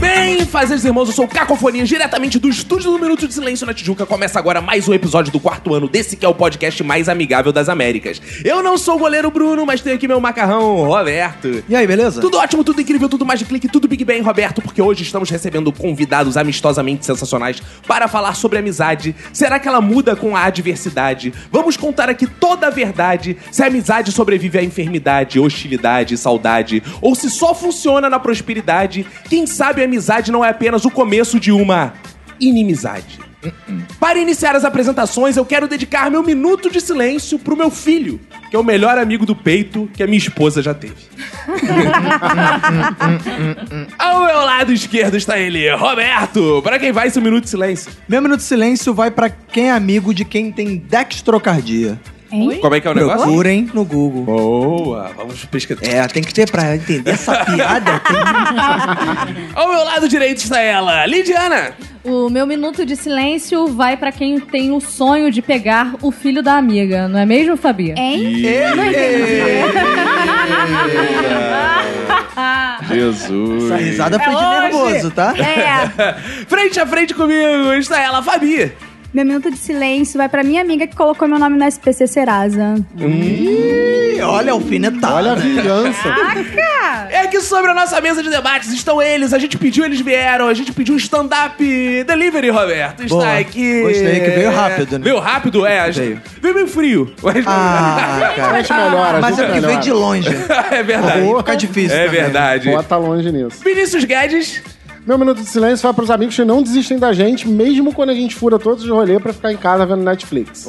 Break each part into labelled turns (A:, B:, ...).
A: Bem, fazeres irmãos, eu sou o Cacofonia, diretamente do estúdio do Minuto de Silêncio na Tijuca. Começa agora mais um episódio do quarto ano desse que é o podcast mais amigável das Américas. Eu não sou o goleiro Bruno, mas tenho aqui meu macarrão, Roberto.
B: E aí, beleza?
A: Tudo ótimo, tudo incrível, tudo mais de clique, tudo Big Bang, Roberto, porque hoje estamos recebendo convidados amistosamente sensacionais para falar sobre amizade. Será que ela muda com a adversidade? Vamos contar aqui toda a verdade: se a amizade sobrevive à enfermidade, hostilidade, saudade, ou se só funciona na prosperidade. Quem sabe a amizade não é apenas o começo de uma inimizade. Para iniciar as apresentações, eu quero dedicar meu minuto de silêncio pro meu filho, que é o melhor amigo do peito que a minha esposa já teve. Ao meu lado esquerdo está ele, é Roberto. Para quem vai esse é um minuto de silêncio?
B: Meu minuto de silêncio vai pra quem é amigo de quem tem dextrocardia.
A: Como é que é o negócio?
B: Procurem no Google.
A: Boa, vamos pesquisar.
B: É, tem que ter pra entender essa piada. tem-
A: Ao meu lado direito está ela, Lidiana.
C: O meu minuto de silêncio vai pra quem tem o sonho de pegar o filho da amiga, não é mesmo, Fabi?
D: Hein?
B: Essa
E: Jesus.
B: risada foi de nervoso, tá?
D: É.
A: Frente a frente comigo está ela, Fabi.
D: Meu minuto de silêncio vai pra minha amiga que colocou meu nome no SPC Serasa.
A: Oh.
B: Ih, olha o alfinetada. Olha a vingança.
A: É que sobre a nossa mesa de debates estão eles. A gente pediu, eles vieram. A gente pediu um stand-up delivery, Roberto. Está
B: Boa.
A: aqui.
B: Gostei, que veio rápido, né?
A: Veio rápido, é. a gente- Veio meio frio. mas-
B: Ah, cara.
F: Gente melhora,
B: Mas
F: gente
B: é porque veio
F: melhora.
B: de longe.
A: é verdade.
B: Aí fica difícil
A: É
B: também.
A: verdade.
F: Bota tá longe nisso.
A: Vinícius Guedes.
F: Meu minuto de silêncio vai pros amigos que não desistem da gente, mesmo quando a gente fura todos os rolês pra ficar em casa vendo Netflix.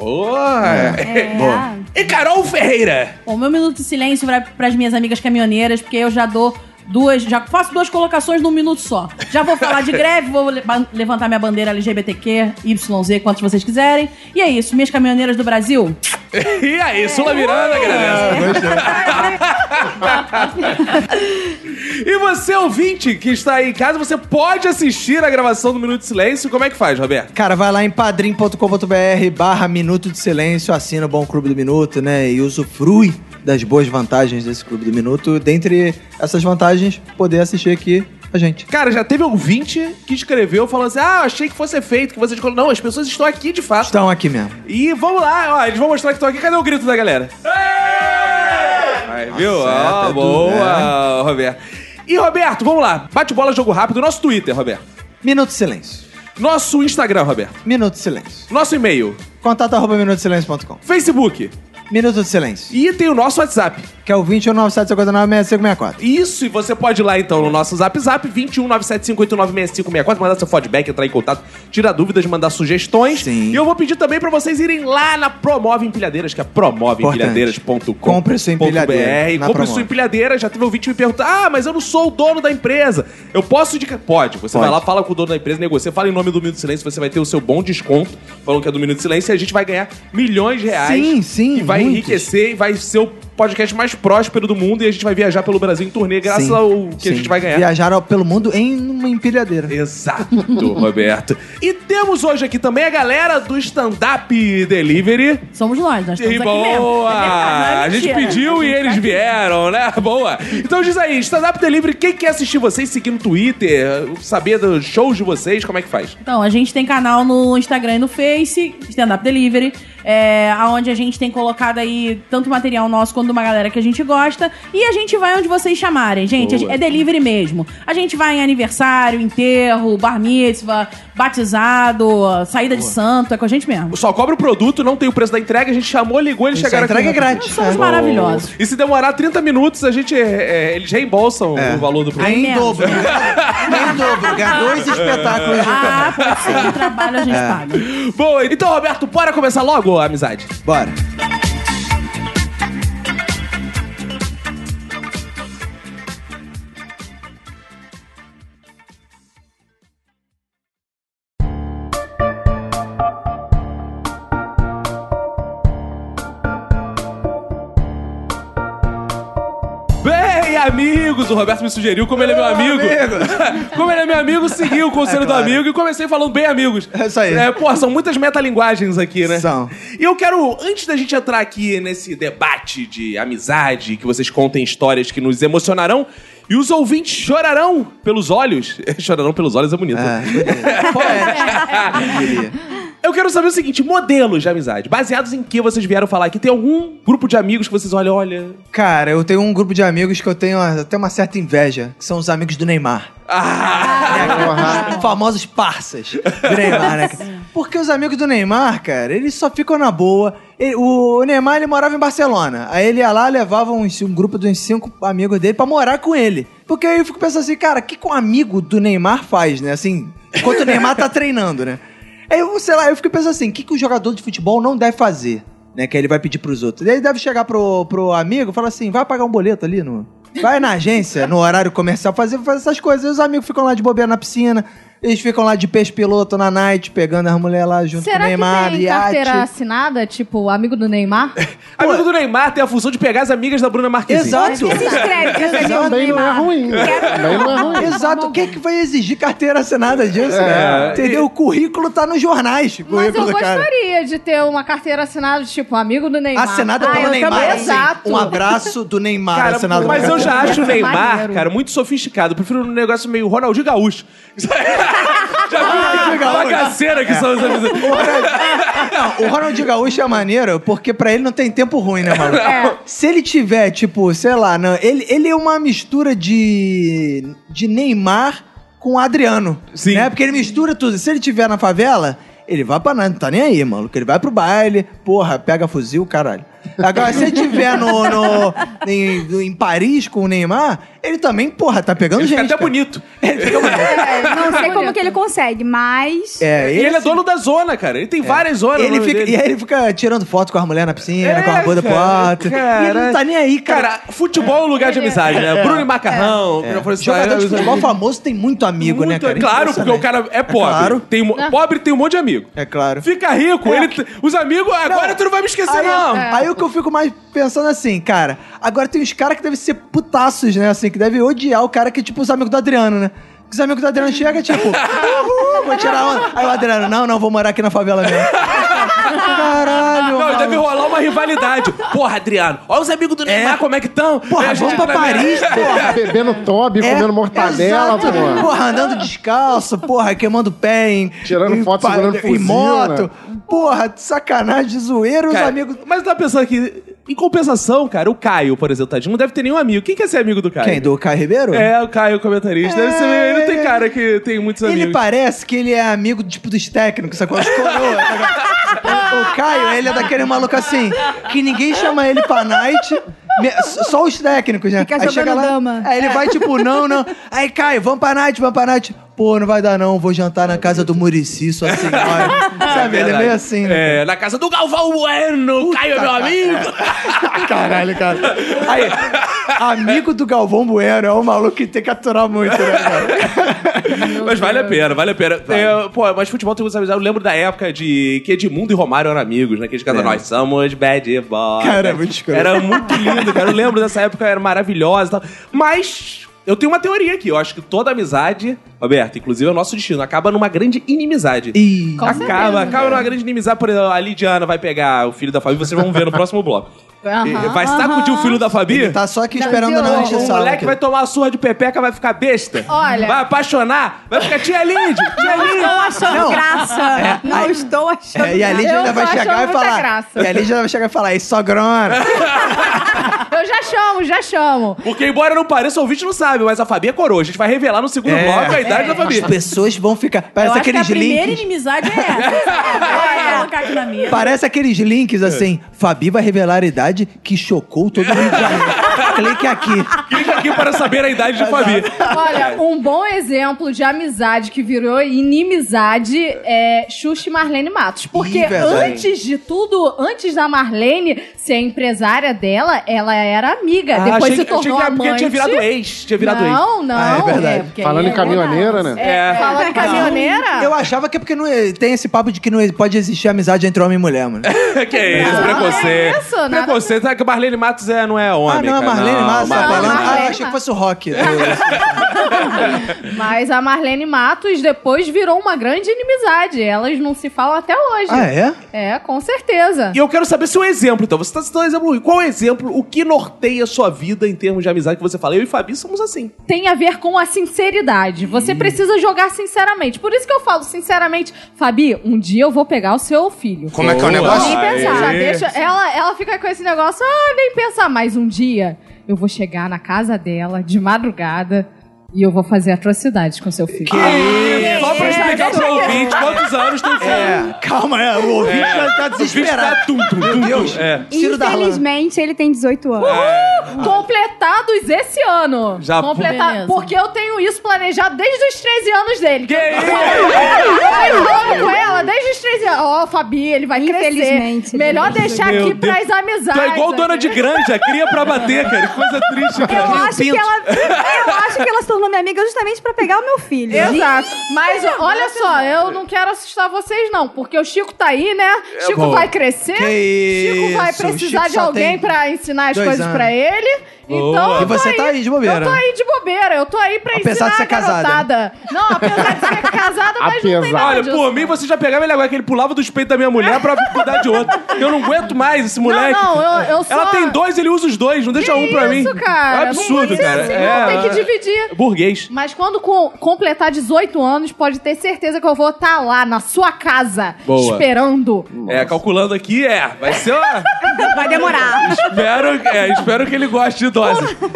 A: É. E Carol Ferreira.
G: Bom, meu minuto de silêncio vai pras minhas amigas caminhoneiras, porque eu já dou duas, já faço duas colocações num minuto só. Já vou falar de greve, vou le- ban- levantar minha bandeira LGBTQ, YZ, quantos vocês quiserem. E é isso, minhas caminhoneiras do Brasil.
A: E aí, Sula Miranda, agradece.
B: É,
A: E você, ouvinte, que está aí em casa, você pode assistir a gravação do Minuto de Silêncio. Como é que faz, Roberto?
B: Cara, vai lá em padrim.com.br barra Minuto de Silêncio, assina o Bom Clube do Minuto, né? E usufrui das boas vantagens desse Clube do Minuto. Dentre essas vantagens, poder assistir aqui a gente.
A: Cara, já teve ouvinte que escreveu falando assim: ah, achei que fosse feito, que vocês. colo-" Não, as pessoas estão aqui de fato.
B: Estão aqui mesmo.
A: E vamos lá, ó, eles vão mostrar que estão aqui. Cadê o grito da galera? Aí, viu?
B: certo,
A: Ah,
B: é tudo, né?
A: boa, Roberto. E Roberto, vamos lá. Bate bola, jogo rápido. Nosso Twitter, Roberto.
B: Minuto de Silêncio.
A: Nosso Instagram, Roberto.
B: Minuto de Silêncio.
A: Nosso e-mail.
B: Contato arroba minutosilêncio.com.
A: Facebook.
B: Minuto de Silêncio.
A: E tem o nosso WhatsApp.
B: Que é o 21975496564.
A: Isso, e você pode ir lá então no nosso zap zap 21 975896564, mandar seu feedback, entrar em contato, tirar dúvidas, mandar sugestões.
B: Sim.
A: E eu vou pedir também pra vocês irem lá na Promove Empilhadeiras, que é promoveempilhadeiras.com.br.
B: Compre sua empilhadeira na
A: Compre sua
B: Promove.
A: empilhadeira. Já teve ouvinte me perguntar: ah, mas eu não sou o dono da empresa. Eu posso indicar? Pode. Você vai lá, fala com o dono da empresa, negocia, fala em nome do Minuto de Silêncio, você vai ter o seu bom desconto, falando que é do Minuto de Silêncio, e a gente vai ganhar milhões de reais.
B: Sim, sim,
A: E vai
B: muitos.
A: enriquecer e vai ser o podcast mais próspero do mundo e a gente vai viajar pelo Brasil em turnê graças
B: Sim.
A: ao que a
B: Sim.
A: gente vai ganhar.
B: Viajaram pelo mundo em uma empilhadeira.
A: Exato, Roberto. E temos hoje aqui também a galera do Stand Up Delivery.
G: Somos nós, nós estamos
A: E
G: aqui mesmo. É verdade, não
A: boa!
G: é
A: A gente
G: mentira.
A: pediu
G: A
A: e
G: gente
A: eles
G: tá aqui.
A: vieram, né? Boa! Então diz aí, Stand Up Delivery, quem quer assistir vocês, seguir no Twitter, saber dos shows de vocês, como é que faz?
G: Então, a gente tem canal no Instagram e no Face, Stand Up Delivery, é, onde a gente tem colocado aí tanto material nosso quanto de uma galera que a gente gosta. E a gente vai onde vocês chamarem, gente.
A: Boa.
G: É delivery mesmo. A gente vai em aniversário, enterro, bar mitzvah, batizado, saída de santo, é com a gente mesmo.
A: Só cobra o produto, não tem o preço da entrega, a gente chamou, ligou, eles
B: Isso, a
A: chegaram aqui.
B: entrega é
G: Nós
B: grátis.
G: somos
B: É.
G: maravilhosos.
A: E se demorar 30 minutos, a gente, é, é, eles reembolsam
B: É.
A: o valor do produto.
B: Aí em
G: Menos.
B: dobro. né? em dobro. Ganhar dois espetáculos.
G: Ah, pode ser que trabalho a gente
B: É.
G: paga.
A: Boa, então, Roberto, bora começar logo a amizade.
B: Bora.
A: amigos. O Roberto me sugeriu como ele é meu amigo. como ele é meu amigo, segui o conselho
B: Ah, É claro.
A: do amigo e comecei falando bem amigos.
B: É isso aí.
A: É, pô, são muitas metalinguagens aqui, né?
B: São.
A: E eu quero, antes da gente entrar aqui nesse debate de amizade, que vocês contem histórias que nos emocionarão e os ouvintes chorarão pelos olhos. Chorarão pelos olhos é bonito. né?
B: É, poético, eu diria.
A: Eu quero saber o seguinte: modelos de amizade. Baseados em que vocês vieram falar aqui? Tem algum grupo de amigos que vocês olham, olha.
B: Cara, eu tenho um grupo de amigos que eu tenho até uma certa inveja, que são os amigos do Neymar.
A: Ah!
B: Os famosos parças do Neymar, né? cara? Porque os amigos do Neymar, cara, eles só ficam na boa. E- o Neymar, ele morava em Barcelona. Aí ele ia lá, levava uns- um grupo de uns cinco amigos dele pra morar com ele. Porque aí eu fico pensando assim, cara, o que que um amigo do Neymar faz, né? Assim, enquanto o Neymar tá treinando, né? Aí eu, sei lá, eu fico pensando assim, o que, que o jogador de futebol não deve fazer? Né, que aí ele vai pedir pros outros. Ele deve chegar pro, pro amigo e falar assim, vai pagar um boleto ali no... Vai na agência, no horário comercial, fazer, fazer essas coisas. E os amigos ficam lá de bobeira na piscina. Eles ficam lá de peixe piloto na night, pegando as mulheres lá junto com
C: Será
B: o
C: que
B: Neymar,
C: tem
B: iate.
C: carteira assinada, tipo, amigo do Neymar?
A: Amigo do Neymar tem a função de pegar as amigas da Bruna Marquezine.
B: Exato.
D: Quem se inscreve pra ser amigo do
F: Também não é
B: um
D: Neymar?
F: ruim. Também não é ruim.
B: Exato. O que, que vai exigir carteira assinada disso,
A: É.
B: né? Entendeu? O currículo tá nos jornais. o
C: Mas eu
B: currículo do cara.
C: gostaria de ter uma carteira assinada, tipo, amigo do Neymar.
B: Assinada
C: Ah,
B: pelo
C: eu
B: Neymar.
C: também.
B: assim,
C: Exato.
B: Um abraço do Neymar
A: Cara,
B: assinado
A: mas
B: pelo
A: eu já acho o Neymar,
C: Maneiro.
A: cara, muito sofisticado. Eu prefiro um negócio meio Ronaldinho Gaúcho.
B: Ah,
A: já viu
B: né?
A: a bagaceira que são os
B: É.
A: amigos.
B: Não, o Ronaldinho Gaúcho é maneiro porque pra ele não tem tempo ruim, né, mano?
A: É.
B: Se ele tiver, tipo, sei lá, não, ele, ele é uma mistura de, de Neymar com Adriano.
A: Sim.
B: Né? Porque ele mistura tudo. Se ele tiver na favela, ele vai pra nada, não tá nem aí, maluco. Ele vai pro baile, porra, pega fuzil, caralho. Agora, se ele tiver no, no- em, em Paris com o Neymar, ele também, porra, tá pegando
A: Ele
B: gente.
A: fica até
B: cara.
A: bonito.
B: Ele fica bonito.
D: É, não sei como
C: Bonito.
D: que ele consegue, mas...
B: É,
A: E ele é dono da zona, cara. Ele tem várias zonas. no
B: Ele
A: nome
B: fica,
A: dele.
B: e aí ele fica tirando foto com as mulheres na piscina,
A: É,
B: com a bunda pro
A: cara,
B: alto.
A: cara.
B: E ele não tá nem aí, cara.
A: Cara, futebol é um lugar de amizade, né? Bruno e Macarrão, que já foram
B: É. Jogador de
A: citados.
B: futebol famoso tem muito amigo, né,
A: Muito-
B: cara?
A: Claro, porque o
B: Impressionante.
A: cara é pobre.
B: claro.
A: Tem mo- Pobre tem um monte de amigo.
B: É claro.
A: Fica rico, ele t- os amigos, agora tu não vai me esquecer,
B: Aí,
A: não.
B: aí o que eu fico mais pensando assim, cara, agora tem uns caras que devem ser putaços, né? Assim, que devem odiar o cara que, é tipo, os amigos do Adriano, né? Que Os amigos do Adriano chegam, tipo, uhul, vou tirar onda. Aí o Adriano, não, não, vou morar aqui na favela mesmo. Caralho,
A: Não,
B: mano.
A: deve rolar uma rivalidade. Porra, Adriano, olha os amigos do Neymar, como é que estão?
B: Porra, vamos pra Paris, porra. É,
F: Bebendo Toby, Tá comendo mortadela,
B: exato.
F: porra.
B: Porra, andando descalço, porra, queimando pé em...
F: Tirando
B: em
F: foto,
B: pa-
F: segurando
B: em
F: fuzil, né?
B: moto. Porra, sacanagem, zoeira, os
A: Cara,
B: amigos...
A: Mas tá pensando que, em compensação, cara, o Caio, por exemplo, tadinho, não deve ter nenhum amigo. Quem quer ser amigo do Caio?
B: Quem, do Caio Ribeiro?
A: É, o Caio, comentarista. Deve ser,
B: É,
A: ele tem
B: é.
A: cara que tem muitos
B: Ele
A: amigos.
B: parece que ele é amigo, tipo, dos técnicos, sacou? Os coroa, sacou? O Caio, ele é daquele maluco assim, que ninguém chama ele pra night, me- só os técnicos, né?
D: Fica
B: aí chega
D: jogando
B: lá,
D: dama.
B: aí ele vai tipo, não, não. Aí, Caio, vamos pra night, vamos pra night. Pô, não vai dar não, vou jantar na casa do Murici, sua senhora. Sabe, ele é meio assim, né?
A: É, na casa do Galvão Bueno, Caio é meu amigo.
B: Caralho, cara. Aí, amigo do Galvão Bueno é um maluco que tem que aturar muito, né, cara?
A: mas vale a pena, vale a pena. É, pô, mas futebol tem muitas amizades. Eu lembro da época de que Edmundo e Romário eram amigos, né? Que eles cantam, nós somos bad boys.
B: É. Cara, é muito escroto.
A: Era muito lindo, cara. Eu lembro dessa época, era maravilhosa e tal. Mas eu tenho uma teoria aqui. Eu acho que toda amizade, Roberto, inclusive é o nosso destino, acaba numa grande inimizade.
B: Ih,
C: Com certeza.
A: Acaba, acaba numa grande inimizade. Por exemplo, a Lidiana vai pegar o filho da Fabi, vocês vão ver no próximo bloco.
C: Aham,
A: vai sacudir o filho da Fabi?
B: ele tá só aqui
C: Não,
B: esperando
C: viu?
B: não
C: Um
B: encher
A: Ah. O
B: sala.
A: moleque
B: aqui.
A: vai tomar uma surra de pepeca, vai ficar besta.
C: Olha.
A: Vai apaixonar, vai ficar tia Lindy, tia
D: Não
A: Lindy.
D: estou achando
B: Não.
D: graça. não estou achando
B: É, e a Lídia
C: Eu
B: ainda vai
C: tô
B: chegar
C: achando
B: e
C: muita
B: falar.
C: graça.
B: E a Lídia vai chegar e falar, "É isso sogrona.
C: Eu já chamo, já chamo.
A: Porque, embora não pareça, o ouvinte não sabe, mas a Fabi é coroa. A gente vai revelar no segundo
B: É.
A: bloco a idade da
B: As
A: Fabi.
B: pessoas vão ficar.
G: Eu
B: Parece
G: acho que a
B: aqueles
G: primeira
B: links.
G: inimizade é essa. Vou colocar aqui na mesa.
B: Parece aqueles links assim. Fabi vai revelar a idade que chocou todo mundo. Clique aqui.
A: Clica aqui para saber a idade de Fabi.
C: Olha, um bom exemplo de amizade que virou inimizade é Xuxa e Marlene Matos. Porque
B: Ih, verdade.
C: antes de tudo, antes da Marlene ser empresária dela, ela era amiga.
A: Ah,
C: É, Depois
A: achei
C: se
A: que- achei
C: tornou
A: que era porque
C: amante.
A: tinha virado ex. Tinha virado ex.
C: não, não.
B: Ah, é verdade.
G: porque aí
F: Falando
G: é
F: em caminhoneira, né?
A: É.
C: Falando em caminhoneira?
B: Eu achava que é porque não, tem esse papo de que não é, pode existir amizade entre homem e mulher, mano.
A: que isso, preconceito.
C: é isso, nada-
A: preconceito. Sabe que Marlene Matos é, não é homem,
B: Ah, não, é
A: cara.
B: Marlene
A: não,
B: Massa
A: Marlene
B: falando.
D: Massa.
B: Ah, eu achei que fosse o rock.
C: Mas a Marlene Matos depois virou uma grande inimizade. Elas não se falam até hoje.
B: ah, é?
C: é? com certeza.
A: E eu quero saber se um exemplo, então. Você tá citando um exemplo ruim. Qual é o exemplo, o que norteia a sua vida em termos de amizade que você fala? Eu e Fabi somos assim.
C: Tem a ver com a sinceridade. Você precisa jogar sinceramente. Por isso que eu falo sinceramente, Fabi, um dia eu vou pegar o seu filho.
H: Como é que é o negócio?
C: Nem pensar. Já
I: Aê.
C: deixa- ela, ela fica com esse negócio, ah, nem pensar. Mas um dia eu vou chegar na casa dela de madrugada e eu vou fazer atrocidades com seu filho. Ah, é,
A: Só pra explicar pro ouvinte quantos anos tem
B: É. Calma, é, o ouvinte já tá desesperado.
A: tum, tum,
B: Meu Deus.
A: É.
B: Ciro Darlan.
D: Infelizmente, ele tem 18 anos.
C: Completados esse ano.
A: Já-
C: Completa...
G: Beleza.
C: Porque eu tenho isso planejado desde os 13 anos dele.
A: Que
C: Eu-
A: isso?
C: Eu falo com ela desde os 13 anos. Ó, Fabi, ele vai
D: Infelizmente,
C: crescer. Melhor
D: Deus.
C: deixar
A: Meu
C: aqui
A: Deus.
C: pras amizades.
A: Tu é igual dona
C: né?
A: de granja, cria pra bater, cara. Que Coisa triste,
D: Eu
A: cara.
D: acho, que ela, eu acho que ela se tornou minha amiga justamente pra pegar o meu filho.
C: Exato. Mas olha só, eu não quero assustar vocês, não, porque o Chico tá aí, né? Chico
B: bom.
C: vai crescer.
B: Que
C: Chico vai
B: isso,
C: precisar
B: Chico
C: de
B: só
C: alguém
B: tem
C: pra ensinar as
B: dois
C: coisas
B: anos.
C: pra ele. Então.
B: E
C: eu tô
B: você tá aí de bobeira.
C: Eu tô aí de bobeira. Eu tô aí pra
B: Apesar
C: ensinar
B: de ser
C: a garotada. Não, apesar de ser casada, mas não tem
F: Apesar.
C: nada
A: Olha,
C: disso.
A: por mim você já pegava ele agora, que ele pulava dos peitos da minha mulher pra cuidar de outro. Eu não aguento mais esse moleque.
C: não, eu- eu sou-
A: Ela tem dois, ele usa os dois, não deixa
C: Que
A: um pra mim.
C: Isso, cara.
A: É absurdo,
C: não pode
A: cara.
C: Ser assim,
A: é,
C: não, tem que dividir.
A: Burguês.
C: Mas quando co- completar 18 anos, pode ter certeza que eu vou estar lá na sua casa,
A: Boa.
C: esperando.
A: É, calculando aqui, é. Vai ser uma...
D: Vai demorar.
A: espero, é, espero que ele goste de dose.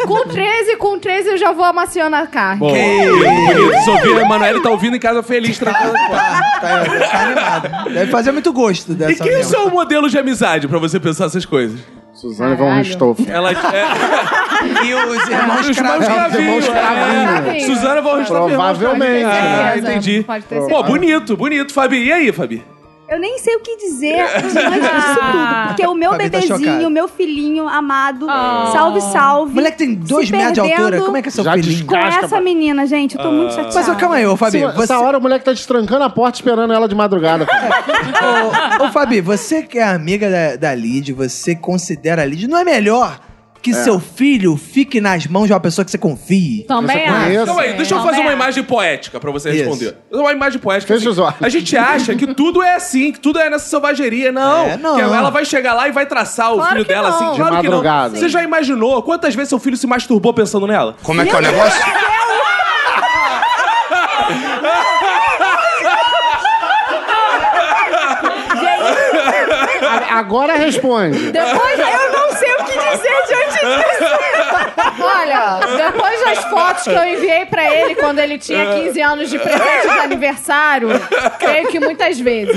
C: Com 13, com 13 eu já vou amaciando a carne.
A: Bom, bonitos ouviram. A Manoela tá ouvindo em casa feliz, tranquila.
B: Tá, tá, tá animado. Deve fazer muito gosto dessa
A: E quem
B: reunião.
A: são modelos de amizade pra você pensar essas coisas?
F: Suzane von
C: Caralho.
F: Richthofen.
A: Ela é.
B: E os irmãos
A: Os mais
B: cravinhos.
A: cravinhos. é.
C: Cravinho.
A: Suzana von Richthofen.
F: Provavelmente.
A: Ah,
C: Certeza.
A: entendi.
C: Pode ter
A: Pô,
C: certeza.
A: bonito, bonito, Fabi. E aí, Fabi?
D: Eu nem sei o que dizer diante disso tudo. Porque o meu
B: Fabi tá chocada.
D: bebezinho, o meu filhinho amado, salve, salve.
B: Moleque tem dois
D: se
B: metros de altura.
D: perdendo
B: Como é que é seu
F: Já
B: filhinho? Ah.
D: Com
F: Casca,
D: essa
F: pai.
D: menina, gente, eu tô
F: Ah.
D: muito chateada.
B: Mas ó, calma aí, ô Fabi.
F: Essa-
B: Você,
F: Essa hora o moleque tá destrancando a porta esperando ela de madrugada. cara.
B: ô, ô, Fabi, você que é amiga da, da Lid, você considera a Lid, não é melhor que seu filho fique nas mãos de uma pessoa que você confie?
C: Também
F: Eu só conheço.
C: acho.
A: Calma aí, deixa eu
C: Não,
A: fazer
C: né?
A: uma imagem poética pra você
B: Isso.
A: responder. Uma imagem poética. assim.
F: Fecha os olhos.
A: A gente acha que tudo é assim, que tudo é nessa selvageria. Não.
B: É, não.
A: Que ela vai chegar lá e vai traçar o
C: Claro
A: filho
C: que
A: dela
C: não.
A: assim.
C: De
A: Claro que não.
F: madrugada.
A: Você já imaginou quantas vezes seu filho se masturbou pensando nela?
H: Como é que é o negócio?
F: A- Agora responde.
C: Depois eu não sei o que dizer diante disso. Olha, depois das fotos que eu enviei pra ele quando ele tinha 15 anos de presente de aniversário, creio que muitas vezes.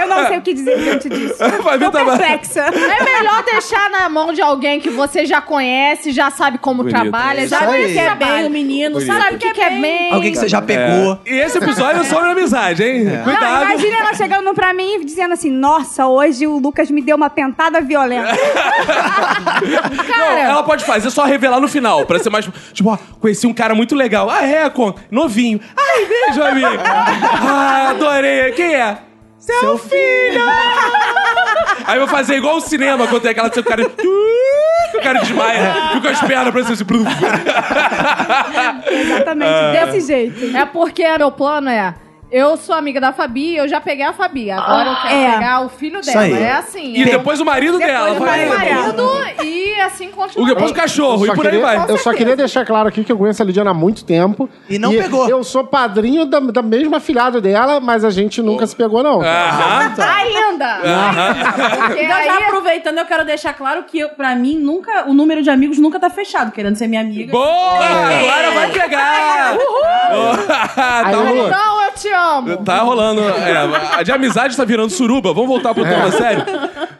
D: Eu não sei o que dizer diante disso.
A: Fabi
D: Tô
A: tá-
D: perplexa.
C: É melhor deixar na mão de alguém que você já conhece, já sabe como
A: Bonito.
C: trabalha, já
B: Isso
C: sabe
B: aí.
C: o que é bem o menino,
G: menino,
C: sabe o que, que é bem.
B: Alguém que você já pegou.
A: E esse episódio é sobre amizade, hein?
D: Não,
A: Cuidado.
D: imagina ela chegando pra mim e dizendo assim: Nossa, hoje o Lucas me deu uma pentada violenta.
C: Cara,
A: Ela pode fazer só revelar no final, pra ser mais. Tipo, ó, conheci um cara muito legal. Ah, é, con, novinho. Ai, beijo, amigo. Ah, adorei. Quem é? Seu, filho. Aí eu vou fazer igual o cinema, quando tem aquela que o cara. que O cara desmaia, fica com as pernas pra cima assim. Ah. brum.
D: Exatamente,
B: Ah.
D: desse jeito.
C: É porque meu plano é. Eu sou amiga da Fabi, eu já peguei a Fabi. Agora eu quero
D: É.
C: pegar o filho
B: Isso
C: dela.
B: aí.
C: É assim.
A: E
C: é um-
A: depois o marido dela.
C: depois o
A: vai.
C: marido e assim
A: O
C: continua.
A: depois o cachorro,
F: Eu
A: e
F: só
A: por aí
F: queria-
A: vai.
F: Eu só queria deixar claro aqui que eu conheço a Lidiana há muito tempo.
B: E não pegou.
F: Eu sou padrinho da, da mesma filhada dela, mas a gente nunca se pegou, não.
A: Aham.
B: Tá.
C: Ainda! Porque
G: Então, já
C: aí, é
G: aproveitando, eu quero deixar claro que, eu- pra mim, nunca o número de amigos nunca tá fechado, querendo ser minha amiga.
A: Boa! A
C: É.
A: Clara vai
H: É!
A: pegar! tá
F: Aí,
A: rolando.
F: Lu,
C: então eu te amo.
A: Tá rolando. É, a de amizade tá virando suruba. Vamos voltar
B: É.
A: pro tema, sério.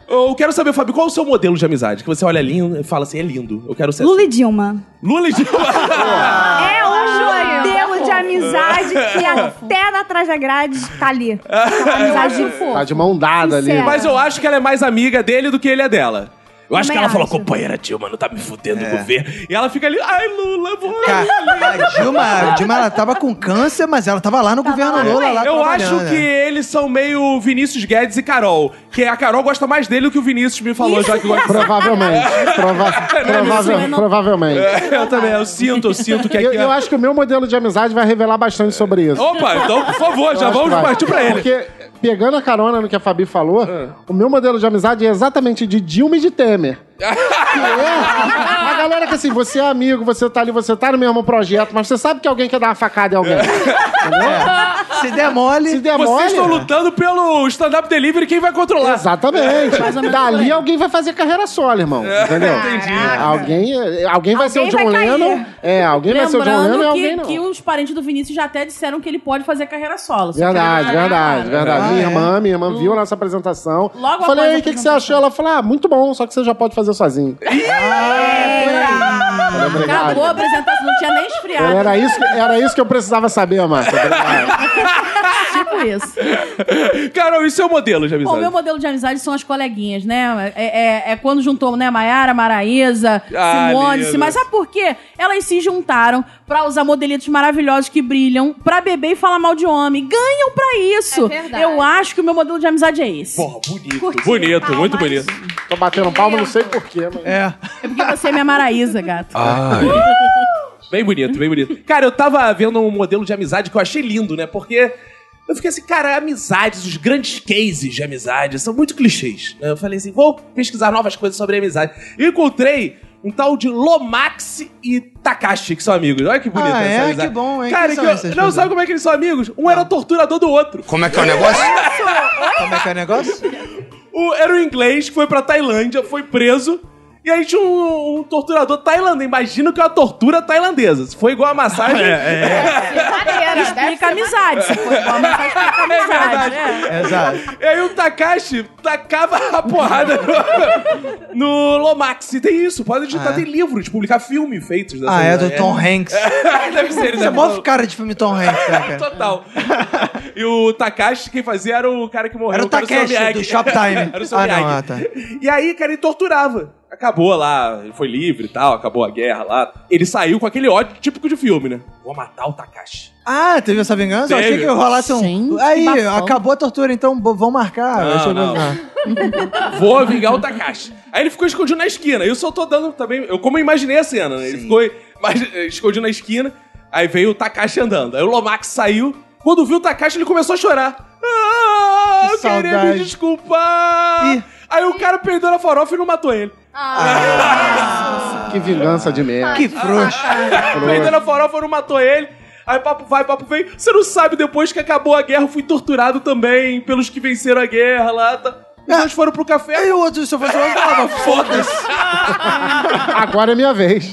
A: Eu quero saber, Fábio, qual é o seu modelo de amizade? Que você olha lindo e fala assim, é lindo. Eu quero ser
D: Lula e
A: assim.
D: Dilma.
A: Lula e Dilma.
D: É
C: Ah,
D: um modelo de amizade que
A: É.
D: é até na trás da grade tá ali. Tá uma amizade de
A: É.
F: tá de mão dada ali.
D: Sincero.
A: Mas eu acho que ela é mais amiga dele do que ele é dela. Eu acho que
D: Também
A: ela falou,
D: acho.
A: companheira Dilma, não tá me fudendo com o governo. E ela fica ali, ai, Lula, eu vou.
B: Cara, É. a Dilma, a Dilma, ela tava com câncer, mas ela tava lá no governo
D: lá
B: Lula.
D: também.
B: Lá
A: Eu acho
F: né?
B: trabalhando.
A: que eles são meio Vinícius Guedes e Carol. Que a Carol gosta mais dele do que o Vinícius me falou, já que gosta. Né,
F: Provavelmente. Prova-
A: é
F: provável-
G: Venezuela.
F: provavelmente.
A: Eu também, eu É. sinto, eu sinto que aqui. é
F: Eu, eu acho que o meu modelo de amizade vai revelar bastante sobre isso.
A: Opa, então, por favor, já
F: Eu acho
A: vamos
F: que vai.
A: partir pra ele. Ah.
F: Porque, pegando a carona no que a Fabi falou, o meu modelo de amizade é exatamente de Dilma e de Temer. Que é a galera que assim, você é amigo, você tá ali, você tá no mesmo projeto, mas você sabe que alguém quer dar uma facada em
A: É.
F: alguém.
B: Se der mole,
F: Se der mole- né?
A: Vocês estão lutando pelo stand-up delivery, quem vai controlar?
F: Exatamente. Dali alguém vai fazer carreira solo, irmão. Entendeu? Alguém, alguém vai ser o
C: Alguém
F: John
C: vai cair.
F: Lennon. É, alguém vai ser o John Lennon e
G: Lembrando
F: alguém
G: que,
F: não.
G: que os parentes do Vinícius já até disseram que ele pode fazer carreira solo. Só que
F: Verdade,
G: ele- é
F: verdade, verdade.
B: Ah,
F: minha
B: é?
F: irmã, minha irmã viu a nossa apresentação.
G: Logo após
F: falei,
G: a
F: "Ei, o que, que você
G: apresentação."
F: achou? Ela falou, ah, muito bom, só que você já pode fazer sozinho. Falei,
G: Acabou
F: Obrigado.
G: a apresentação, não tinha nem esfriado.
F: Era isso, que- era isso que eu precisava saber, Marta. Obrigado.
G: Tipo isso.
A: Carol, isso é o modelo de
G: Bom,
A: amizade.
G: meu modelo de amizade são as coleguinhas, né? É, é- é quando juntou, né, Maiara, Maraísa,
A: Ah,
G: Simone,
A: lindo.
G: Simone. Mas sabe por quê? Elas se juntaram pra usar modelitos maravilhosos que brilham, pra beber e falar mal de homem. Ganham pra isso.
C: É verdade.
G: Eu acho que o meu modelo de amizade é esse.
A: Porra, bonito. Bonito, muito bonito.
F: Tô batendo palma, não sei porquê, mas...
B: é.
G: É porque você é minha Maraísa, gato.
A: Bem bonito, bem bonito. Cara, eu tava vendo um modelo de amizade que eu achei lindo, né? Porque eu fiquei assim, cara, amizades, os grandes cases de amizade são muito clichês. né? Eu falei assim, vou pesquisar novas coisas sobre amizade. E eu encontrei um tal de Lomax e Takashi, que são amigos. Olha que bonito
B: Ah,
A: essa
B: é?
A: amizade.
B: Que bom, hein?
A: Cara,
B: Quem
A: que
B: são
A: eu-
B: essas
A: não
B: pessoas?
A: sabe como é que eles são amigos? Um era torturador do outro.
H: Como é que é o negócio?
B: Como é que é o negócio?
A: O- era um inglês que foi pra Tailândia, foi preso. E aí tinha um, um torturador tailandês. Imagina que é uma tortura tailandesa. Se foi igual a massagem.
B: É,
C: Maneira, É, deve ser É
G: Explica amizade. Se for igual, mas explica amizade.
A: verdade.
G: né?
B: Exato.
A: E aí o Takashi tacava a porrada no, no Lomax. E tem isso, pode editar,
B: Ah, é?
A: tem livros, publicar filme feitos dessa
B: Ah, é
A: amizade.
B: do Tom Hanks.
A: Deve ser, ele
B: Você é
A: deve
B: mó cara de filme Tom Hanks, né, cara?
A: Total. e o Takashi, quem fazia era o cara que morreu.
B: Era o
A: cara
B: Takeshi,
A: Sr. Miyagi.
B: do Shoptime.
A: era o Sr.
B: Ah, não,
A: Miyagi.
B: ah, tá.
A: E aí, cara, ele torturava. Acabou lá, ele foi livre e tal, acabou a guerra lá. Ele saiu com aquele ódio típico de filme, né? Vou matar o Takashi.
B: Ah, teve essa vingança? Eu achei
A: Teve.
B: que rolasse um.
G: Gente,
B: Aí,
G: bafão.
B: acabou a tortura, então bo- vão marcar.
A: Não,
B: Eu achei-
A: não.
B: Ah.
A: Vou vingar o Takashi. Aí ele ficou escondido na esquina. Eu só tô dando também. Eu, como eu imaginei a cena, né? Ele ficou mas, eh, escondido na esquina. Aí veio o Takashi andando. Aí o Lomax saiu. Quando viu o Takashi, ele começou a chorar. Ah,
B: Que
A: eu queria me
B: saudade.
A: desculpar.
B: Ih.
A: Aí o cara perdeu na farofa e não matou ele.
F: Que vingança de
A: Tá.
F: merda.
B: Que frouxo.
A: Perdeu na farofa, não matou ele. Aí papo vai, papo vem. Você não sabe, depois que acabou a guerra, eu fui torturado também pelos que venceram a guerra lá. Tá. Os
B: Ah.
A: dois foram pro
B: Aí
A: café.
B: o outro, se eu fosse o outro, falava, foda-se.
F: Agora é minha vez.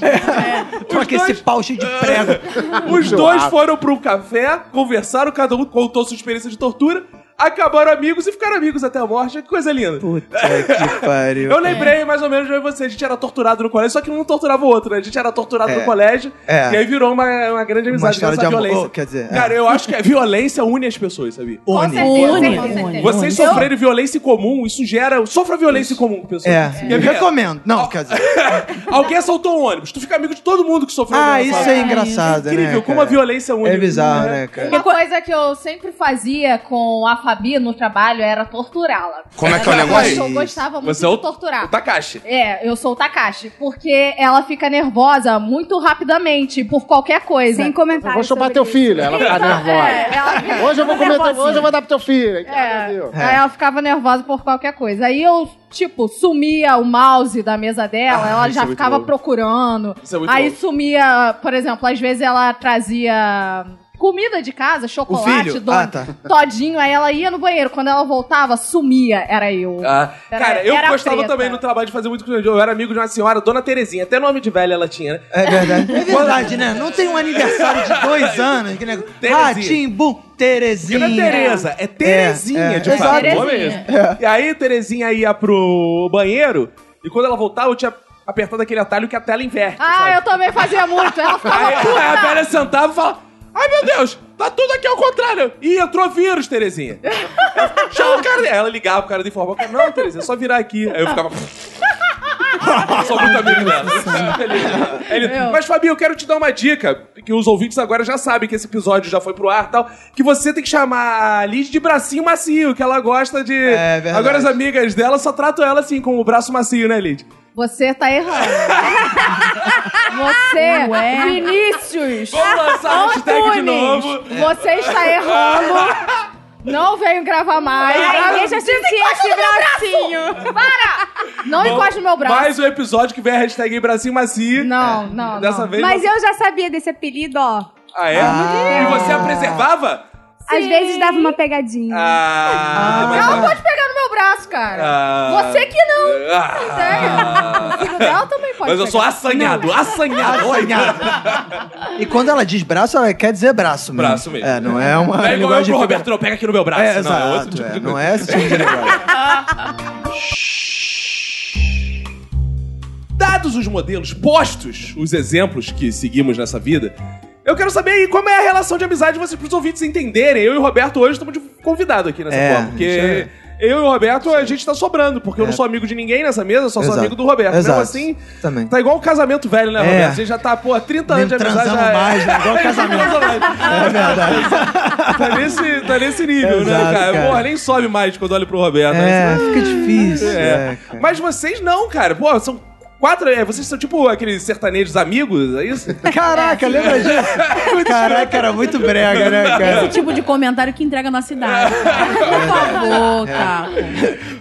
B: Troca
A: dois-
B: esse pau cheio de prego.
A: Os
F: Seu
A: dois
F: ato.
A: foram pro café, conversaram, cada um contou sua experiência de tortura, acabaram amigos e ficaram amigos até a morte. É Que coisa linda.
B: Puta que pariu.
A: Eu lembrei mais ou menos de você. A gente era torturado no colégio, só que um não torturava o outro, né? A gente era torturado
B: É.
A: no colégio
B: É.
A: e aí virou uma, uma grande amizade
B: história
A: dessa
B: de amor,
A: violência.
B: quer dizer, é.
A: Cara, eu acho que a violência une as pessoas, sabia?
B: Une.
G: Une,
C: com certeza.
G: une.
A: Vocês
G: Eu-
A: sofrerem violência em comum, isso gera. Sofra violência em comum com pessoas.
B: É,
A: Quer
B: eu
A: ver?
B: recomendo. Não, quer dizer.
A: Alguém assaltou um ônibus, tu fica amigo de todo mundo que sofreu
B: Ah,
A: violência.
B: isso é engraçado, né?
A: Incrível, como a
B: cara?
A: violência une. Uhum.
B: É bizarro, né, cara?
C: Uma coisa que eu sempre fazia com a Fabi no trabalho era torturá-la.
H: Como é que é o negócio?
C: Eu gostava muito
A: Você é o
C: de torturar.
A: O Takashi.
C: É, eu sou o Takashi, porque ela fica nervosa muito rapidamente por qualquer coisa.
D: Sem
F: Eu
D: comentários.
F: vou chupar
D: sobre
F: teu
D: isso.
F: filho. Ela tá
C: É,
F: nervosa.
C: ela
F: Hoje eu vou comer, teu-
G: Nervosinha.
F: hoje eu vou dar pro teu filho. Ah, meu Deus.
C: É.
B: É.
C: Aí ela ficava nervosa por qualquer coisa. Aí eu, tipo, sumia o mouse da mesa dela,
A: Ah,
C: ela
A: isso é
C: já
A: muito
C: ficava
A: bom.
C: procurando.
A: Isso é muito
C: Aí
A: bom.
C: sumia, por exemplo, às vezes ela trazia comida de casa, chocolate,
B: filho?
C: dono-
B: Ah, tá.
C: todinho. Aí ela ia no banheiro. Quando ela voltava, sumia. Era eu.
A: Ah,
C: Era-
A: cara, eu
C: era
A: gostava
C: preta.
A: também no trabalho de fazer muito com Eu era amigo de uma senhora, Dona Terezinha. Até nome de velha ela tinha, né?
B: É verdade. É verdade, né? Não tem um aniversário de dois anos. Que negócio.
A: Terezinha.
B: Ah, Timbu,
A: Porque não é
B: Terezinha.
A: Tereza, é Terezinha,
B: É, é.
A: de fato.
C: Terezinha.
A: o nome é esse. E aí Terezinha ia pro banheiro, e quando ela voltava, eu tinha apertado aquele atalho que a tela inverte,
C: Ah,
A: sabe?
C: eu também fazia muito. Ela ficava
A: Aí,
C: Ah,
A: é,
C: puta.
A: aí a velha sentava e falava: Ai meu Deus, tá tudo aqui ao contrário. Ih, entrou vírus, Terezinha. Chama o cara dela. Ela ligava pro cara do informal. Não, Terezinha, é só virar aqui. Aí eu ficava. Sou muito amigo dela. Ele- ele-
G: Meu.
A: Mas, Fabinho, eu quero te dar uma dica, que os ouvintes agora já sabem que esse episódio já foi pro ar e tal, que você tem que chamar a Liz de bracinho macio, que ela gosta de...
B: É, verdade.
A: Agora as amigas dela só tratam ela assim, com o braço macio, né, Liz?
C: Você tá errando. Você,
G: Ué.
C: Vinícius.
A: Vamos lançar a hashtag de
C: Antunes,
A: novo.
C: Você está errando. Não venho gravar mais.
H: Ai, deixa eu sentir esse bracinho.
C: Para! Não encoste no meu braço.
A: Mais um episódio que vem a hashtag bracinho macio.
C: Não, não,
A: Dessa
C: não.
A: vez...
D: Mas eu já sabia desse apelido, ó.
A: Ah, é? E você a preservava?
D: Às vezes dava uma pegadinha.
A: Ah... mas-
C: Ela pode pegar no meu braço, cara.
A: Ah.
C: Você que não.
A: Ah.
C: Sério. O filho dela também pode
A: Mas eu
C: pegar.
A: sou assanhado, assanhado.
B: E quando ela diz braço, ela quer dizer braço mesmo.
A: Braço mesmo.
B: É, não é uma.
A: Não é igual eu
B: linguagem figura-
A: pro Roberto, não, pega aqui no meu braço.
B: É,
A: não,
B: exato.
A: é outro tipo de
B: é, não é esse tipo de linguagem.
A: Dados os modelos, postos os exemplos que seguimos nessa vida, eu quero saber aí como é a relação de amizade de vocês pros ouvintes entenderem. Eu e o Roberto hoje estamos de convidado aqui nessa
B: É,
A: porra, porque
B: isso é.
A: eu e o Roberto, a gente tá sobrando, porque eu não sou amigo de ninguém nessa mesa, eu só sou
B: Exato.
A: amigo do Roberto.
B: Exato.
A: Mesmo assim,
B: Também.
A: tá igual um casamento velho, né,
B: É.
A: Roberto? A gente já tá, pô, 30 anos de
B: Nem
A: amizade.
B: transamos
A: já...
B: mais, né? Igual casamento.
A: é Tá nesse, tá nesse nível, né,
B: Exato,
A: cara?
B: cara.
A: Porra, nem sobe mais quando olho pro Roberto.
B: É,
A: Aí você-
B: fica difícil. É. cara.
A: Mas vocês não, cara. Pô, são quatro. é, Vocês são tipo aqueles sertanejos amigos, é isso?
B: Caraca, lembra disso? Caraca, era muito brega, né,
G: Esse
B: cara? É.
G: tipo de comentário que entrega na cidade. Por favor, Caco.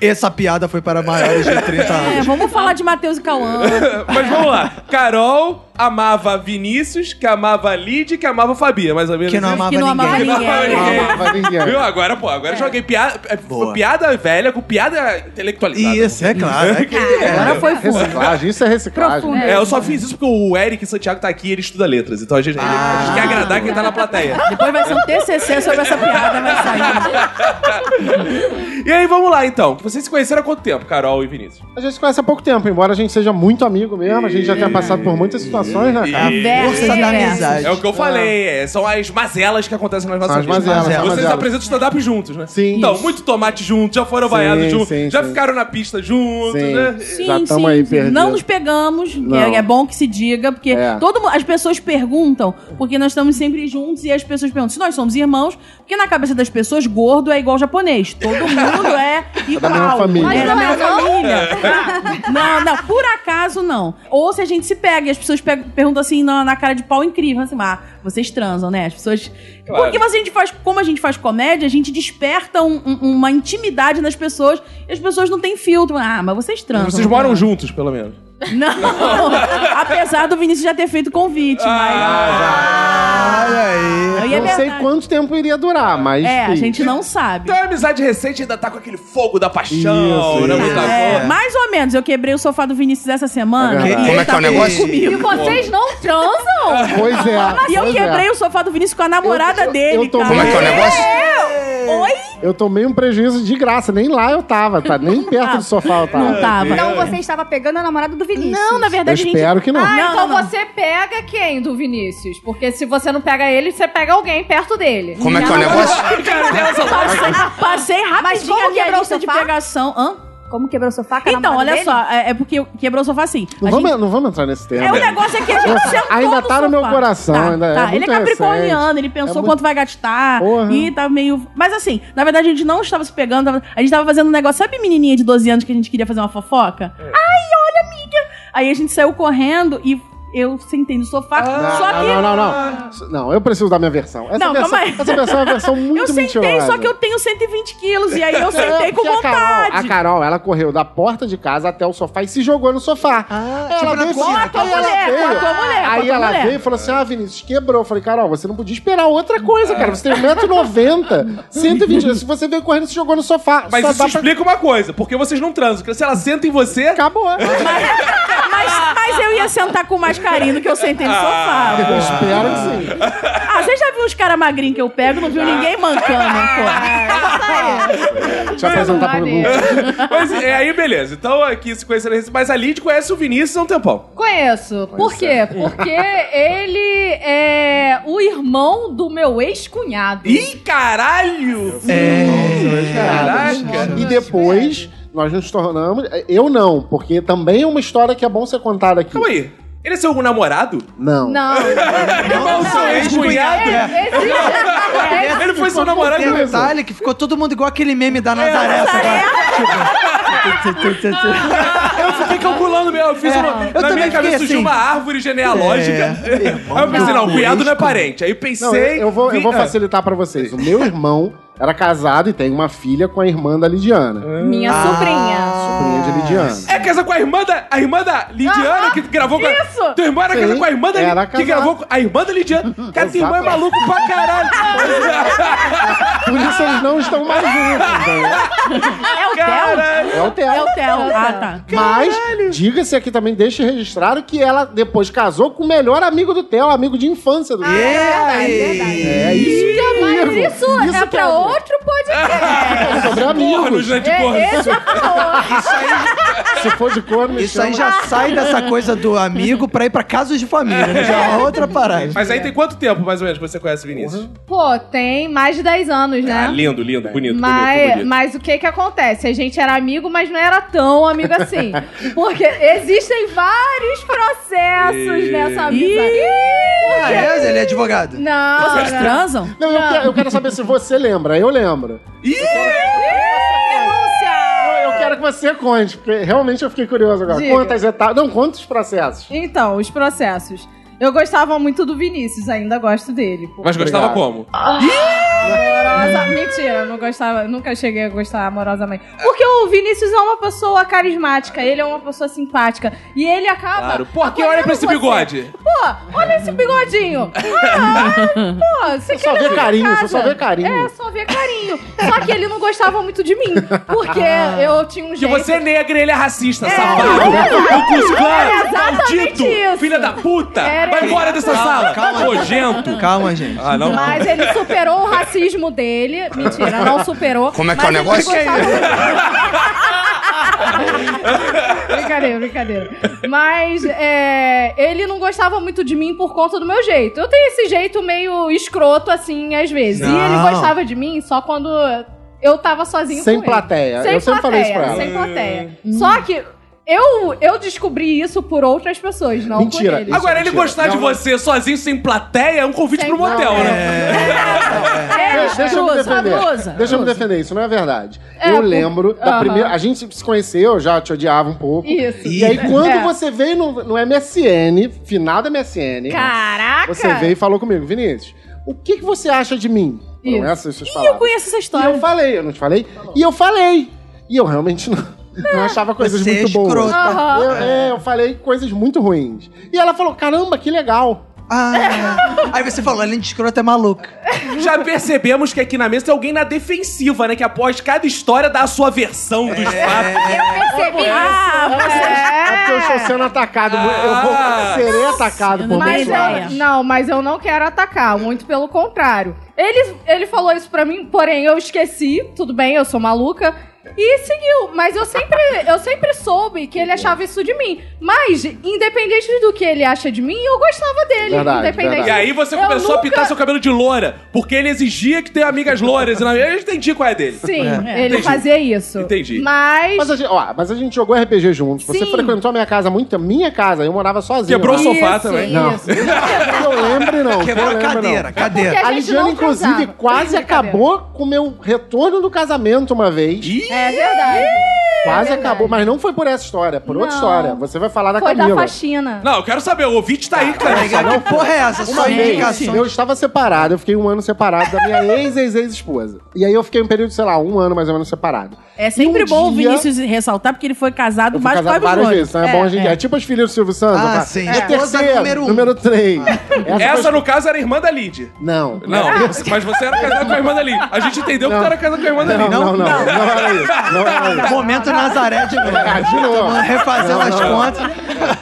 B: Essa piada foi para maiores de 30
G: É,
B: anos.
G: vamos falar de Matheus e Cauã.
A: Mas vamos lá. Carol amava Vinícius, que amava Lid, que amava Fabia, mais ou menos.
B: Que não
A: isso.
B: amava
G: que não amava
B: ninguém.
A: Que não amava
G: ninguém.
A: ninguém.
F: Vai ninguém.
A: Viu? Agora, pô, agora eu joguei piada, é,
B: Boa.
A: piada velha com piada intelectualizada.
B: Isso, é claro. é que-
G: Agora foi fundo.
F: Reciclagem, isso é reciclagem.
A: É, eu só fiz isso porque o Eric Santiago tá aqui e ele estuda letras. Então a gente, ele- a
B: Ah.
A: gente quer agradar quem tá na plateia.
G: Depois vai ser um TCC sobre essa piada, vai sair.
A: E aí, vamos lá então. Vocês se conheceram há quanto tempo, Carol e Vinícius?
F: A gente se conhece há pouco tempo, embora a gente seja muito amigo mesmo, a gente já tenha passado por muitas situações, né, cara?
B: Força da amizade.
A: É o que eu falei, é, são as mazelas que acontecem nas nossas
F: As
A: vidas.
F: mazelas,
A: Vocês
F: as mazelas.
A: apresentam stand-up juntos, né?
F: Sim.
A: Então,
F: Isso.
A: muito tomate junto, já foram
F: Sim,
A: baiados juntos,
F: sim,
A: já
F: sim.
A: ficaram na pista juntos,
F: Sim.
A: né?
G: Sim,
F: Já tamo
G: sim,
F: aí
G: sim.
F: perdido.
G: Não nos pegamos, que
F: Não.
G: é, é bom que se diga, porque
F: É.
G: todo mu- as pessoas perguntam, porque nós estamos sempre juntos e as pessoas perguntam se nós somos irmãos, porque na cabeça das pessoas gordo é igual japonês, todo mundo é igual.
F: mesma família.
G: É
F: Mas
G: da
C: não
G: mesma
C: é não?
G: família. Não, não, por acaso não. Ou se a gente se pega e as pessoas pegam- perguntam assim na, na cara de pau incrível, assim, ah, vocês transam, né? As pessoas
A: Claro.
G: porque você, a gente faz, como a gente faz comédia, a gente desperta um- um- uma intimidade nas pessoas e as pessoas não têm filtro. Ah, mas vocês transam. né?"
A: Vocês moram juntos, pelo menos.
G: Não! Apesar do Vinícius já ter feito convite,
A: Ah,
B: Olha aí.
G: mas. Aí é
F: Não sei
G: verdade.
F: quanto tempo iria durar, mas.
G: É, a
F: enfim.
G: gente não sabe.
A: Então a amizade recente ainda tá com aquele fogo da paixão,
F: Isso,
A: né?
F: isso.
A: Muita
G: É,
A: coisa.
G: mais ou menos, eu quebrei o sofá do Vinícius essa
F: É
G: semana.
F: verdade.
G: e
B: Como
G: ele
B: é que é
G: tá
B: o negócio?
G: feliz
C: E
G: comigo.
C: vocês não transam?
F: Pois é.
G: E eu
F: pois é.
G: quebrei o sofá do Vinícius com a namorada
F: Eu- eu-
G: dele,
F: eu tô-
G: cara.
F: Como é que é o
H: negócio?
G: Oi?
F: Eu tomei um prejuízo de graça, nem lá eu tava, tá? Nem perto do sofá eu tava.
G: Não tava.
D: Então você estava pegando a namorada do Vinícius.
G: Não, na
F: Eu
G: verdade, a gente.
F: espero que não.
C: Ah,
G: Não,
C: então
G: não, não.
C: você pega quem do Vinícius? Porque se você não pega ele, você pega alguém perto dele. Então,
H: Como é que é o negócio?
G: assim. Passei
D: Mas
G: rapidinho
D: como
G: ali a
D: quebrou o
G: lista de
D: sofá?
G: é pegação. Hã?
D: Como quebrou o sofá com a
G: Então,
D: namorada
G: olha
D: dele?
G: só, é, é porque eu- quebrou o sofá assim. A
F: Não vamos,
G: gente-
F: não vamos entrar nesse tema.
G: É o negócio é que a gente sentou
F: Ainda tá no meu
G: sofá.
F: coração,
G: Tá,
F: ainda é
G: tá. Ele é
F: muito
G: capricorniano,
F: recente.
G: ele pensou
F: É muito-
G: quanto vai gastar
F: Porra.
G: e tá meio. Mas assim, na verdade a gente não estava se pegando, tava- a gente tava fazendo um negócio. Sabe, menininha de 12 anos que a gente queria fazer uma fofoca?
F: É.
G: Ai, olha, amiga! Aí a gente saiu correndo e eu sentei no sofá.
F: Ah, Não,
G: só que.
F: não, não, não, não. Não, eu preciso da minha versão. Essa,
G: Não,
F: versão,
G: calma aí.
F: essa versão é uma versão muito
G: Eu sentei,
F: mentirosa.
G: só que eu tenho 120 quilos. E aí eu
F: É,
G: sentei com
F: porque a Carol-
G: vontade.
F: A Carol, ela correu da porta de casa até o sofá e se jogou no sofá.
B: Ah,
F: ela
B: tipo na
F: veio,
B: cozinha,
F: "Caraca",
G: com a
F: aí ela
G: mulher,
F: veio.
G: com a mulher,
F: Aí
G: com a
F: ela
G: mulher.
F: veio e falou assim, ah, Vinícius, quebrou. Eu falei, Carol, você não podia esperar outra coisa, cara. Você tem 1,90m, 120 Se você veio correndo e se jogou no sofá.
A: Mas
F: só
A: isso explica uma coisa, porque vocês não transam. porque Se ela senta em você,
F: Acabou.
G: Mas, mas eu ia sentar com mais carinho do que eu sentei
F: Ah,
G: no
A: Ah.
G: sofá.
F: Eu espero que sim.
G: Ah, você já viu os caras magrinhos que eu pego? Não viu ninguém mancando, pô.
F: Deixa eu
G: é
F: apresentar pro
C: Maneiro.
F: Lucas.
A: mas é aí, beleza. Então aqui se conheceram recente, mas a Lid conhece o Vinícius há um tempão.
C: Conheço. Por quê? Porque ele é o irmão do meu ex-cunhado.
A: Ih, caralho!
B: É.
F: Caraca. E depois Nós nos tornamos. Eu não, porque também é uma história que é bom ser contada aqui.
A: Calma aí. Ele é seu namorado?
F: Não.
C: Não.
A: Não, seu ex-cunhado?
B: É.
C: Existe.
A: Ele foi seu namorado
B: Tem um
A: mesmo.
B: detalhe que ficou todo mundo igual aquele meme da Nazaré. sabe? Tipo-
A: Eu fiquei calculando mesmo. Eu fiz
B: É.
A: uma,
B: Eu
A: na
B: também
A: minha
B: fiquei
A: cabeça surgiu
B: assim.
A: uma árvore genealógica.
B: É.
A: Aí eu pensei, não, cunhado não é parente. Aí pensei.
F: Não, eu, eu vou, eu
A: vi-
F: vou
A: ah,
F: facilitar pra vocês. O meu irmão era casado e tem uma filha com a irmã da Lidiana.
C: Minha
A: Ah.
C: sobrinha.
F: Sobrinha de Lidiana.
A: É casa com a irmã da, a irmã da Lidiana que gravou com a.
C: isso!
A: Tua irmã era casa
F: Sim,
A: com a irmã da
F: era
A: que
F: casada.
A: gravou com a irmã da Lidiana. Cara, tua irmã é maluco pra caralho.
F: é Por isso eles não estão mais juntos. né?
G: É o Theo?
A: Caralho.
F: É o Theo.
G: É o Theo. Ah, tá.
F: Mas, diga-se aqui também, deixe registrado que ela depois casou com o melhor amigo do Theo, amigo de infância do Theo. É isso que é amigo.
C: Mas isso, é
F: que é
C: pra
F: amigo.
C: outro podcast.
F: É sobre
A: Pornos,
F: amigos.
A: né? De
C: É,
A: porra.
C: esse é pra outro.
F: Se for de cor, me
B: Isso aí
F: chama.
B: já sai dessa coisa do amigo pra ir pra casos de família, né? Já é uma outra parada.
A: Mas aí tem quanto tempo, mais ou menos, que você conhece o Vinícius?
C: Pô, tem mais de 10 anos, né?
A: Ah, lindo, lindo, bonito,
C: Mas,
A: bonito, bonito.
C: mas o que que acontece? A gente era amigo, mas não era tão amigo assim. Porque existem vários processos nessa amizade.
B: Ah, é? Ele é advogado.
C: Não,
G: Vocês
C: não.
G: transam?
F: Não, eu, quero, eu quero saber se você lembra. Eu lembro.
C: Denúncia!
F: Eu quero que você conte, porque realmente eu fiquei curioso agora.
C: Diga.
F: Quantas etapas... Não, quantos processos?
C: Então, os processos. Eu gostava muito do Vinícius, ainda gosto dele. pô. Ah,
A: Mas gostava
F: Obrigado.
A: como?
C: Amorosa. Mentira, eu não gostava, nunca cheguei a gostar amorosamente. Porque o Vinícius é uma pessoa carismática, ele é uma pessoa simpática. E ele acaba.
A: Claro. Porra, que olha pra esse
C: apoiando você.
A: bigode.
C: Pô, olha esse bigodinho. Ah, pô, você
F: Você só
C: quer
F: vê
C: essa
F: carinho,
C: casa?
F: você só vê carinho.
C: É, só vê carinho. Só que ele não gostava muito de mim, porque
F: Ah.
C: eu tinha um
A: Que
C: jeito...
A: você é negra e ele é racista, safado. O
C: Era
A: Cusclã,
C: É exatamente
A: maldito,
C: isso.
A: filha da puta.
C: Era
A: Vai embora dessa sala.
B: calma.
A: Nojento.
B: Calma, gente.
A: Ah, não.
C: Mas ele superou o racismo dele. Mentira, não superou. Como é que é o negócio? brincadeira, brincadeira. Mas é, ele não gostava muito de mim por conta do meu jeito. Eu tenho esse jeito meio escroto, assim, às vezes. E ele
B: Não.
C: gostava de mim só quando eu tava sozinho
F: Sem
C: com ele.
F: plateia.
C: Sem
F: eu sempre falei isso pra ela.
C: plateia,
F: Hum.
C: Sem plateia. Só que eu, eu descobri isso por outras pessoas, não
F: Mentira. é
C: por ele.
A: Agora, ele
F: Mentira.
A: gostar de você sozinho, sem plateia, é um convite
C: Sem
A: pro motel,
C: plateia.
A: né?
C: É,
F: Deixa, deixa eu me
G: Blusa,
F: defender.
G: blusa,
F: deixa eu me
G: blusa.
F: defender, isso não é verdade.
C: É,
F: eu
C: por-
F: lembro da
C: Aham.
F: primeira. A gente se conheceu, eu já te odiava um pouco.
C: Isso.
F: E aí, quando
C: É.
F: você veio no, no MSN, finada MSN,
C: Caraca!
F: você veio e falou comigo, Vinícius, o que, que você acha de mim? Foram
C: Isso.
F: essas suas
G: Ih, eu
F: palavras.
G: conheço essa
F: e eu
G: história.
F: falei, eu não te falei? E eu falei. E eu realmente não, não achava coisas
B: Você é
F: muito boas.
B: escrota.
C: Aham.
F: Eu, é, eu falei coisas muito ruins. E ela falou: caramba, que legal.
B: Ah. Aí você falou, além de escroto, é maluco.
A: Já percebemos que aqui na mesa tem alguém na defensiva, né? Que após cada história dá a sua versão dos
B: É.
A: fatos.
C: percebi
G: Ah,
F: É porque eu estou sendo atacado.
A: Ah.
F: eu vou, serei atacado
G: Eu
F: por
G: não
C: Mas
G: Bem
C: eu,
G: ideia.
C: não, mas eu não quero atacar, muito pelo contrário. Ele, ele falou isso pra mim, porém eu esqueci, tudo bem, eu sou maluca. E seguiu, mas eu sempre, eu sempre soube que ele achava isso de mim. Mas, independente do que ele acha de mim, eu gostava dele.
F: Verdade,
C: é independente.
F: verdade.
A: E aí você
C: Eu
A: começou a
C: nunca-
A: pintar seu cabelo de loura, porque ele exigia que tenha amigas louras. E na verdade, eu entendi qual é dele.
C: Sim,
G: É.
C: ele
A: Entendi.
C: fazia isso.
A: Entendi.
C: Mas.
F: Mas a, gente, ó, mas a gente jogou RPG juntos. Você
C: Sim.
F: frequentou a minha casa muito tempo. Minha casa, eu morava sozinho.
A: Quebrou o
F: lá.
A: sofá. também.
F: Não.
C: isso.
F: Que eu lembre, não. que eu
B: Quebrou a
F: lembre,
B: cadeira,
F: não.
B: cadeira.
C: Porque
F: A
C: gente
F: Ligiana,
C: não
F: inclusive,
C: transava.
F: quase
C: Brincadeira.
F: acabou com o meu retorno do casamento uma vez.
C: É verdade.
F: quase
C: É verdade.
F: acabou, mas não foi por essa história, por outra
C: Não.
F: história. Você vai falar da
C: Foi da
F: Camila.
C: faxina.
A: Não, eu quero saber, o ouvinte tá aí, cara.
B: Que porra é essa? Só
F: Uma vez,
B: indicação.
F: eu estava separado, eu fiquei um ano separado da minha ex-ex-ex-esposa. E aí eu fiquei um período, sei lá, um ano mais ou menos separado.
G: É sempre
F: E um
G: bom o
F: dia-
G: Vinícius ressaltar, porque ele foi casado
F: Eu fui
G: mais
F: casado
G: quase
F: várias vezes, então é, bom a gente. É. tipo as filhas do Silvio Santos.
B: Ah,
F: eu falo,
B: sim.
F: É.
B: Esposa
F: Terceiro,
B: número um.
F: Número 3.
A: Essa, no caso, era a irmã da Lid.
F: Não.
A: Não, mas você era casado com a irmã da Lid. A gente entendeu que tu era casado com a irmã da
F: Ah. Não, não,
A: Lid.
F: não, não, era isso. Não era isso.
B: um Momento Nazaré de novo.
F: Ah, de novo.
B: Vamos Refazendo as contas.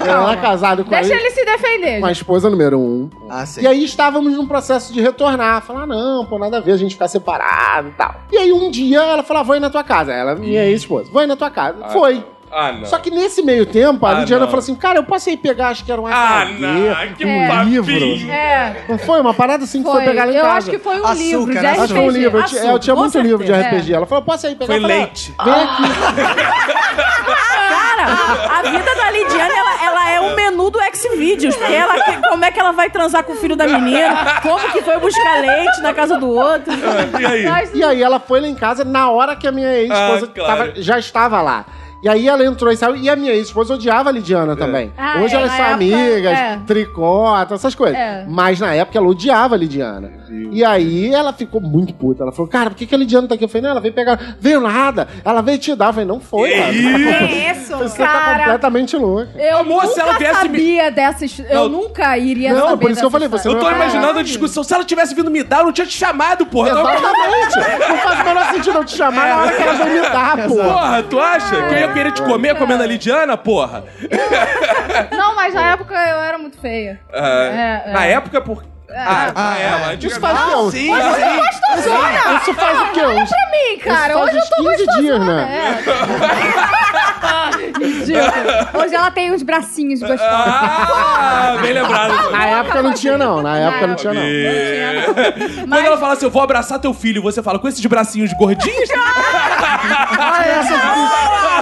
F: Eu era casado com a,
C: Deixa ele se defender.
F: com a esposa número um.
B: Ah, sim.
F: E aí estávamos num processo de retornar. Falar, "Ah, não, pô, nada a ver a gente ficar separado e tal. E aí um dia ela falou, ah, vou ir na tua casa. Ela, minha ex-esposa, vou ir na tua casa. Foi.
A: Ah, não.
F: Só que nesse meio tempo, a
A: Ah,
F: Lidiana
A: não.
F: falou assim, cara, eu posso ir pegar, acho que era um
A: Ah,
F: HD,
A: não, que
F: um
A: papinho.
F: livro.
C: É,
F: Não foi? Uma parada assim que foi,
C: foi.
F: pegar lá em
C: Eu
F: casa.
C: acho que foi um
B: Açúcar,
C: livro de
B: né?
C: RPG.
F: Acho que foi um livro. Eu tinha- eu tinha
G: com
F: muito livro de
G: certeza.
F: RPG. Ela falou, posso ir pegar?
A: Foi
F: Eu falei,
A: leite.
F: Vem aqui.
G: Cara, a vida da Lidiane, ela, ela é o menu do Xvideos. Porque ela, que- como é que ela vai transar com o filho da menina? Como que foi buscar leite na casa do outro?
A: Ah, E aí?
C: Nós-
F: E aí ela foi lá em casa na hora que a minha ex-esposa
A: Ah, claro.
F: tava- já estava lá. E aí ela entrou e saiu. E a minha ex-esposa odiava a Lidiana também.
C: Ah,
F: Hoje
C: é,
F: elas
C: na
F: são
C: época,
F: amigas,
C: é.
F: tricota, essas coisas.
C: É.
F: Mas na época ela odiava a Lidiana. E aí ela ficou muito puta. Ela falou, cara, por que, que a Lidiana tá aqui? Eu falei, não, ela veio pegar... Veio nada. Ela veio te dar. Eu falei, não foi, cara.
H: É isso?
F: Você tá
C: Cara.
F: completamente louca.
C: Eu
A: Amor, se
C: nunca
A: ela viesse me-
C: sabia dessas... Eu nunca iria
F: Não,
C: saber
F: por isso que eu
C: dessa
F: falei, você é
C: história.
A: Eu tô
F: Caralho.
A: imaginando a discussão. Se ela tivesse vindo me dar, eu não tinha te chamado, porra. Tava-
F: Exatamente. não faz o menor sentido eu te chamar na hora que ela veio me dar, pô.
A: Porra, tu acha que eu ia
F: É,
A: querer te comer comendo a Lidiana, porra?
C: É. Não, mas na época eu era muito feia.
A: Ah,
C: É,
A: Na
C: é.
A: época, por... Ah, ah, é, mas
F: Isso faz o quê? Uns-
A: sim, sim.
F: Isso faz o quê? Uns
C: Pra mim, cara,
F: faz
C: hoje eu
F: uns
C: tô
F: 15
C: gostosona.
F: dias, né?
C: É. Ridículo.
D: Hoje ela tem uns bracinhos gostosos.
A: Ah, bem lembrado.
F: Na época não tinha, não. Na época É. não tinha, não.
A: Quando ela fala assim, eu vou abraçar teu filho, você fala, com esses bracinhos gordinhos?
C: Ah,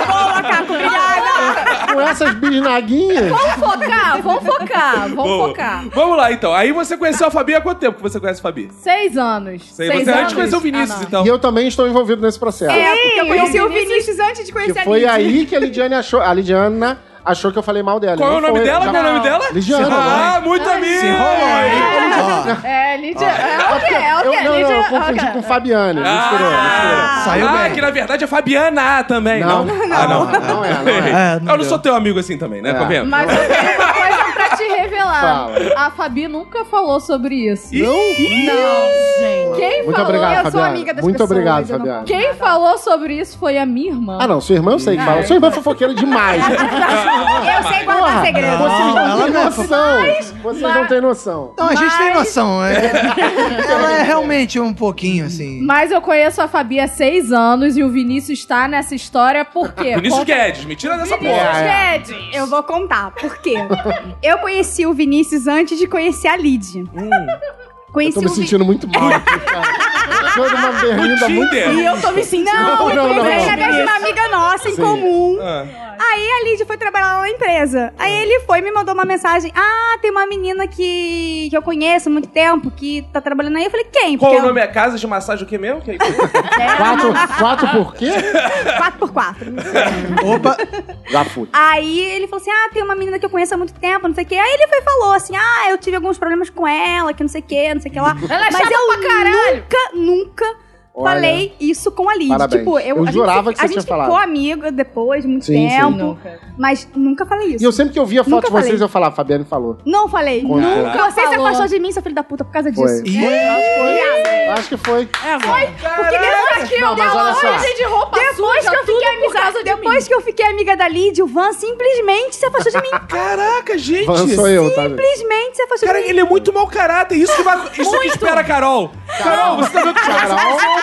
G: Boa, Caco, obrigada.
F: Com essas bisnaguinhas.
C: Vamos focar, vamos focar, vamos
A: Boa.
C: focar.
A: Vamos lá, então. Aí você conheceu a Fabi há quanto tempo que você conhece a Fabi?
C: Seis anos.
A: Sei,
C: Seis
A: você
C: anos.
A: antes conheceu o Vinícius,
C: Ah, não.
A: então.
F: E eu também estou envolvido nesse processo.
H: É, porque eu
C: Sim,
H: conheci
C: eu-
H: o Vinícius antes de conhecer
F: Que
H: a
F: foi
H: Lidia.
F: aí que a Lidiane achou. A Lidiana achou que eu falei mal dela.
A: Qual é o
F: Não
A: nome
F: foi,
A: dela?
F: já-
A: Qual é o nome dela?
F: Lidiana,
A: Ah, muito amigo! hein?
B: Ó,
C: É, Lídia. É o quê? É o
F: Ah. Eu,
C: quê?
F: não, não,
C: Lídia.
F: eu
C: ah,
F: confundi
C: cara.
F: com Fabiane. Misturou, misturou.
A: Ah,
B: Saiu
A: ah,
B: bem.
A: que na verdade é Fabiana também.
F: Não,
A: não.
F: não, não é, não é.
B: É, não
A: eu não
B: deu.
A: sou teu amigo assim também, né?
F: É.
A: Convenhamos.
C: Mas eu tenho uma coisa pra te revelar.
F: Fala.
C: A Fabi nunca falou sobre isso.
A: Ih,
G: Gente.
C: Quem
F: Muito
C: falou?
F: obrigado,
H: eu sou
F: Fabiane.
H: amiga das
F: Muito
H: pessoas, eu
F: obrigado,
H: não-
F: Fabiane.
C: Quem falou sobre isso foi a minha irmã.
F: Ah, não, sua irmã eu sei que fala. Sua irmã é fofoqueira demais.
C: Ah, tá.
H: Eu sei guardar segredo.
F: Vocês não
B: ela
F: têm
B: não é
F: noção. Vocês não têm noção.
B: Não, a gente tem noção. é. Ela é realmente um pouquinho assim.
C: Mas eu conheço a Fabi há seis anos e o Vinícius está nessa história por quê?
A: Vinícius
C: Conta-
A: Guedes, me tira dessa
C: Vinícius
A: porra.
F: é.
C: Guedes.
D: Eu vou contar, por quê? Eu conheci o Vinícius antes de conhecer a Lid.
C: Hum.
F: Eu
D: Conheci
F: tô me
D: o Vi-
F: sentindo muito mal aqui, cara. Toda uma berlinda muito.
G: E
A: Tinder.
G: eu tô me sentindo.
D: Não,
F: Não, não, não.
D: eu através de uma amiga nossa em
F: Sim.
D: comum.
A: Ah,
D: Aí a Lídia foi trabalhar lá na empresa.
C: Hum.
D: Aí ele foi e me mandou uma mensagem. Ah, tem uma menina que, que eu conheço há muito tempo que tá trabalhando aí. Eu falei, quem?
A: Qual
D: Porque
A: o nome é casa de massagem o que mesmo? Que-
F: É, Quatro, quatro por quê?
D: é 4x4.
B: Opa,
F: Gafuta.
D: Aí ele falou assim: Ah, tem uma menina que eu conheço há muito tempo, não sei o quê. Aí ele foi e falou assim: Ah, eu tive alguns problemas com ela, que não sei o quê, não sei o que lá.
C: Ela é
D: Mas
C: chata
D: eu
C: pra caralho.
D: nunca, nunca
F: Olha,
D: falei isso com a Lid.
F: parabéns.
D: Tipo,
F: Eu
D: a gente
F: jurava
D: se-
F: que você
D: A gente
F: tinha falado.
D: ficou amiga depois, muito
F: Sim, sim.
D: tempo. Mas nunca falei
F: E
D: isso.
F: eu sempre que eu via foto
D: Nunca
F: de vocês,
D: falei.
F: eu falava, Fabiane falou.
D: Não falei.
F: Conta.
D: Nunca. Você se
C: falou.
D: afastou de mim, seu filho da puta, por causa disso.
F: Foi.
B: Ih.
F: Foi. Acho que foi.
G: É, mano.
C: Porque depois que eu
F: Não,
C: dei
F: mas
C: uma
F: olha só.
C: loja de roupa
D: Depois
C: suja,
D: que eu
C: tudo
D: fiquei
C: por causa
D: amiga,
C: de
D: depois que eu fiquei amiga da Lid, o Van simplesmente se afastou de mim.
A: Caraca, gente.
F: Van sou eu, tá? gente?
D: simplesmente se afastou
A: Cara,
D: de mim.
A: ele é muito mau caráter. Isso que, vai, isso que espera a Carol. Carol, você tá vendo o que
F: Carol,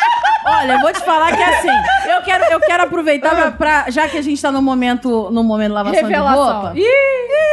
G: Olha, eu vou te falar que é assim. Eu quero, eu quero aproveitar pra, pra- Já que a gente tá no momento, no momento lavação de
C: Revelação.
G: roupa.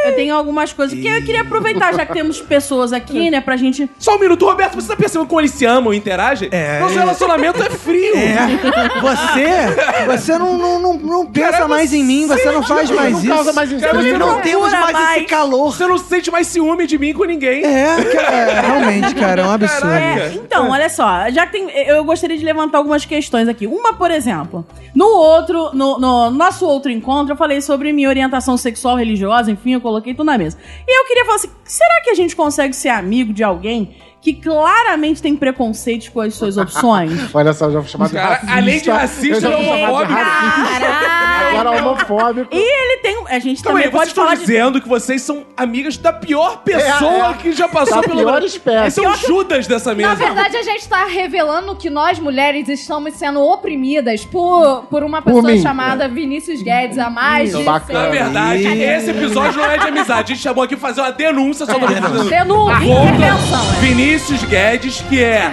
G: Eu tenho algumas coisas que eu queria aproveitar, já que temos pessoas aqui, né, pra gente.
A: Só um minuto, Roberto, você tá percebendo como eles se amam e interagem?
B: É.
A: Nosso relacionamento é frio.
B: é. Você, você não, não, não, não pensa
A: Cara,
B: mais em mim, você não faz mais
F: não
B: isso.
F: causa mais
A: Cara,
F: insônia.
A: você
B: não
A: não
B: temos
G: cura
B: mais, esse
G: mais.
B: calor.
A: Você não sente mais ciúme de mim com ninguém.
B: É, cara, é, realmente, cara, é um absurdo.
A: Caraca.
G: É, então, olha só, já que tem, eu gostaria de levantar algumas questões aqui. Uma, por exemplo, no outro, no, no nosso outro encontro, eu falei sobre minha orientação sexual religiosa, enfim, eu coloquei tudo na mesa. E eu queria falar assim: será que a gente consegue ser amigo de alguém que claramente tem preconceitos com as suas opções?
F: Olha só, eu já fui chamado de
A: Cara,
F: racista.
A: além de racista,
F: eu já fui
A: ele é
F: chamado de
A: homofóbico.
F: racista. Agora é homofóbico.
G: E ele tem. um, A gente também
A: Também, vocês
G: pode
A: estão
G: falar de.
A: dizendo que vocês são amigas da pior pessoa
F: É, é.
A: que já passou
F: Da
A: pelo...
F: pior espécie.
A: Esse é o Judas dessa
C: Na
A: mesa.
C: verdade, a gente tá revelando que nós, mulheres, estamos sendo oprimidas por, por uma
F: Por
C: pessoa
F: mim.
C: chamada Vinícius Guedes há
G: é
C: mais de
F: bacana.
A: Na verdade,
B: Ih.
A: esse episódio não é de amizade. A gente chamou aqui pra fazer uma denúncia sobre
C: Denúncia,
A: Contra
C: intervenção.
A: Vinícius Guedes, que é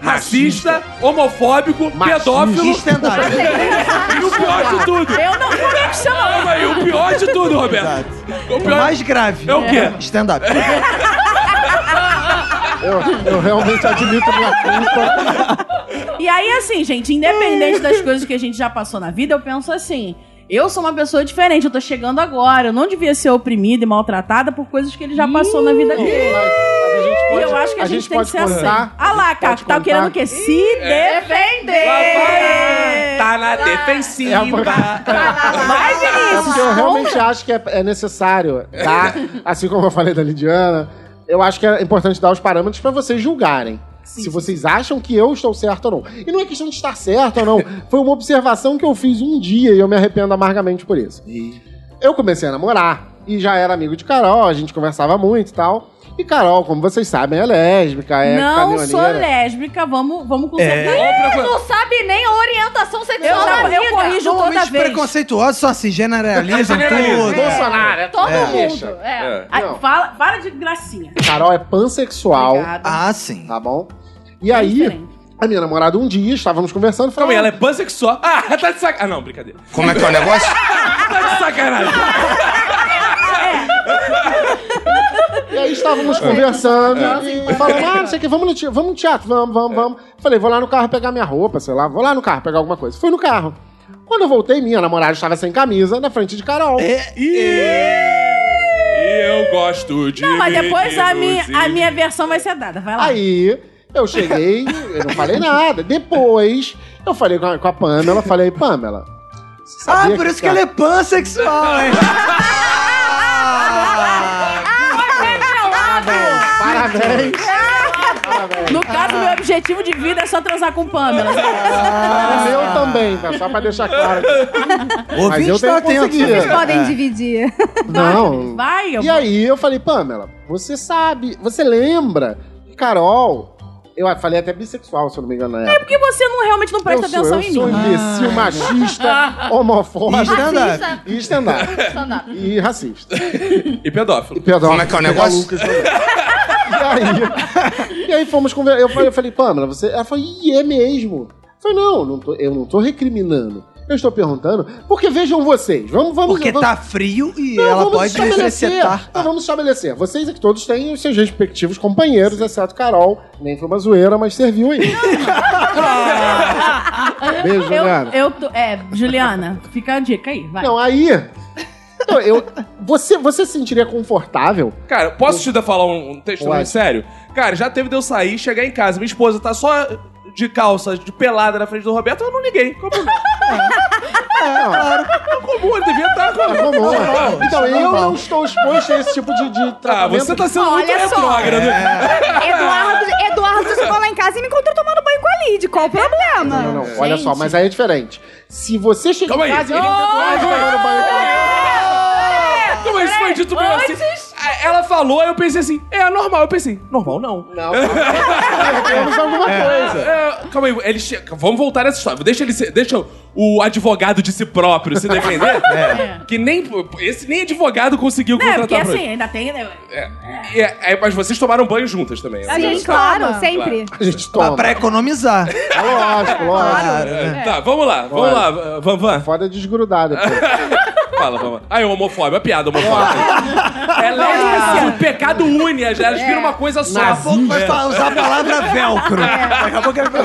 A: racista, homofóbico, pedófilo.
F: é
B: Sustentável.
A: E o pior de tudo.
G: Eu não vou me chamar.
A: Calma aí, o pior de tudo, Roberto.
B: Exato.
A: O
B: O
A: pior
B: mais grave.
A: É o quê?
B: Stand-up.
F: Eu, eu realmente admito minha culpa.
G: E aí, assim, gente, independente das coisas que a gente já passou na vida, eu penso assim. Eu sou uma pessoa diferente, eu tô chegando agora. Eu não devia ser oprimida e maltratada por coisas que ele já passou na vida dele.
F: Mas- mas a gente
G: E
F: pode-
G: eu acho que a, gente, tem que
F: pode
G: ser assim.
F: contar.
G: Ah lá, Caco,
F: pode
G: tá
F: contar.
G: querendo o quê? Se defender!
A: Tá na defensiva.
F: É, porque-
G: Vai,
F: É
G: Vinícius!
F: porque eu realmente acho que é, é necessário, tá? Assim como eu falei da Lidiana, eu acho que é importante dar os parâmetros pra vocês julgarem. Se vocês acham que eu estou certo ou não. E não é questão de estar certo ou não. Foi uma observação que eu fiz um dia e eu me arrependo amargamente por isso. Eu comecei a namorar e já era amigo de Carol, a gente conversava muito e tal. E Carol, como vocês sabem, é lésbica, é
G: Não sou
F: caminhoneira.
G: lésbica, vamos, vamos consertar.
H: Não sabe nem a orientação
G: Eu,
H: sexual da
G: já, eu
H: amiga.
G: corrijo toda
B: Homens
G: vez.
B: preconceituosos só se
A: É
B: generalizam
A: Generaliza.
B: tudo.
F: Bolsonaro, é
H: Todo
F: é,
H: mundo.
F: deixa.
H: É.
G: Ai,
F: Não.
G: fala, para de gracinha.
F: Carol é pansexual,
G: Obrigada.
B: Ah, sim.
F: tá bom? E aí,
G: diferente.
F: a minha namorada um dia, estávamos conversando, falou...
A: Calma aí, ela é pansexual. Ah, tá de sacanagem. Ah, não, brincadeira.
J: Como é que é o negócio?
A: Tá de sacanagem.
F: E aí estávamos
J: É.
F: conversando e falando, ah, não sei o que, vamos no teatro, vamos no teatro, vamos, vamos, vamos. Falei, vou lá no carro pegar minha roupa, sei lá, vou lá no carro pegar alguma coisa. Fui no carro. Quando eu voltei, minha namorada estava sem camisa, na frente de Carol.
B: É.
A: E eu gosto de.
G: Não, mas depois a minha,
A: meninos
G: a
A: e-
G: minha versão vai ser dada. Vai lá.
F: Aí eu cheguei, eu não falei nada. Depois, eu falei com a, com a Pamela, falei, Pamela. você
B: Ah,
F: sabia tá
B: por isso que ele é pansexual, hein?
F: Parabéns! É.
G: No caso, meu objetivo de vida é só transar com né? Pamela.
F: O meu
D: Ah.
F: também, tá? só pra deixar claro.
B: O ouvinte
F: eu tenho
B: está atento.
F: conseguido. Vocês
D: Podem dividir.
F: Não.
G: Vai, eu
F: E aí eu falei, Pamela, você sabe, você lembra que Carol. Eu falei até bissexual, se eu não me engano, na época.
G: É Porque você não, realmente não presta
F: eu sou,
G: atenção
F: eu
G: em
F: sou
G: mim. Ah.
F: imbecil, machista, homofóbico
B: Stand-up.
F: e stand-up.
H: Stand-up.
F: E racista.
A: E pedófilo.
F: Pedro,
J: Como é que é o negócio?
F: e, aí, e aí fomos conversar. Eu falei, eu falei, Pamela, você. Ela falou, ih, é mesmo. Eu falei, não, não tô- eu não tô recriminando. Eu estou perguntando, porque vejam vocês, vamos, vamos.
B: Porque
F: vamos,
B: tá frio e
F: Não,
B: ela
F: vamos
B: pode
F: estabelecer.
B: necessitar.
F: Não, vamos estabelecer. Vocês aqui todos têm os seus respectivos companheiros, exceto Carol. Nem foi uma zoeira, mas serviu aí. Beijo,
G: Eu,
F: Juliana.
G: eu tô, é, Juliana, fica a dica aí, vai.
F: Não, aí. Não, eu, você, você se sentiria confortável?
A: Cara, posso te dar- falar um, um texto
F: Pode.
A: mais sério? Cara, já teve de eu sair, chegar em casa, minha esposa tá só de calça, de pelada na frente do Roberto, eu não liguei. Comum. É comum, ele devia estar
F: Tá
A: com
F: bom, né? Então,
B: isso é
F: eu
B: normal.
F: não estou exposto a esse tipo de, de
A: Ah,
F: tratamento.
A: você tá sendo muito
H: Olha só.
A: retrógrado. né?
F: um
D: É.
H: Eduardo,
D: Eduardo chegou lá em casa e me encontrou tomando banho com a Lid. Qual o problema?
F: Não, não, olha só, mas aí é diferente. Se você chega
A: Calma
F: em
A: aí.
F: casa e quase tomando banho com
A: Como isso foi dito pra assim? Ah, Ela falou, eu pensei assim, é normal. Eu pensei, normal não.
F: Não, perdemos alguma coisa.
A: É, calma aí, ele che- Vamos voltar nessa história. Deixa ele se- deixa o advogado de si próprio se defender.
F: É.
A: Que nem esse nem advogado conseguiu
G: É,
A: contratar
G: porque
F: tá
A: pra ele.
G: assim, ainda tem. né?
A: É, é, é, mas vocês tomaram banho juntas também. né?
H: A gente
D: Claro,
H: toma.
D: sempre.
F: A gente
B: Pra,
F: toma.
B: pra economizar.
F: É lógico, lógico.
A: É, Tá, vamos lá, vamos
F: Bora.
A: lá, v- Van Van.
F: Foda é desgrudar depois.
A: Fala, Van Van. Aí, homofóbio, é piada homofóbica. É lésbica, assim, o pecado une, as- elas viram uma coisa só. tá
B: Daqui a pouco vai fa- usar a palavra velcro.
G: É.
B: Daqui a pouco ele vai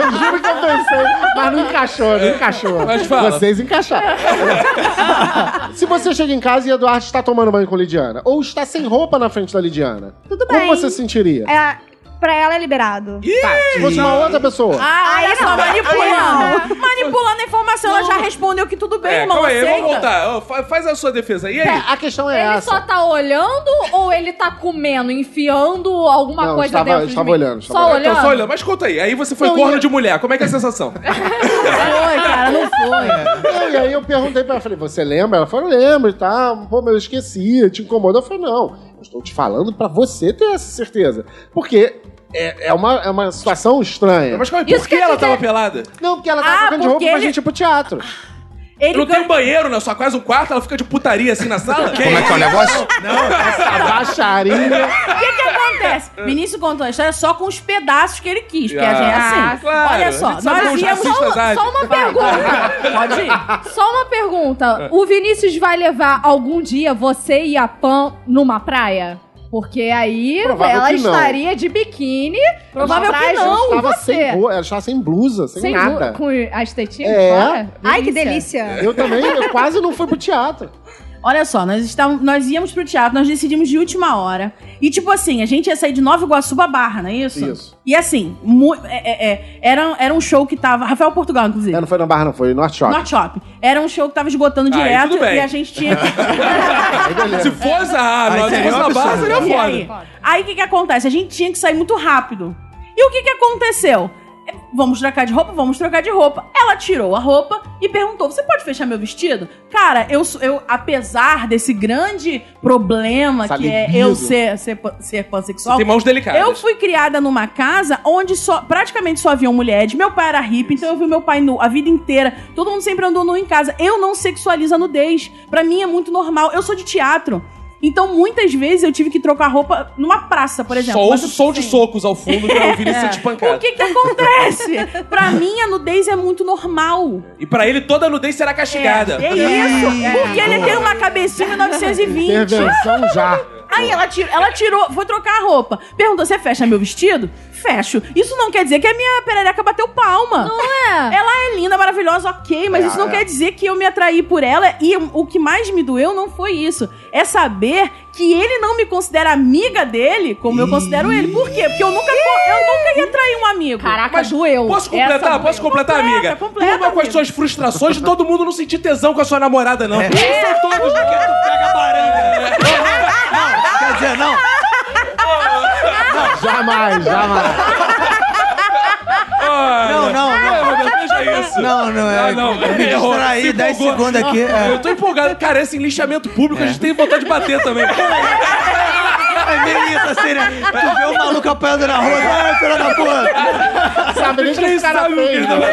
F: Eu juro que eu pensei, mas não encaixou, não encaixou.
A: Mas fala.
F: Vocês encaixaram. Se você chega em casa e Eduardo está tomando banho com Lidiana, ou está sem roupa na frente da Lidiana,
D: Tudo
F: como
D: bem.
F: você se sentiria?
D: É, pra ela é liberado.
F: Tá, se fosse uma outra pessoa.
G: Ah, olha
D: Aí
G: só,
D: não, aí
G: manipulando. Manipulando a informação, ela já respondeu que tudo bem,
A: É,
G: irmão.
A: calma aí,
G: aceita.
A: vamos voltar. Ô, fa- Faz a sua defesa. E aí?
F: A questão é
H: Ele
F: essa.
H: só tá olhando ou ele tá comendo, enfiando alguma
F: Não,
H: coisa
F: estava-
H: dentro de
F: estava
H: mim?
F: olhando, estava
H: só
F: olhando.
H: olhando.
A: Então, só olhando. Mas conta aí, aí você foi
F: Não,
A: corno
F: e-
A: de mulher, como é que é a sensação?
G: Foi, cara, não foi.
F: Não, e aí eu perguntei pra ela, falei, você lembra? Ela falou, lembro e tal. Pô, mas eu esqueci, te incomoda. Eu falei, não, eu estou te falando pra você ter essa certeza. Porque é, é uma, é uma situação estranha.
A: Mas calma aí,
H: Isso
A: por que é?
H: quer
A: ela
H: dizer-
A: tava pelada? Ah,
F: Não, porque ela
G: Ah,
F: tava trocando de roupa
G: porque
F: pra
G: ele-
F: gente ir pro teatro.
G: Ele
A: Eu não
G: ganha-
A: tenho banheiro na sua casa, um quarto, ela fica de putaria assim na sala? Que
J: Como é que é o negócio?
F: Essa baixaria.
G: O que que acontece? Vinícius contou a história só com os pedaços que ele quis, porque a
A: Ah,
G: gente é assim.
A: claro. A
G: Olha
A: gente
G: só,
A: sabe como
G: nós
A: os
G: íamos...
H: Só,
A: racistas
H: só uma pergunta.
G: Pode ir.
H: Só uma pergunta. O Vinícius vai levar algum dia você e a Pan numa praia? Porque aí
F: Provável
H: ela
F: que não.
H: estaria de biquíni.
G: Provável que
H: atrás
G: não.
H: de
F: Ela estava
H: você.
F: sem, blu- ela estava sem blusa, sem,
H: Sem
F: nada.
H: lu- Com as tetinhas
F: É.
H: fora?
D: Ai, que delícia.
F: Eu também, eu quase não fui pro teatro.
G: Olha só, nós, estávamos, nós íamos pro teatro, nós decidimos de última hora. E tipo assim, a gente ia sair de Nova Iguaçu pra Barra, não é isso?
F: Isso.
G: E assim, mu- é- é- é, era, era um show que tava... Rafael Portugal, inclusive.
F: É, não foi na Barra, não, foi no Norte Shopping.
G: Norte Shop. Era um show que tava esgotando
A: Ah, aí
G: direto
A: tudo bem.
G: e a gente tinha que...
A: Se fosse a água,
B: Aí
A: se
B: seria
A: fosse
B: um
A: a barra,
B: absurdo.
A: seria
G: E
A: foda.
G: aí? Aí o que, que acontece? A gente tinha que sair muito rápido. E o que, que aconteceu? É, Vamos trocar de roupa? Vamos trocar de roupa. Ela tirou a roupa e perguntou: Você pode fechar meu vestido? Cara, eu, sou- eu apesar desse grande problema
F: Essa
G: que é
F: libido.
G: eu ser, ser, pan- ser pansexual,
A: Tem mãos delicadas.
G: eu fui criada numa casa onde só, praticamente só haviam mulheres. Meu pai era hippie, então eu vi meu pai nu a vida inteira. Todo mundo sempre andou nu em casa. Eu não sexualizo a nudez. Pra mim é muito normal. Eu sou de teatro. Então muitas vezes eu tive que trocar roupa numa praça, por exemplo.
A: Só
G: Mas
A: ouço
G: eu-
A: som de
G: Sim.
A: socos ao fundo pra ouvir ele ser
G: É. O
A: espancado.
G: que que acontece? pra mim a nudez é muito normal.
A: E pra ele, toda nudez será castigada.
G: É isso. Porque ele tem uma cabecinha 920.
F: Intervenção já.
G: Aí ela, tir- ela tirou, foi trocar a roupa. Perguntou: você fecha meu vestido? Fecho. Isso não quer dizer que a minha perereca bateu palma.
H: Não é?
G: Ela é linda, maravilhosa, ok, mas
F: É,
G: isso não
F: é.
G: quer dizer que eu me atraí por ela. E o que mais me doeu não foi isso. É saber que ele não me considera amiga dele como eu considero ele. Por quê? Porque eu nunca, co- eu nunca ia atrair um amigo.
H: Caraca,
A: Mas
H: doeu.
A: Posso completar?
H: Essa
A: Posso
H: doeu.
A: completar,
G: Completa,
A: amiga?
G: completa,
A: Uma com as
G: amiga.
A: suas frustrações de todo mundo não sentir tesão com a sua namorada,
F: É.
B: É.
A: não. Eles São todos do que tu pega a baranga. né?
B: Quer dizer, não.
F: Jamais, jamais.
A: Olha.
B: Não, não, não.
A: É, Roberto, veja isso.
B: Não, não é.
A: Não, não,
B: Eu me
A: errou. Se
B: distraí 10
A: empolgou.
B: segundos aqui.
A: Eu
B: É.
A: tô empolgado. Cara, esse lixamento público, a gente tem vontade de bater também.
B: É meio isso assim, né? Tu vê o maluco apanhando na rua, vai, filha da puta.
F: Sabe nem que
A: Ele
F: esse cara
A: sabe o que
F: fez,
A: ele tá
F: né?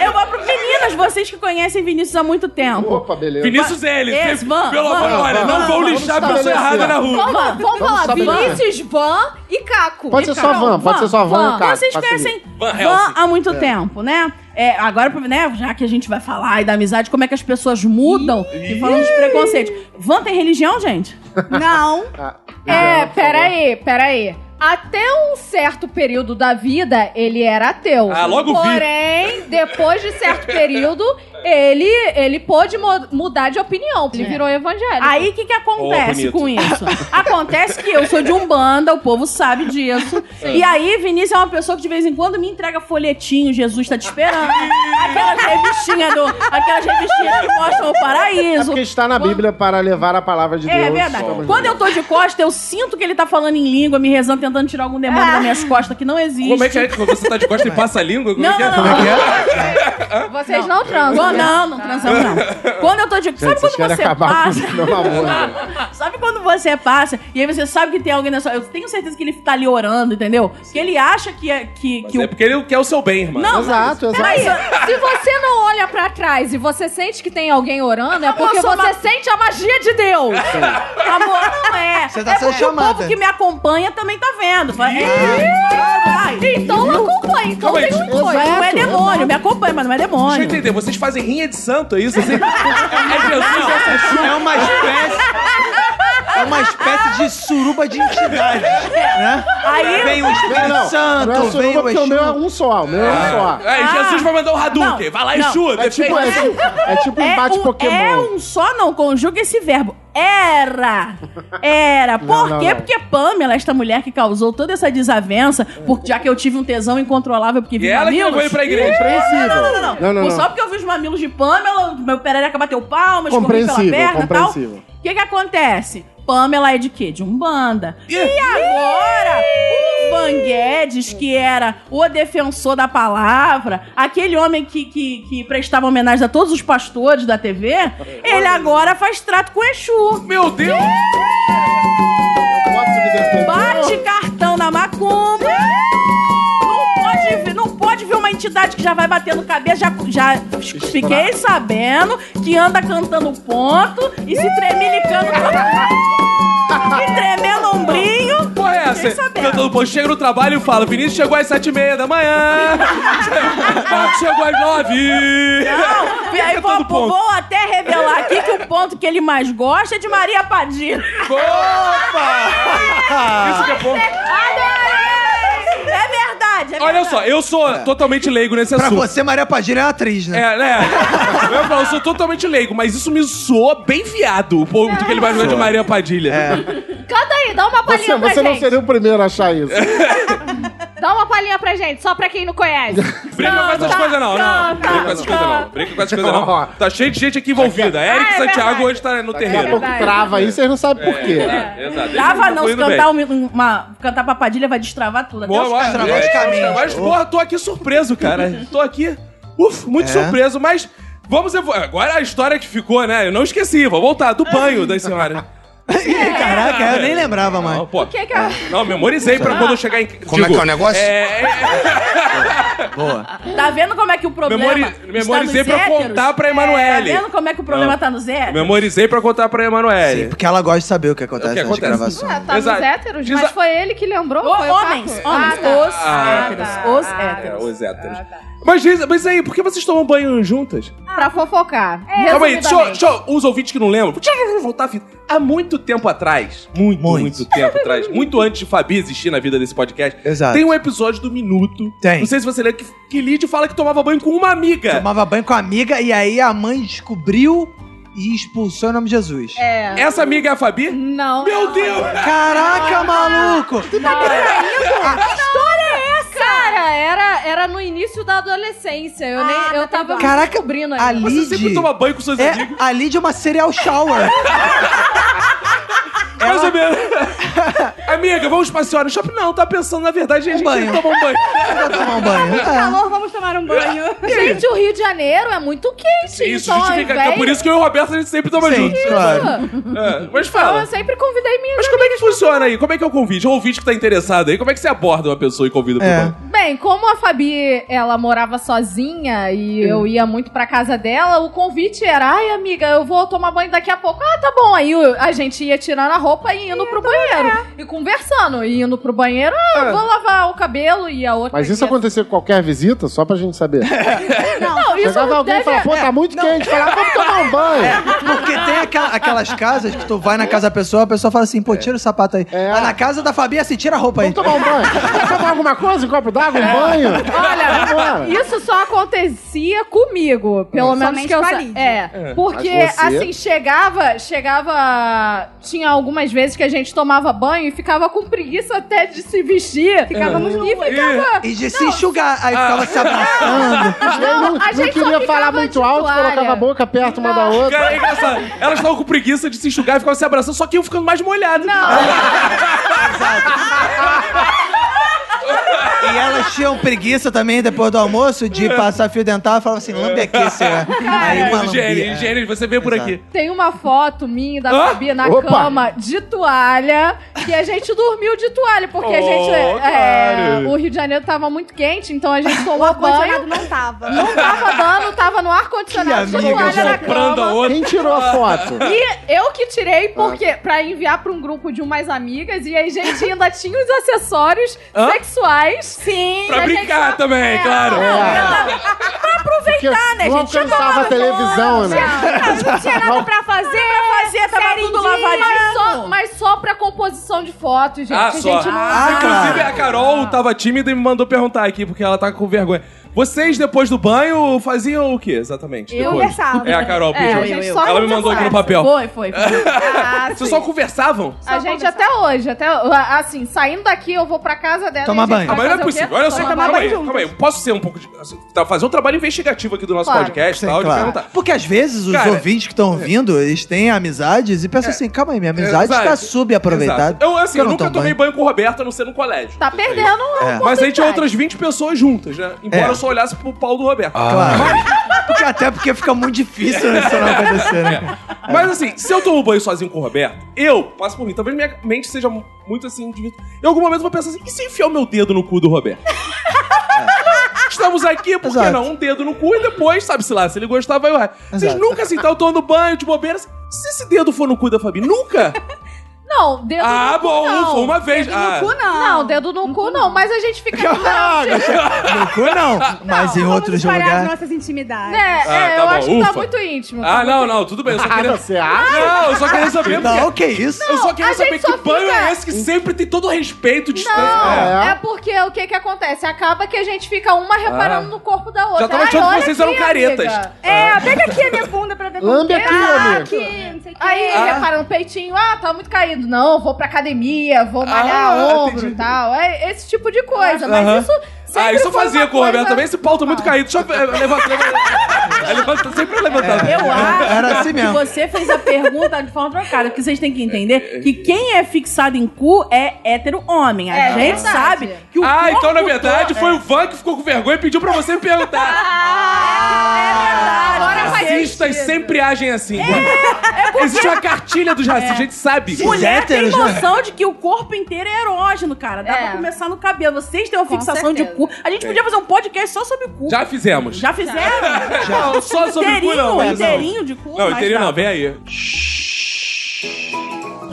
G: Eu vou pro... Meninas, vocês que conhecem Vinícius há muito tempo.
F: Opa, beleza.
A: Vinícius L.
G: Esse, vamos,
A: Pelo amor,
G: vamos,
A: olha, não
F: vamos,
A: vão
F: vamos
A: lixar a pessoa
F: estabelecer.
A: errada na rua.
H: Vamos, vamos
F: Vamos
H: falar.
F: só pra-
H: Vinícius, Van e Caco.
F: Pode
H: E
F: ser só
H: Caco.
F: Van, pode ser só Van, Caco.
G: Vocês
F: facilita.
G: conhecem
A: Van
G: Van,
A: Helsing.
G: há muito tempo, né? É, agora, né, já que a gente vai falar e da amizade, como é que as pessoas mudam e falando de preconceito. Van tem religião, gente?
D: Não.
F: Ah,
H: É,
F: por favor.
H: peraí, peraí. Até um certo período da vida, ele era ateu.
A: Ah, logo vi.
H: Porém, depois de certo período, ele, ele pôde mo- mudar de opinião. Ele virou evangélico.
G: É. Aí o que, que acontece
A: Oh, bonito.
G: com isso? Acontece que eu sou de Umbanda, o povo sabe disso. E aí, Vinícius é uma pessoa que de vez em quando me entrega folhetinho, Jesus tá te esperando. Aquelas revistinhas do. Aquelas revistinhas que mostram o
F: É
G: paraíso.
F: porque está na Bíblia para levar a palavra de Deus.
G: É verdade.
F: Estamos
G: Quando eu tô de costa, eu sinto que ele tá falando em língua, me rezando, tentando tirar algum
B: Ah.
G: demônio das minhas costas que não existe.
A: Como é que é? Quando Você tá de costa e passa a língua? Como é
G: Não,
A: que é?
G: não, não.
H: Vocês não, transam. né?
G: Quando- Não, não transamos, não. Quando eu tô de.
F: Gente,
G: Sabe
F: vocês
G: quando
F: querem
G: você
F: acabar
G: passa?
F: com o meu amor. né?
G: Sabe quando você passa e aí você sabe que tem alguém na sua. Eu tenho certeza que ele tá ali orando, entendeu? Que ele acha que, é- que,
A: Mas
G: que
A: É
G: o.
A: porque ele quer o seu bem, irmão.
G: Não,
F: Exato,
H: Peraí,
F: exato.
H: se você não olha pra trás e você sente que tem alguém orando, é
G: Amor,
H: porque
G: eu
H: você
G: sou uma-
H: sente a magia de Deus.
G: é Amor, não é.
B: Você tá
G: é
B: sendo
G: porque O
B: chamada.
G: povo que me acompanha também tá vendo. Fala, é, vai.
H: Então não acompanha, então
A: Calma aí,
H: tem um coisa.
G: Não é demônio, me acompanha, mas não é
A: Deixa eu
G: demônio.
A: entender, vocês fazem rinha de santo, é isso? Assim, é Jesus essa chuva.
B: É uma espécie. É uma espécie de suruba de entidade. Né?
G: Aí-
B: vem o Espírito
F: Não,
B: Santo,
F: não é
B: vem
F: suruba
B: o
F: porque o meu é
B: Exu.
F: um só, o meu é um só.
A: É, Jesus vai mandar o Hadouken.
G: Não,
A: vai lá e
G: não.
A: chuta.
F: É tipo,
A: defende.
F: é, é tipo um
G: É,
F: bate
G: um-
F: Pokémon.
G: é um só, não conjuga esse verbo. Era. Era. Por
F: não,
G: quê?
F: não.
G: Porque Pamela, esta mulher que causou toda essa desavença, porque, já que eu tive um tesão incontrolável porque vi
A: E ela que
G: mamilos.
A: levou ele pra igreja.
F: Compreensível.
G: Não, não, não. Só porque eu vi os mamilos de Pamela, meu perereca bateu palmas, corri pela
F: Compreensível,
G: perna e tal.
F: compreensível.
G: O que que acontece? Pamela é de quê? De Umbanda.
A: Ih.
G: E agora, o Van Guedes, que era o defensor da palavra, aquele homem que, que, que prestava homenagem a todos os pastores da TV, ele agora faz trato com Exu.
A: Meu Deus!
F: Posso me defender?
G: Bate cartão na macumba. Não pode ver- Não pode ver uma entidade já vai batendo cabeça, já, já fiquei sabendo que anda cantando ponto e se tremelicando todo- e tremendo um ombrinho.
A: Porra, é
G: Fiquei
A: essa?
G: sabendo.
A: Cantando, pô, chega no trabalho e fala: Vinícius chegou às sete e meia da manhã. Pato chegou às nove.
G: Não, e aí vou,
A: Cantando ponto.
G: vou até revelar aqui que o ponto que ele mais gosta é de Maria Padilha.
A: Opa! Isso que é ponto.
G: É verdade, é
A: Olha
G: verdade.
A: só, eu sou totalmente leigo nesse
B: Pra
A: assunto.
B: você, Maria Padilha é uma atriz, né?
A: É, né? Eu falo, eu sou totalmente leigo, mas isso me soou bem viado, o ponto que ele vai jogar de Maria Padilha.
B: É.
C: Canta aí, dá uma
F: Você,
C: palhinha pra
F: você não
C: gente.
F: seria o primeiro a achar isso.
C: Dá uma palhinha pra gente, só pra quem não conhece.
A: Brinca com essas coisas não, não.
C: canta,
A: Brinca com essas coisas não. Brinca com essas coisas não. Tá cheio de gente aqui envolvida. Eric
C: Ah, é
A: Santiago
C: verdade.
A: hoje tá no
F: Daqui a
A: terreiro.
F: pouco trava aí, vocês não sabem por quê.
A: É, exato.
G: Dava não, se
A: Indo bem.
G: cantar, um- uma, cantar papadilha vai destravar tudo. Até
A: Boa,
G: os
A: boa.
G: caras.
B: Travar os
A: É,
B: caminhos.
A: Mas, porra, tô aqui surpreso, cara. Tô aqui, uf, muito
B: É.
A: surpreso, mas vamos... evo- Agora a história que ficou, né? Eu não esqueci, vou voltar. Do banho das senhoras.
G: É.
B: Ih, Caraca, eu nem lembrava mais.
A: Não, pô.
C: O que que eu...
A: Não, memorizei pra quando eu chegar em... Como
E: é que é o negócio?
A: É, é,
B: Boa.
G: Tá vendo como é que o problema
A: Memori-
G: está nos
A: memorizei pra
G: héteros?
A: contar pra
G: Tá
A: Emanuele.
G: vendo como é que o problema
A: Não.
G: tá nos héteros?
A: Memorizei pra contar pra Emanuele.
B: Sim, porque ela gosta de saber o que acontece
A: O que
B: nas
A: acontece.
B: gravações.
C: Ah, tá nos
A: Exato.
C: héteros,
A: Diz a-
C: mas foi ele que lembrou.
G: O-
C: foi o
G: homens,
C: Paco?
G: homens,
C: Ah, tá.
G: os
A: Ah,
G: héteros,
C: tá.
G: os
C: Ah,
G: héteros.
A: É, Os
G: Ah,
A: héteros.
G: tá.
A: Mas, diz- mas aí, por que vocês tomam banho juntas?
C: tá. Pra fofocar.
A: Calma aí, deixa, eu-
C: É, Resumidamente.
A: deixa eu- os ouvintes que não lembram. Deixa eu voltar a fita. Há muito tempo atrás, muito, muito,
B: Muito.
A: tempo atrás, muito antes de Fabi existir na vida desse podcast,
B: Exato.
A: tem um episódio do Minuto.
B: Tem.
A: Não sei se você lembra que, que Lid fala que tomava banho com uma amiga.
B: Tomava banho com a amiga e aí a mãe descobriu e expulsou em nome de Jesus.
C: É.
A: Essa amiga é a Fabi?
C: Não. tá
A: Meu Deus!
B: Caraca, maluco!
C: é Cara, era, era no início da adolescência. Eu, nem, eu tava me
B: Caraca,
C: descobrindo
B: a
C: ainda.
A: Você sempre
B: Lid...
A: toma banho com seus amigos?
B: É, a Lid é uma serial shower.
A: Mais ou menos. Amiga, vamos passear no shopping? Não, tá pensando, na verdade, a gente
B: banho.
A: toma um banho.
B: Vai tomar um banho. É.
D: Calor, vamos tomar um banho.
C: Gente, o Rio de Janeiro é muito quente.
A: Isso
C: então, ao
A: justifica que
C: invés-
A: é por isso que eu e o Roberto a gente sempre toma
B: Sim,
A: junto.
B: claro.
A: É, mas
C: Então,
A: fala.
C: eu sempre convidei minhas
A: Mas como é que funciona aí? Como é que é o convite? O ouvinte que tá interessado aí, como é que você aborda uma pessoa e convida pro
B: É.
A: banho?
C: Bem, como a Fabi, ela morava sozinha e eu ia muito pra casa dela, o convite era, ai amiga, eu vou tomar banho daqui a pouco. Ah, tá bom. Aí o- a gente ia tirando a roupa e indo pro banheiro. E conversando, e indo pro banheiro, ah, eu vou lavar o cabelo e a outra...
F: É. Mas isso
C: ia...
F: acontecia com qualquer visita, só pra gente saber.
C: Não, isso
F: Chegava alguém e
C: deve...
F: falava, pô, tá muito quente. Falava, vamos tomar um banho.
B: É, Porque tem aquela- aquelas casas que tu vai na casa da pessoa, a pessoa fala assim, pô, tira o sapato aí.
F: É.
B: Vai na casa da Fabi, assim, tira a roupa aí. É.
F: Vamos tomar um banho. Quer tomar alguma coisa? Um copo d'água? Um banho? Vambora.
C: É. Olha, isso só acontecia comigo, pelo menos
D: Somente
C: que eu
D: com a
C: sa-
D: Lidia.
C: É, porque
F: Mas você-
C: assim chegava, chegava, tinha algumas vezes que a gente tomava banho e ficava com preguiça até de se vestir. Ficávamos no e ficava Ah.
B: E de se enxugar. Aí ficava se abraçando.
C: Não, a
F: não
C: gente só
F: queria falar
C: ficava de
F: muito alto,
C: toalha.
F: colocava a boca perto uma da outra.
A: Cara, é engraçado. Elas estavam com preguiça de se enxugar e ficavam se abraçando, só que iam ficando mais molhado.
C: Não,
B: E elas tinham preguiça também, depois do almoço,
A: É.
B: de passar fio dental. Falava assim, lambe aqui, senhor. Aí uma
A: Higiene,
B: lambia. É
A: higiene, você vê por
B: Exato.
A: aqui.
C: tem uma foto minha e da
A: Ah,
C: Fabi na
F: opa.
C: cama de toalha que a gente dormiu de toalha porque a gente
A: Oh,
C: é,
A: cara.
C: o Rio de Janeiro tava muito quente, então a gente
D: O
C: tomou banho.
D: ar-condicionado não tava.
C: Não tava dando, tava no ar-condicionado
B: Que
C: de
B: amiga,
C: toalha na
A: Soprando a
C: cama.
A: outra.
F: Quem tirou a foto?
C: E eu que
A: Ah.
C: tirei porque para enviar pra um grupo de umas amigas e a gente ainda tinha os acessórios
A: Hã?
C: sexuais. Sim.
A: Pra brincar também, claro.
F: Porque
G: né,
F: não
G: gente? Chegou
F: alcançava a
G: lá,
F: televisão, né?
D: Não tinha nada pra fazer.
G: Fazia, tava
D: Serendinho,
G: tudo lavadinho.
C: Mas só, mas só pra composição de fotos, gente.
A: Ah,
C: a
A: só.
C: gente não
B: Ah,
A: Inclusive,
B: claro.
A: a Carol tava tímida e me mandou perguntar aqui, porque ela tá com vergonha. Vocês, depois do banho, faziam o que exatamente?
C: Eu
A: depois?
D: conversava.
A: É, a Carol
C: É,
A: puxou.
C: a gente só
A: ela me mandou aqui no papel.
G: Foi, foi. foi.
D: Ah,
A: Vocês
D: sim.
A: só conversavam?
C: A gente até hoje, até assim, saindo daqui, eu vou pra casa dela.
B: Tomar
C: e a gente vai
B: banho.
A: Ah, mas não é
C: fazer o quê?
A: possível. Olha só,
C: Tomar
A: calma
C: banho.
A: aí, calma aí. Posso ser um pouco de. assim, tá, fazer um trabalho investigativo aqui do nosso
C: Claro.
A: podcast
B: Sim,
A: e tal, de
B: claro.
A: perguntar.
B: Porque às vezes os
A: Cara, É.
B: ouvintes que estão ouvindo, eles têm amizades e pensam assim, calma aí, minha amizade
A: Exato.
B: está subaproveitada.
A: Exato. Eu, assim,
B: porque
A: eu,
B: não
A: nunca
B: tomo
A: tomei banho com o Roberto, a não ser no colégio.
C: Tá perdendo
B: É.
C: um
A: Mas aí tinha outras 20 pessoas juntas, né? Embora
B: É.
A: eu só olhasse pro pau do Roberto.
B: Claro. Porque- até porque fica muito difícil né, isso não acontecer, né?
A: Mas assim, se eu tomo banho sozinho com o Roberto, eu, passo por mim, talvez minha mente seja mu- muito assim, de... em algum momento eu vou pensar assim, e se enfiar o meu dedo no cu do Roberto? Estamos aqui, por que
B: Exato.
A: não? Um dedo no cu e depois, sabe-se lá, se ele gostar, vai o resto. Vocês
B: Exato.
A: nunca assim, tá, eu tomando banho de bobeira. Se esse dedo for no cu da Fabi, nunca?
H: Não, dedo
A: ah,
H: no cu
A: bom,
H: não.
A: foi uma vez. Ah,
D: No cu, não.
H: Não, dedo no cu não, mas a gente fica...
B: No cu não, mas em né?
D: Vamos
B: outros
D: espalhar
B: lugares.
D: as nossas intimidades.
H: É,
A: Ah,
H: é,
A: tá
H: eu
A: bom,
H: acho que tá
A: ufa.
H: muito íntimo. tá
A: Ah, não,
H: muito
A: não, tudo bem. Eu só queria...
F: Você acha?
A: Não, eu só queria saber...
B: Não,
A: porque-
B: que isso?
A: eu só queria
H: a
A: saber
H: gente
A: que
H: só
A: banho
H: fica-
A: é esse que sempre tem todo o respeito de distância. É.
H: Não,
F: É.
H: é porque o que que acontece? Acaba que a gente fica uma reparando
A: Ah.
H: no corpo da outra.
A: Já tava
H: Ai,
A: achando que
H: olha
A: vocês
H: aqui,
A: eram caretas. Ah.
H: amiga.
D: É, pega aqui a minha bunda pra ver como
F: Lambe
D: que é.
F: aqui,
D: ah,
F: amigo.
D: aqui, não sei o que.
H: Aí,
D: Ah.
H: repara no peitinho, ah, tá muito caído. Não, vou pra academia, vou malhar
A: Ah,
H: ombro
A: entendi.
H: e tal. É esse tipo de coisa.
A: Aham.
H: Mas isso sempre
A: Ah, isso eu
H: foi
A: fazia
H: uma
A: com o Roberto
H: coisa- Ah.
A: também. Esse pau tá muito caído. Deixa eu eh, levantar. levantar. Levanta- tá sempre levantado.
G: Eu acho
B: Era assim
G: que
B: mesmo.
G: você fez a pergunta de forma trocada, porque vocês têm que entender que quem é fixado em cu é hétero homem. A
H: É,
G: gente
H: verdade.
G: sabe que o é.
A: Ah, então na
G: corpo
A: verdade
G: todo-
A: foi o Van que ficou com vergonha e pediu pra você me perguntar.
H: Agora faz
A: Racistas
H: sentido. É,
A: sempre agem assim. Existe uma cartilha dos racistas, a gente sabe.
B: Mulher-
G: É. Mulher tem
B: héteros, né?
G: noção de que o corpo inteiro é erógeno, cara. Dá
H: É.
G: pra começar no cabelo. Vocês têm uma
H: Com
G: fixação de
H: certeza.
G: cu. A gente podia fazer um podcast só sobre cu.
A: É. Já fizemos.
G: Já fizeram?
A: Não, só sobre o cu, não.
G: Inteirinho, inteirinho
A: Não.
G: de cu.
A: Não,
G: mas tá.
A: inteirinho
D: tá.
G: dá.
A: não, vem aí.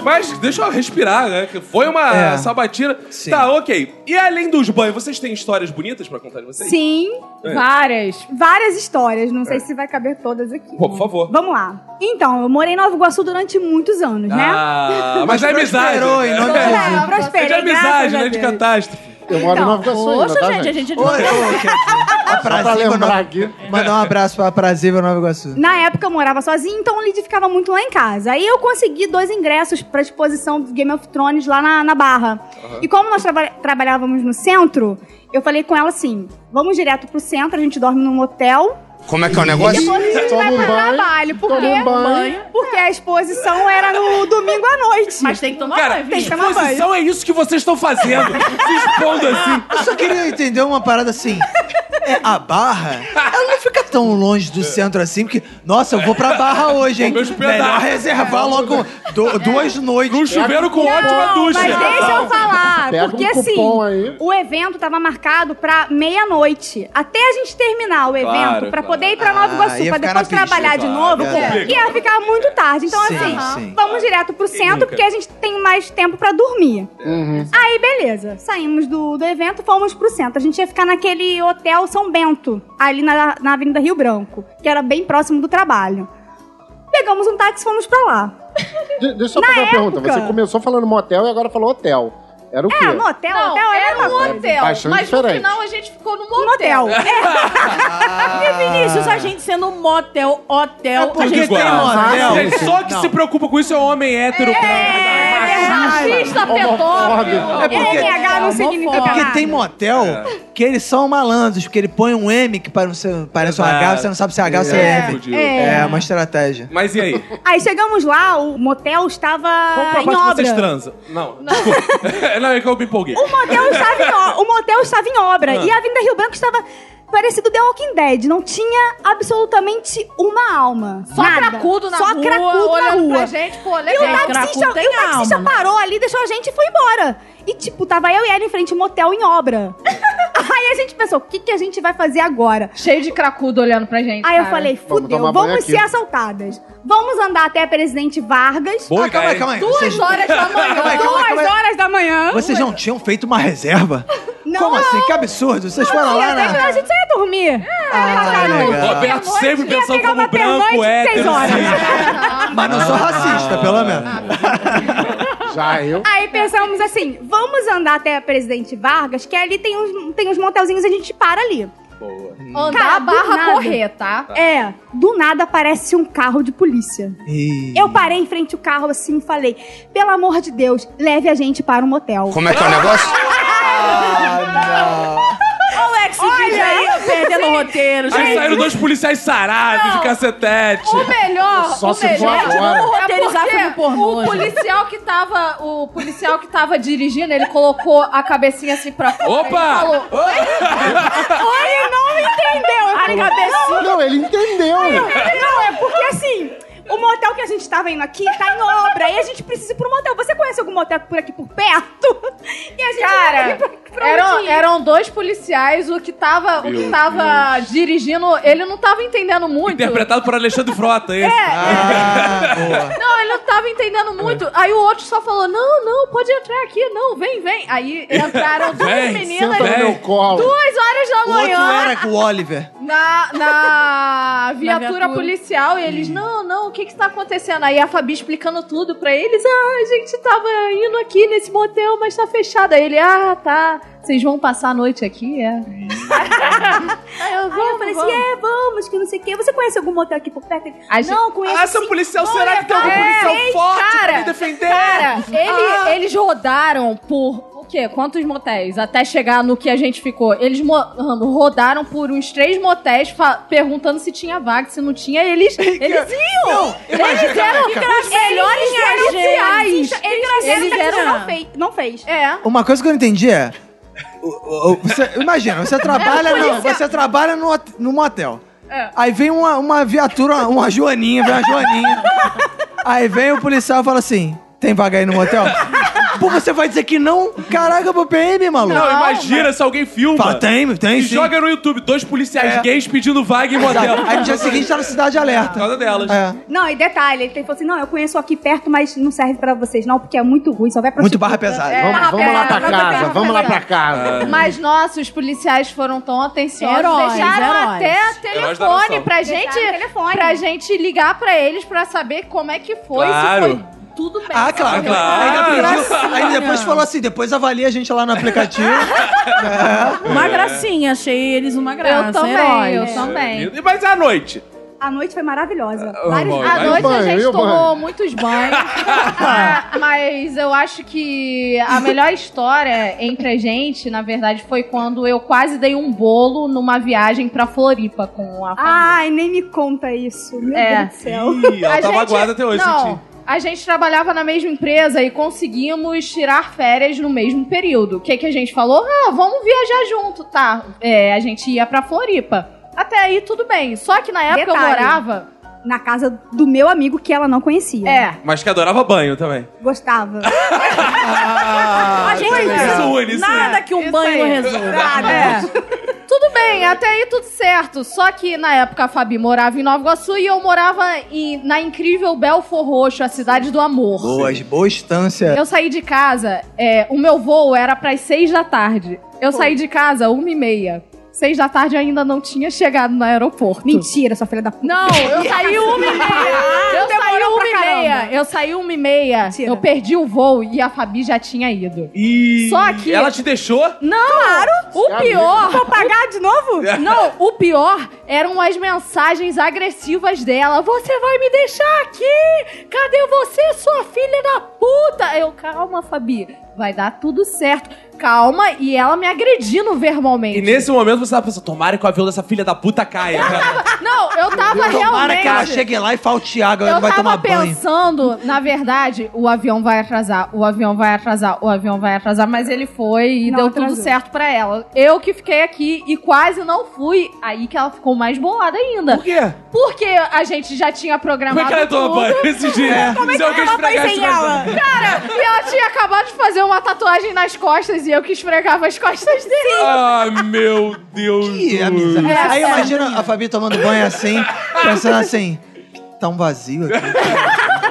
A: Mas deixa eu respirar, né? Que Foi uma
B: É.
A: sabatina.
B: Sim.
A: Tá, ok. E além dos banhos, vocês têm histórias bonitas pra contar de vocês?
D: Sim,
H: Várias.
D: várias histórias. Não sei se vai caber todas aqui.
A: Pô, por favor.
D: Vamos lá. Então, eu morei em Nova Iguaçu durante muitos anos, né?
A: Ah, mas é amizade.
B: prosperou, em nome de
D: É,
B: Jesus.
D: eu prosperei,
A: É de amizade,
D: graças a
A: né? De
D: Deus.
A: catástrofe.
F: Eu moro
D: Então,
F: em Nova Iguaçu ainda,
G: Poxa,
F: tá,
G: gente, a gente é de
B: Oi, ô, Kate.
F: Só pra
B: Aprazível
F: lembrar
B: Nova-
F: aqui.
B: Tá Mandar um abraço pra Aprazível Nova Iguaçu.
D: Na época eu morava sozinha, então o Lid ficava muito lá em casa. Aí eu consegui dois ingressos pra exposição do Game of Thrones lá na, na Barra. E como nós traba- trabalhávamos no centro, eu falei com ela assim: vamos direto pro centro, a gente dorme num hotel. Como é que é o negócio? E depois a gente
F: Toma um
D: vai pra
F: banho,
D: trabalho, porque,
F: toma um banho.
D: porque a exposição era no domingo à noite.
G: Mas tem que tomar
A: Cara,
G: banho,
D: tem que
G: viu?
D: tomar banho.
A: Exposição é isso que vocês estão fazendo. se expondo assim.
B: Eu só queria entender uma parada assim. É, a barra, ela não fica tão longe do centro assim, porque, nossa, eu vou pra barra hoje, hein?
A: Vou me hospedar.
B: Melhor reservar logo do- duas noites.
A: Num chuveiro com ótima ducha.
D: É. Mas deixa eu falar,
F: Pega um
D: porque
F: cupom
D: assim,
F: aí.
D: o evento tava marcado pra meia-noite. Até a gente terminar o evento,
A: Claro,
D: pra
A: claro.
D: poder ir pra Nova
B: Ah,
D: Iguaçu,
B: ia
D: pra
B: ficar
D: depois
B: na pista,
D: trabalhar de
B: claro,
D: novo,
B: verdade.
D: ia ficar muito tarde. Então,
B: Sim,
D: assim,
B: sim.
D: vamos direto pro centro,
A: nunca?
D: porque a gente tem mais tempo pra dormir.
F: Uhum.
D: Aí, beleza. Saímos do, do evento, fomos pro centro. A gente ia ficar naquele hotel São Bento, ali na, na Avenida Rio Branco, que era bem próximo do trabalho. Pegamos um táxi e fomos pra lá.
F: De- deixa eu só fazer uma pergunta.
D: época-
F: Você começou falando motel e agora falou hotel. Era o quê?
D: É, no hotel,
H: Não,
D: hotel é a
H: era
D: mesma
H: um
D: coisa.
H: hotel. Mas
F: Bastante
H: no
F: diferente.
H: final a gente ficou num
D: Um hotel.
H: motel.
G: É. E Vinícius, a gente sendo um motel, hotel,
B: É porque
G: a gente
B: tem
G: tem
B: motel.
G: razão.
B: Não,
A: Gente, só que
B: não.
A: se preocupa com isso é o homem hétero.
H: É Machista, pedófilo.
B: É porque-
D: NH não significa
B: É porque
D: nada.
B: tem motel
A: É.
B: que eles são malandros, porque ele põe um M que parece, parece um H,
A: Exato.
B: você não sabe se é H ou se é M. É, uma estratégia.
A: Mas e aí?
D: Aí chegamos lá, o motel estava
A: Vamos pra
D: Tá, em
A: parte que vocês
D: obra.
A: transam. Não, desculpa. Não, é que eu me empolguei.
D: O motel estava em, o- o motel estava em obra.
A: Ah.
D: E a Avenida Rio Branco estava parecido The Walking Dead. Não tinha absolutamente uma alma.
H: Só
D: Nada.
H: cracudo na
D: Só
H: rua,
D: cracudo na
H: olhando
D: rua.
H: pra gente, pô,
D: E
H: legal.
D: o
G: cracudo
D: taxista,
G: tem
D: e o taxista
G: alma, né?
D: parou ali, deixou a gente e foi embora. E, tipo, tava eu e ela em frente ao motel em obra. Aí a gente pensou, o que, que a gente vai fazer agora?
H: Cheio de cracudo olhando pra gente,
D: Aí eu
H: cara.
D: falei, fudeu,
F: tomar
D: vamos,
F: banho aqui.
D: ser assaltadas. Vamos andar até a Presidente Vargas.
A: Boa
B: Ah, calma aí,
A: ideia,
B: calma aí.
H: Duas
B: Vocês,
H: horas da manhã.
B: Calma aí, calma aí, calma aí.
H: Duas horas da manhã.
B: vocês não tinham feito uma reserva?
D: Não.
B: Como assim? Que absurdo. Vocês foram lá
D: Até que
B: na...
D: a gente só ia dormir.
B: Ah,
A: O
B: legal.
A: Roberto sempre
D: Ia
A: pensando
D: pegar
A: como
D: uma
A: branco,
D: pernoite de seis
A: hétero. assim.
D: horas.
B: Mas não sou racista, pelo menos.
F: Já eu.
D: Aí pensamos assim, vamos andar até a Presidente Vargas, que ali tem uns, tem uns motelzinhos e a gente para ali.
H: Andar
D: assim. Cara,
H: a barra
D: do nada.
H: correr, tá?
D: É, do nada aparece um carro de polícia.
B: Ih.
D: Eu parei em frente ao carro assim e falei, pelo amor de Deus, leve a gente para um motel.
J: Como é que é o negócio?
B: Ah,
G: Olha o ex aí, perdendo o roteiro.
A: Aí
G: gente.
A: saíram dois policiais sarados de cacetete.
H: O melhor,
F: Só
H: o
F: se
H: melhor
F: for agora.
H: é
G: Roteirizar
H: porque
G: filme pornô,
H: o
G: gente.
H: policial que tava, o policial que tava dirigindo, ele colocou a cabecinha assim pra fora
A: Opa!
H: e falou,
D: Ele não entendeu. Eu falei,
F: Não, ele entendeu.
D: Não, é porque assim, o motel que a gente tava indo aqui tá em obra e a gente precisa ir pro motel. Você conhece algum motel por aqui por perto? E a gente
H: Cara,
D: leva ele pra, um pra
C: Eram,
D: onde ir.
C: eram dois policiais, o que tava, o que
A: Meu
C: tava dirigindo, ele não tava entendendo muito.
A: Interpretado por Alexandre Frota, esse.
H: É,
B: Ah, boa.
C: Não, ele não tava entendendo muito. Aí o outro só falou: não, não, pode entrar aqui, não, vem, vem. Aí entraram duas
A: Vem,
C: meninas,
F: Senta no
A: Bem.
F: meu colo.
C: duas horas da
B: O outro
C: manhã.
B: era o Oliver.
C: na, na viatura
G: viatura.
C: policial e eles, não, não, o que que tá acontecendo? Aí a Fabi explicando tudo pra eles, ah, a gente tava indo aqui nesse motel, mas tá fechado. Aí ele, ah, tá, vocês vão passar a noite aqui, é. Aí eu,
D: Aí eu falei assim,
C: é.
D: é, vamos, que não sei o quê. Você conhece algum motel aqui por perto? Ele,
C: A gente-
D: não, conheço
A: Ah, essa
D: sim.
A: policial,
D: Vou
A: será que tem algum
D: levar.
A: policial
C: É,
A: forte pra
C: cara,
A: me defender? Ah,
C: Cara, ele- eles rodaram por o quê? Quantos motéis? Até chegar no que a gente ficou. Eles mo- rodaram por uns três motéis fa- perguntando se tinha vaga, se não tinha. e Eles, eles iam! eles eram os melhores policiais! Eles,
D: Ele
C: eles
D: não
C: eram.
D: fez. Não fez.
C: É.
B: Uma coisa que eu não entendi é. o- o- o- você- imagina, você trabalha, não, você trabalha no, hot- num motel. Aí vem uma, uma viatura, uma joaninha, vem uma joaninha. aí vem o policial e fala assim: tem vaga aí no motel? Pô, você vai dizer que não? Caraca, pro PM, maluco.
A: Não, imagina se alguém filma.
B: Fala, tem, tem
A: e
B: sim.
A: joga no YouTube dois policiais
B: É.
A: gays pedindo vaga em motel.
B: Aí no dia seguinte tá na cidade
A: Por
B: alerta.
A: causa delas.
B: É.
D: Não, e detalhe, ele falou assim: não, eu conheço aqui perto, mas não serve pra vocês, não, porque é muito ruim, só vai pra
B: Muito barra pesada.
F: Vamos, vamos lá pra
C: É, Barra
F: casa,
C: pesada.
F: vamos lá pra casa.
C: Mas, nossa, os policiais foram tão atenciosos.
G: Heróis,
C: deixaram
G: heróis.
C: até
A: Heróis da
C: telefone
A: nação.
C: pra
D: Deixaram
C: gente.
D: telefone.
C: Pra gente ligar pra eles pra saber como é que foi.
A: Claro.
C: Se foi tudo bem.
B: Ah, claro.
A: Claro.
B: Ainda pediu, um- aí depois falou assim, depois avalia a gente lá no aplicativo. É.
G: Uma gracinha, achei eles uma graça.
C: Eu também,
G: heróis.
C: eu também.
A: E- Mas é à noite.
D: A noite foi maravilhosa.
A: Ah,
D: Vários-
A: bom,
C: À
A: Vai
C: noite
F: banho,
C: a gente
F: e o
C: tomou
F: banho?
C: muitos banhos, Ah, mas eu acho que a melhor história entre a gente, na verdade, foi quando eu quase dei um bolo numa viagem pra Floripa com a família.
D: Ai, nem me conta isso. Meu
C: É.
D: Deus do céu.
A: Ih, ela
C: A
A: tá
C: gente-
A: magoada até hoje,
C: não,
A: senti.
C: A gente trabalhava na mesma empresa e conseguimos tirar férias no mesmo período. O que, que a gente falou? Ah, vamos viajar junto, tá? É, a gente ia pra Floripa. Até aí tudo bem. Só que na época eu
D: Detalhe.
C: morava.
D: Na casa do meu amigo que ela não conhecia.
C: É.
A: Mas que adorava banho também.
D: Gostava.
B: Ah,
G: gente,
B: tá legal.
A: Isso une, isso
G: Nada que um
C: Isso
G: banho
C: aí.
G: resolva.
D: Ah, né?
C: É. Tudo bem, até aí tudo certo. Só que na época a Fabi morava em Nova Iguaçu e eu morava em- na incrível Belfor Roxo, a cidade do amor.
B: Boas, boa estância.
C: Eu saí de casa, é, o meu voo era pras seis da tarde. Eu saí de casa uma e meia. Seis da tarde eu ainda não tinha chegado no aeroporto.
D: Mentira, sua filha da puta.
C: Não, eu saí uma e meia. Eu saí
D: demorou
C: uma
D: pra
C: e meia.
D: caramba.
C: Eu saí uma e meia.
D: Mentira.
C: Eu perdi o voo e a Fabi já tinha ido.
A: E...
C: Só que-
A: Ela te deixou?
C: Não, o pior. Vou pagar de novo? Não, o pior eram as mensagens agressivas dela. Você vai me deixar aqui? Cadê você, sua filha da puta? Eu, calma, Fabi, vai dar tudo certo. Calma, e ela me agredindo verbalmente.
A: E nesse momento você tava pensando, tomara que o avião dessa filha da puta caia.
C: Não, eu tava
B: Tomara
C: realmente.
B: que ela chegue lá e falte água, ela
C: Eu
B: não vai tomar
C: tava
B: banho.
C: pensando, na verdade, o avião vai atrasar, o avião vai atrasar, o avião vai atrasar, mas ele foi e
D: Não
C: deu tudo
D: atrasou.
C: certo pra ela. Eu que fiquei aqui e quase não fui, aí que ela ficou mais bolada ainda.
A: Por quê?
C: Porque a gente já tinha
A: Como é
C: programado
A: que ela toma
C: tudo.
A: banho esse dia? Como é que ela
C: Cara, e ela tinha acabado de fazer uma tatuagem nas costas e eu que esfregava as costas dele.
A: Ah, meu Deus.
B: Ih,
A: do-
B: amizade.
C: É,
B: Aí
C: é,
B: imagina a Fabi tomando banho assim, pensando assim, tá um vazio aqui.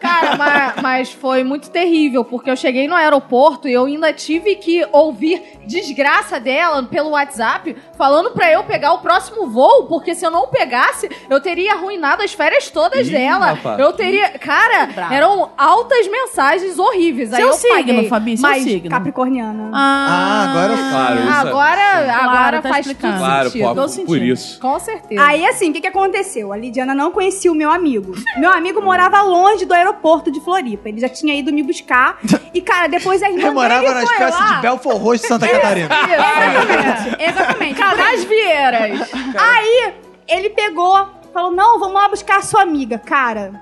C: Cara, ma- mas, foi muito terrível, porque eu cheguei no aeroporto e eu ainda tive que ouvir desgraça dela pelo WhatsApp, falando pra eu pegar o próximo voo, porque se eu não pegasse, eu teria arruinado as férias todas
A: Ih,
C: dela.
A: rapaz.
C: Eu teria. Cara,
G: Brava.
C: eram altas mensagens horríveis. Aí
G: Seu
C: eu
G: signo,
C: paguei.
G: Fabi, seu
C: mas
G: signo.
D: Capricorniana.
B: Ah, agora eu
A: Claro, isso é-
C: Agora, agora
G: Claro, tá
C: faz
G: explicado.
C: tudo
A: Claro,
C: sentido.
A: pô,
G: tô
A: por,
G: sentindo.
A: isso.
C: Com certeza.
D: Aí, assim, o que, que aconteceu? A Lidiana não conhecia o meu amigo. Meu amigo morava longe do aeroporto de Floripa. Ele já tinha ido me buscar. E, cara, depois a irmã
B: Eu morava
D: dele
B: nas
D: foi
B: festas
D: lá.
B: de Belfort Roxo de Santa Catarina.
G: é
D: Exatamente, exatamente.
C: Casais Vieiras.
D: Aí ele pegou, falou: não, vamos lá buscar a sua amiga, cara.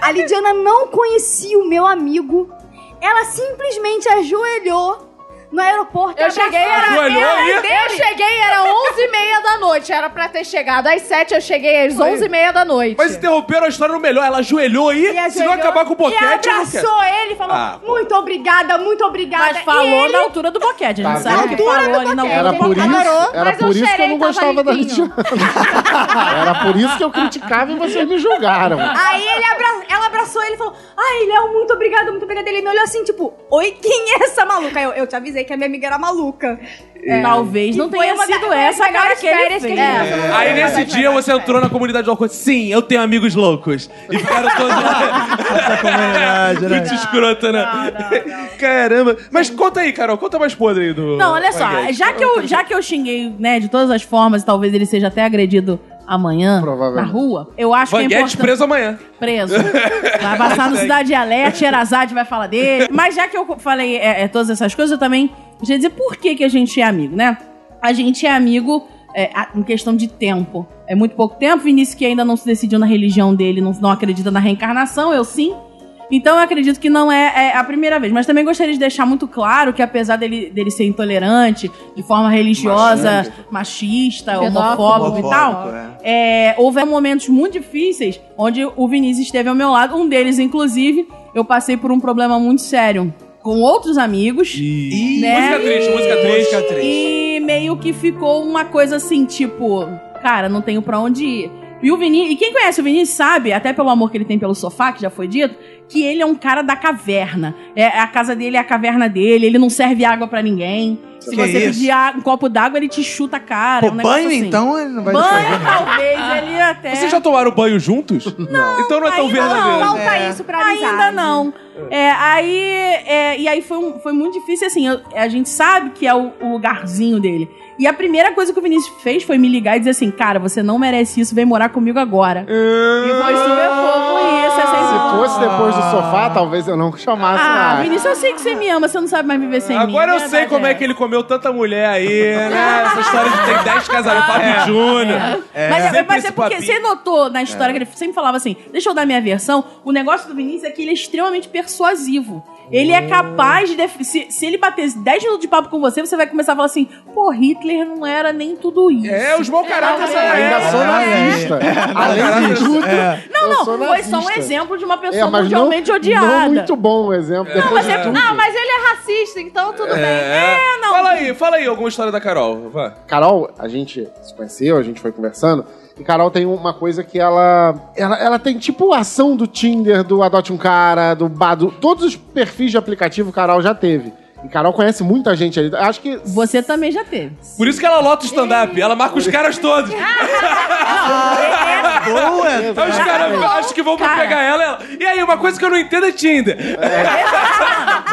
D: A Lidiana não conhecia o meu amigo. Ela simplesmente ajoelhou no aeroporto.
C: Eu
D: abraçou
C: cheguei, era,
A: Ajoelhou
C: era-
A: aí?
C: eu cheguei, era 11 h 30 da
H: noite, era pra ter chegado às sete, eu cheguei às onze e meia da noite.
A: Mas interromperam a história no melhor. Ela ajoelhou aí,
H: E
A: se não
H: ajoelhou
A: acabar com o boquete...
H: e
A: eu não quero.
H: abraçou ele e falou:
A: Ah, pô.
H: Muito obrigada, muito obrigada.
G: Mas falou
H: e ele...
G: na altura do boquete, a gente
F: Tá
G: sabe
F: vendo?
G: que falou ali na altura
F: Era
G: do
F: por
G: boquete.
F: isso,
H: Adorou,
F: era
H: mas eu
F: por isso que eu
H: cheirei,
F: não
H: tava
F: gostava da
H: limpinho.
F: Tatiana. era por isso que eu criticava e vocês me julgaram.
D: Aí ele abra... ela abraçou ele e falou: Ai, Léo, muito obrigado, muito obrigada. Ele me olhou assim, tipo, oi, quem é essa maluca? Aí Eu, eu te avisei que a minha amiga era maluca.
G: É. Talvez
D: Que
G: não
D: foi
G: tenha
D: uma
G: sido
D: da-
G: essa a
D: uma das
G: cara que ele
D: férias
G: fez.
D: que a gente passou.
A: Aí nesse dia você entrou na comunidade do Alcoa. Sim, eu tenho amigos loucos. E ficaram todos lá.
B: Essa comunidade, né?
A: Muito escrota, né? Caramba. Mas conta aí, Carol. Conta mais podre aí do...
G: Não, olha só,
A: Marguerite.
G: já que, eu, já que eu xinguei, né, de todas as formas, e talvez ele seja até agredido amanhã na
F: Provavelmente.
G: rua, eu acho que é
A: Vanguete
G: importante...
A: preso amanhã.
G: preso. Vai passar no Cidade Alerta, Xerazade vai falar dele. Mas já que eu falei é, é, todas essas coisas, eu também queria dizer por que, que a gente é amigo, né? A gente é amigo é, a- em questão de tempo. É muito pouco tempo. Vinícius que ainda não se decidiu na religião dele, não, não acredita na reencarnação, eu sim. Então eu acredito que não é, é a primeira vez. Mas também gostaria de deixar muito claro que apesar dele, dele ser intolerante, de forma religiosa, machista,
H: Pedófilo.
G: é homofóbico e tal,
B: Homofóbico, é.
G: é, houve momentos muito difíceis onde o Vinícius esteve ao meu lado. Um deles, inclusive, eu passei por um problema muito sério com outros amigos.
A: Ih.
G: Né?
A: Música triste, música triste.
B: Música triste.
G: E meio que ficou uma coisa assim, tipo, cara, não tenho pra onde ir. E o Vinícius, e quem conhece o Vinícius sabe, até pelo amor que ele tem pelo sofá, que já foi dito, que ele é um cara da caverna. É, a casa dele é a caverna dele, ele não serve água pra ninguém. Se
B: Que
G: você
B: isso?
G: pedir a- um copo d'água, ele te chuta a cara. é
B: Pô,
G: um negócio
B: banho,
G: assim.
B: então, ele não vai
G: Banho,
B: descrever.
G: talvez, ele até.
A: Vocês já tomaram banho juntos? Não. Então não é tão É.
G: ainda
A: verdadeiro.
G: não.
D: Falta isso pra amizade.
G: É. Ainda não. É, aí, é, e aí foi, um- foi muito difícil, assim, eu- a gente sabe que é o, o lugarzinho dele. E a primeira coisa que o Vinícius fez foi me ligar e dizer assim, cara, você não merece isso, vem morar comigo
A: É.
G: agora. E foi super fofo isso, essa
F: Se fosse depois do sofá, talvez eu não chamasse
G: Ah,
F: mais.
G: Vinícius, eu sei que você me ama, você não sabe mais viver sem mim.
A: Agora eu
G: Verdade
A: sei como é que ele comeu tanta mulher aí, né? Essa história de ter 10 casamentos. É. Fábio Júnior.
G: Mas, é,
A: Sempre
G: mas é
A: esse
G: porque
A: papinho. É.
G: você notou na história que ele sempre falava assim: deixa eu dar minha versão. O negócio do Vinícius é que ele é extremamente persuasivo. Ele é capaz de. def- Se, se ele bater 10 minutos de papo com você, você vai começar a falar assim: pô, Hitler não era nem tudo isso.
A: É, os mau caráter são
F: Ainda sou
B: É.
F: nazista.
A: Caraca, é.
F: Além de tudo,
G: não,
F: eu
G: não,
F: sou
G: foi só um
F: nazista.
G: exemplo de uma pessoa
F: É, mas não,
G: mundialmente odiada.
F: não muito bom o exemplo. Depois
G: mas
F: de
G: é-
F: tudo.
H: Ah, mas ele é racista, então tudo bem.
A: É, não. Fala aí, fala aí alguma história da Carol. Vá.
F: Carol, a gente se conheceu, a gente foi conversando. E Carol tem uma coisa que ela. Ela, ela tem tipo a ação do Tinder, do Adote um Cara, do Badu. Todos os perfis de aplicativo Carol já teve. E Carol conhece muita gente ali. Acho que.
G: Você também já teve.
A: Por isso que ela lota o stand-up. Ela marca os caras todos.
B: Boa, é.
A: Aí os caras acho que vão pra
G: Cara.
A: pegar ela, ela. E aí, uma coisa que eu não entendo é Tinder.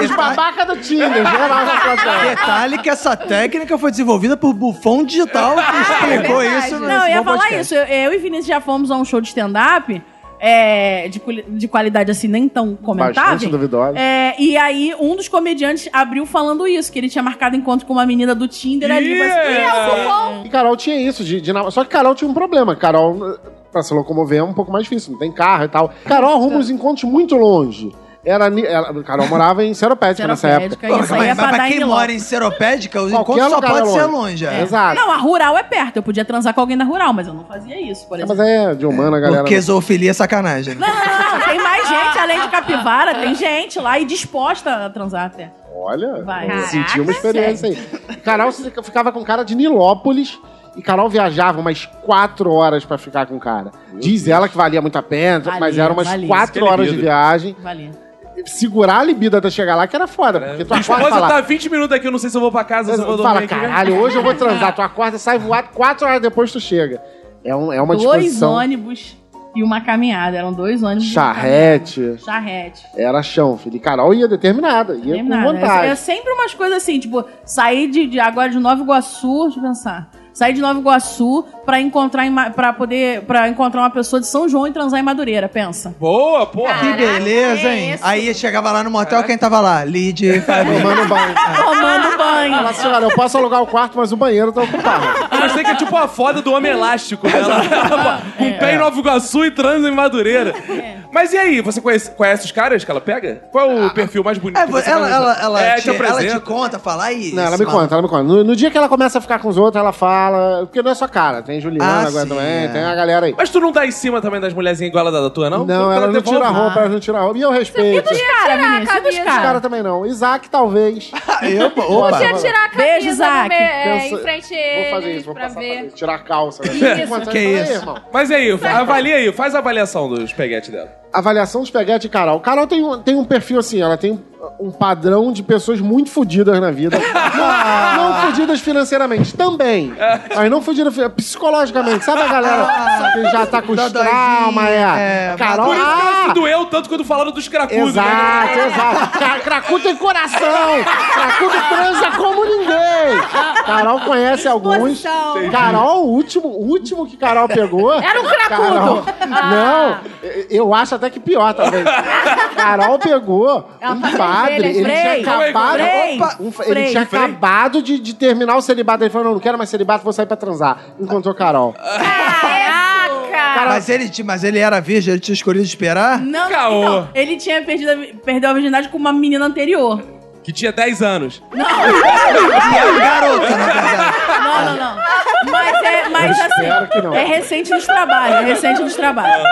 F: Os babaca do Tinder, geral já conhece.
B: Detalhe que essa técnica foi desenvolvida por Bufão Digital, que explicou isso no
G: Ah, é Não, eu ia
B: bom
G: falar isso.
B: podcast.
G: Eu, eu e Vinícius já fomos a um show de stand-up. é, de, quali- de qualidade assim, nem tão
F: Bastante
G: comentável.
F: duvidosa.
G: É, e aí, um dos comediantes abriu falando isso, que ele tinha marcado encontro com uma menina do Tinder ali. tipo assim, mas-
A: Yeah.
F: E Carol tinha isso, de, de nam- só que Carol tinha um problema. Carol, eh, pra se locomover, é um pouco mais difícil, não tem carro e tal. Carol arruma uns encontros muito longe. Era, ni- ela- Carol morava em Seropédica nessa época.
G: Seropédica, isso aí é
B: mas,
G: pra
B: mas
G: dar
B: pra
G: em
B: quem
G: loco.
B: mora em Seropédica, os
F: Qualquer
B: encontros só
F: lugar é
B: pode ser longe. é.
F: Exato.
G: Não, a rural é perto. Eu podia transar com alguém na rural, mas eu não fazia isso, por
F: É,
G: exemplo.
F: mas é de humana, a galera.
B: Porque zoofilia é sacanagem. né?
G: Não, tem mais gente, além de capivara, tem gente lá e disposta a transar até.
F: Olha,
G: Vai.
F: eu
G: Caraca,
F: senti uma experiência aí. Carol se- ficava com cara de Nilópolis e Carol viajava umas quatro horas pra ficar com o cara. Diz ela que valia muito a pena,
G: Valia,
F: mas eram umas
G: valia.
F: quatro
A: Isso que é
F: horas de
A: libido.
F: viagem.
G: Valeu.
F: Segurar a libido até chegar lá que era foda, porque tu
A: Minha
F: acorda e
A: esposa
F: fala,
A: tá 20 minutos aqui, eu não sei se eu vou pra casa, se eu vou
F: Tu
A: dormir
F: fala,
A: aqui. né?
F: caralho, hoje eu vou transar. Tu acorda, sai voado, quatro horas depois tu chega. É, um- é uma
G: Dois
F: disposição.
G: ônibus e uma caminhada. Eram dois ônibus. e uma
F: Charrete.
G: caminhada. Charrete.
F: Era chão, filho. E Carol ia determinada, ia
G: Terminado,
F: com
G: né?
F: vontade.
G: É sempre umas coisas assim, tipo, sair de, de- agora de Nova Iguaçu, deixa eu pensar. Sair de Nova Iguaçu pra encontrar em Ma- pra poder para encontrar uma pessoa de São João e transar em Madureira, pensa.
A: Boa, porra.
B: Que beleza, hein? Aí chegava lá no motel, quem tava lá? Lid,
F: Tomando banho.
G: Tomando banho.
F: Ela disse, olha, eu posso alugar o quarto, mas o banheiro tá ocupado.
A: Eu gostei que é tipo a foda do homem elástico, né? Ela- ela-
H: É.
A: um pé em Nova Iguaçu e transa em Madureira. Mas e aí, você conhece, conhece os caras que ela pega? Qual é o perfil mais bonito?
B: É,
A: que você
B: ela,
A: conhece?
B: ela, ela,
A: é,
B: te,
A: te
B: ela te
A: apresenta.
B: conta, fala isso.
F: Não, ela me
B: mano.
F: conta, ela me conta. No, no dia que ela começa a ficar com os outros, ela fala. Porque não é só cara, tem Juliana
B: Ah,
F: agora
B: sim,
F: também,
B: é.
F: tem a galera aí.
A: Mas tu não tá em cima também das mulherzinhas igual a da tua, não?
F: Não, ela não
A: devolve.
F: tira a roupa, ela não tira a roupa. E eu
H: E
F: respeito.
H: dos caras, Vinícius? E dos
G: camisa?
F: Os
H: caras?
F: caras também não. Isaac, talvez.
B: Eu, pô, opa.
H: Podia tirar a camisa
G: Beijo,
H: no
G: Isaac.
H: meio- é,
F: Pensa-
H: em frente a
F: Vou
H: eles
F: fazer isso, vou
H: pra
F: passar pra
H: ver.
F: ele. Tirar a calça. Né?
H: Isso.
B: Que isso?
A: Mas e aí, avalia aí, faz a avaliação dos peguetes dela.
F: Avaliação dos peguetes de Carol. Carol tem um, tem um perfil assim, ela tem um padrão de pessoas muito fodidas na vida. não, não fodidas financeiramente, também. Mas não fodidas fi- psicologicamente. Sabe a galera que já tá com os
B: Ah. Dodóizinho,
F: trauma, é?
B: é,
F: Carol,
A: Por isso que ela se
F: ah,
A: doeu tanto quando falaram dos cracudos. né?
F: Exato, exato. Ca- Cracu tem coração. Cracu transa como ninguém. Carol conhece alguns. Carol, o último, o último que Carol pegou. Era um cracudo.
G: Ah.
F: Não, eu- eu acho até que pior talvez. Carol pegou um padre. Ele
G: Frei,
F: tinha acabado.
G: Frei,
F: Opa, um-
G: Frei.
F: ele tinha acabado de, de terminar o celibato. Ele falou: não, não quero mais celibato, vou sair pra transar. Encontrou Carol.
H: Caraca!
B: Ah, Mas ele, te- mas ele é- era virgem, ele tinha escolhido esperar?
G: Não,
A: Caô.
G: então, ele tinha perdido a vi- perdeu a virgindade com uma menina anterior.
A: Que tinha 10 anos.
B: E era um garoto, na verdade.
G: Não, não, não. Mas é,
F: Eu
G: mas assim,
F: espero que não.
G: é recente nos trabalhos, é recente nos trabalhos.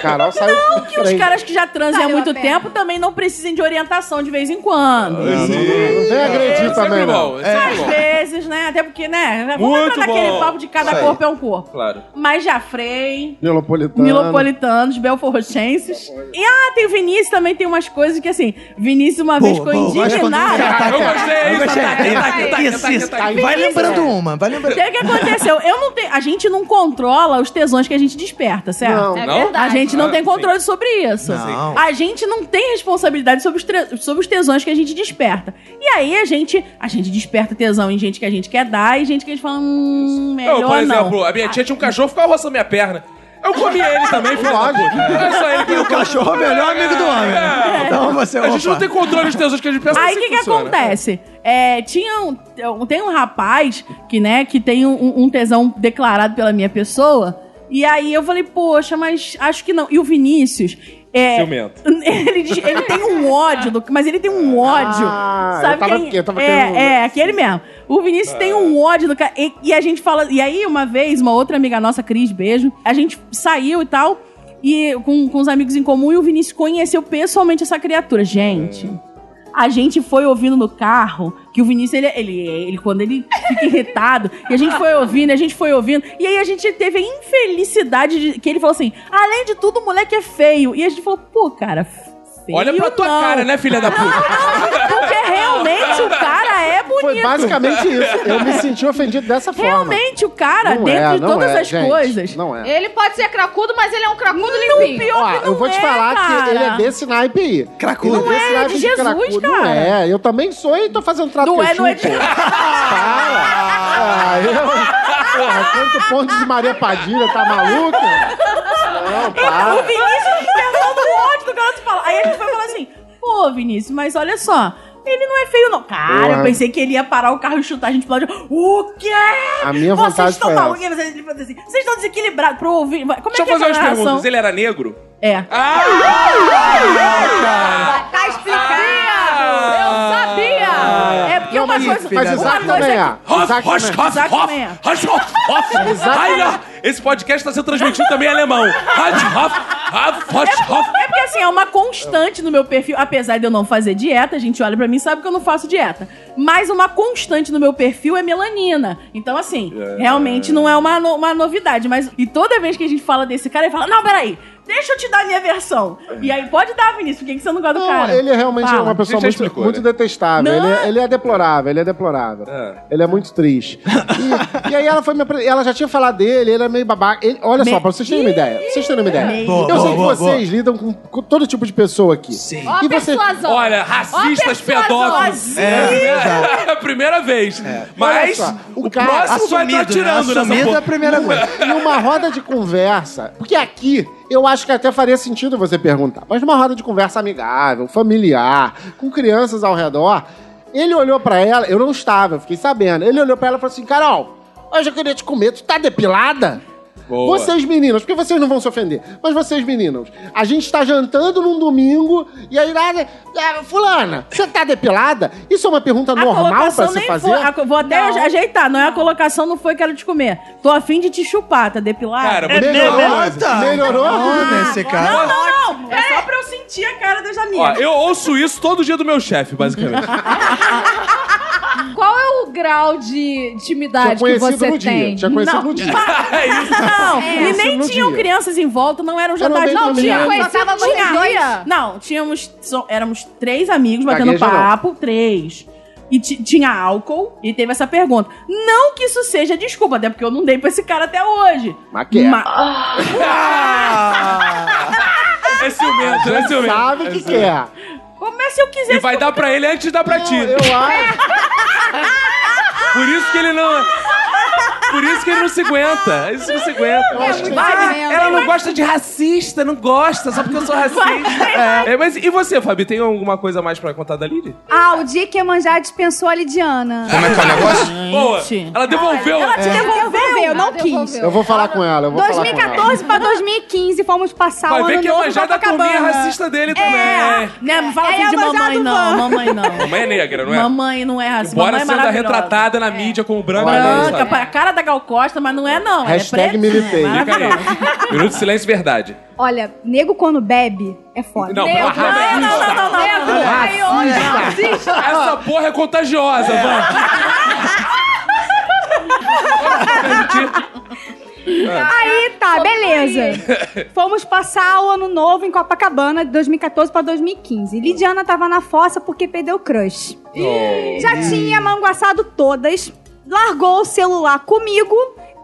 F: Carol saiu. Não,
G: Que os caras que já transam há
H: Valeu
G: muito
H: a pena.
G: tempo também não precisem de orientação de vez em quando.
F: Não, não, não vem agredir
A: sempre
F: também, não.
A: bom, é sempre
G: Às
A: bom.
G: vezes, né? Até porque, né? Vamos
A: Muito
G: entrar naquele
A: bom.
G: papo de cada
B: Isso aí.
G: corpo é um corpo.
A: Claro.
G: Mas já frei,
F: Neopolitano.
G: milopolitanos, belforrochenses. E ah, tem o Vinícius também tem umas coisas que assim, Vinícius uma vez ficou
B: gosto quando você
G: indignado.
B: ataca.
A: Eu gostei, é
B: Eu
A: isso,
B: gostei.
A: ataque, ataque, ataque,
B: Isso,
A: ataque,
B: isso.
A: ataque.
B: Vai lembrando uma, vai lembrando.
G: O que, que aconteceu? Eu não tenho. A gente não controla os tesões que a gente desperta, certo?
F: Não.
H: É
A: Não?
H: verdade.
G: A gente não
A: Ah,
G: tem
A: sim.
G: controle sobre isso.
B: Não.
G: A gente não tem responsabilidade sobre os, tre- sobre os tesões que a gente desperta. E aí a gente, a gente desperta tesão em gente que a gente quer dar e gente que a gente fala, hum, melhor
A: Eu, por exemplo,
G: não.
A: a minha tia tinha um cachorro que ficava roçando minha perna. Eu comi ele também, filho da
F: Lógico.
A: puta. Não é só ele que
B: E o cachorro é o melhor amigo do homem. né? Então você
A: A gente não
B: opa.
A: tem controle dos tesouros que a gente pensa
G: Aí o
A: assim
G: que, que
A: funciona.
G: acontece? É, tinha um, tem um rapaz que, né, que tem um, um tesão declarado pela minha pessoa. E aí eu falei, poxa, mas acho que não. E o Vinícius. É,
A: Ciumento.
G: Ele, diz- ele tem um ódio, do- mas ele tem um ódio.
F: Ah,
G: sabe
F: eu tava-
G: quem-
F: eu tava
G: é,
F: querendo- um
G: é, aquele mesmo. O Vinícius tem um ódio do cara. E, e a gente fala. E aí, uma vez, uma outra amiga nossa, Cris, beijo, a gente saiu e tal. E com, com os amigos em comum, e o Vinícius conheceu pessoalmente essa criatura. Gente. A gente foi ouvindo no carro que o Vinícius, ele, ele, ele- quando ele fica irritado, e a gente foi ouvindo, e a gente foi ouvindo, e aí a gente teve a infelicidade de que ele falou assim: além de tudo, o moleque é feio. E a gente falou, pô, cara, feio.
A: Olha pra tua
G: não.
A: cara, né, filha da puta?
G: Porque realmente o cara é bonito.
F: Foi basicamente isso. Eu me senti ofendido dessa forma.
G: Realmente o cara,
F: Não é,
G: dentro de
F: não
G: todas
F: é,
G: as
F: gente,
G: coisas.
F: Não é.
H: Ele pode ser cracudo, mas ele é um cracudo
G: O
H: limpinho.
G: pior
F: Ó,
G: que não
F: eu vou te
G: é,
F: falar
G: cara.
F: que ele é desse naipe aí.
B: Cracudo.
F: Ele
B: Não
F: desse
G: é,
F: naipe
G: de
F: de
G: Jesus,
F: cracudo, Não
G: cara.
F: é, eu também sou e tô fazendo trato
G: Não
F: com
G: é, não é de-
F: chupo. Para. Ah, eu... Porra, quanto ponto de Maria Padilha, tá maluco? Não, para.
G: O Vinícius pensando no ódio do garoto fala. Aí a gente foi falar assim: pô, Vinícius, mas olha só. Ele não é feio, não. Cara,
F: Porra.
G: eu pensei que ele ia parar o carro e chutar a gente pro lado. de- O quê?
F: A minha
G: Vocês
F: vontade
G: estão
F: foi
G: malucos? Ele fazia assim, Vocês estão desequilibrados pro ouvir. Como é
A: Deixa eu
G: que é
A: fazer
G: essa
A: umas
G: narração?
A: perguntas. Ele era negro?
G: É. Ah!
A: Ah!
H: Tá explicado! Eu
A: Ah.
H: sabia!
G: É porque
F: Não,
G: uma
F: mas-
G: coisa.
F: mas
G: uma
F: Isaac
G: coisa
F: também é.
A: Hoff,
F: Isaac
A: Hoff,
F: também.
A: Hoff,
G: Isaac
A: Hoff,
G: também é.
A: Hoff, Hoff. Ai, não. Esse podcast está sendo transmitido também em alemão. Hoff, Hoff, Hoff, Hoff, Hoff.
G: É porque assim, é uma constante no meu perfil, apesar de eu não fazer dieta, a gente olha pra mim e sabe que eu não faço dieta. Mas uma constante no meu perfil é melanina. Então, assim, realmente não é uma, no- uma novidade. Mas. E toda vez que a gente fala desse cara, ele fala: Não, peraí, deixa eu te dar a minha versão. E aí, pode dar, Vinícius, por que, que você não gosta do
F: Não,
G: cara?
F: ele é realmente
G: Fala.
F: uma pessoa
A: A gente já
F: muito,
A: explicou,
F: muito
A: né?
F: detestável.
G: Não.
F: Ele é, ele é
B: Ah.
F: deplorável, ele é deplorável.
A: É.
F: Ele é muito triste. E, e aí ela foi me apre- Ela já tinha falado dele, ele era meio babaca. Ele- olha só, pra vocês terem uma ideia. Pra vocês terem uma ideia.
B: Boa,
F: eu
B: boa,
F: sei que
B: boa,
F: vocês lidam com, com todo tipo de pessoa aqui.
B: Sim.
H: Ó,
F: E
H: a
F: você-
H: persuasão.
A: Olha, racistas,
H: Ó,
A: pedófilos.
H: persuasão.
B: É, exato.
A: É a primeira vez. Mas
F: É, Olha só,
A: o,
F: o cara
A: próximo vai estar
B: Assumido, né?
A: tirando nessa
B: Assumido é a
A: porra.
B: primeira coisa.
F: E uma roda de conversa, porque aqui eu acho que até faria sentido você perguntar, mas numa roda de conversa amigável, familiar, com crianças ao redor, ele olhou pra ela, eu não estava, eu fiquei sabendo. Ele olhou pra ela e falou assim: Carol, hoje eu queria te comer, tu tá depilada?
A: Boa.
F: Vocês meninos, porque vocês não vão se ofender, mas vocês meninos, a gente tá jantando num domingo e aí, ah, ah, fulana, você tá depilada? Isso é uma pergunta normal pra se fazer?
G: foi. a co- vou até
H: Não.
G: ajeitar. Não é a colocação, não foi quero te comer. Tô afim de te chupar, tá depilado?
A: Cara,
G: é,
A: você-
F: Melhorou? Melhorou?
B: Nesse caso.
G: não, não, não. É só pra eu sentir a cara das amigas.
A: Ó, eu ouço isso todo dia do meu chefe, basicamente.
H: Qual é o grau de
F: Tinha
H: intimidade que
F: conhecido
H: você
F: no
H: tem?
F: dia. Tinha conhecido no dia.
A: é isso.
G: Não, e nem
F: no
G: tinham
F: dia.
G: crianças em volta, não era um jantar
F: bem
G: de
F: Não, tinha
G: domingo.
H: conhecido Só tava vocês
G: Tinha
H: dois?
G: amigo- Não, tínhamos, só- éramos três amigos batendo
F: Gagueja, não.
G: papo, três. E ti- tinha álcool e teve essa pergunta. Não que isso seja desculpa, até porque eu não dei pra esse cara até hoje.
F: Mas que é. Ah,
G: Ma-
A: É ciumento, é ciumento.
F: Sabe o que, que é?
G: como é se eu
A: E
G: quisesse.
A: vai dar pra ele antes de dar pra ti.
F: Eu acho.
A: Por isso que ele não. Por isso que ele não se aguenta. Isso não se
G: É
A: aguenta. Ah, ela
G: né?
A: não gosta de racista, não gosta, só porque eu sou racista. É, mas e você, Fabi, tem alguma coisa mais pra contar da Lili?
D: Ah, o dia que Iemanjá dispensou a Lidiana.
J: Como é que é o negócio?
A: Boa! Ela devolveu. É.
G: Ela te devolveu.
D: Eu não quis.
F: Eu vou falar com ela, eu vou falar com ela.
D: 2014 pra 2015 fomos passar
A: Vai
D: o ano
A: ver que a
D: novo em
A: manjada da turminha é
D: Copacabana.
A: racista dele também.
G: Né, não fala assim
D: É,
G: de
D: é a
G: mamãe,
D: manjada do
G: não.
D: van.
G: Mamãe não.
A: Mamãe é negra, não é?
G: Mamãe não é racista.
A: Bora
G: mamãe é
A: sendo
G: maravilhosa.
A: retratada né? na mídia como branca.
F: Olha aí.
G: Branca, pra- a cara da Gal Costa, mas não é não.
F: Hashtag
G: ela é pretinha,
F: militei.
G: maravilhosa.
A: Minuto de silêncio, verdade.
D: Olha, nego quando bebe é foda.
A: Não,
H: Negro,
A: porra,
G: Não, não, não, não, não.
H: negro, caiu, racista.
A: Essa porra é contagiosa, mano.
D: Aí tá, beleza. Fomos passar o ano novo em Copacabana de 2014 pra 2015. Lidiana tava na fossa porque perdeu o crush. Já tinha manguaçado todas, largou o celular comigo,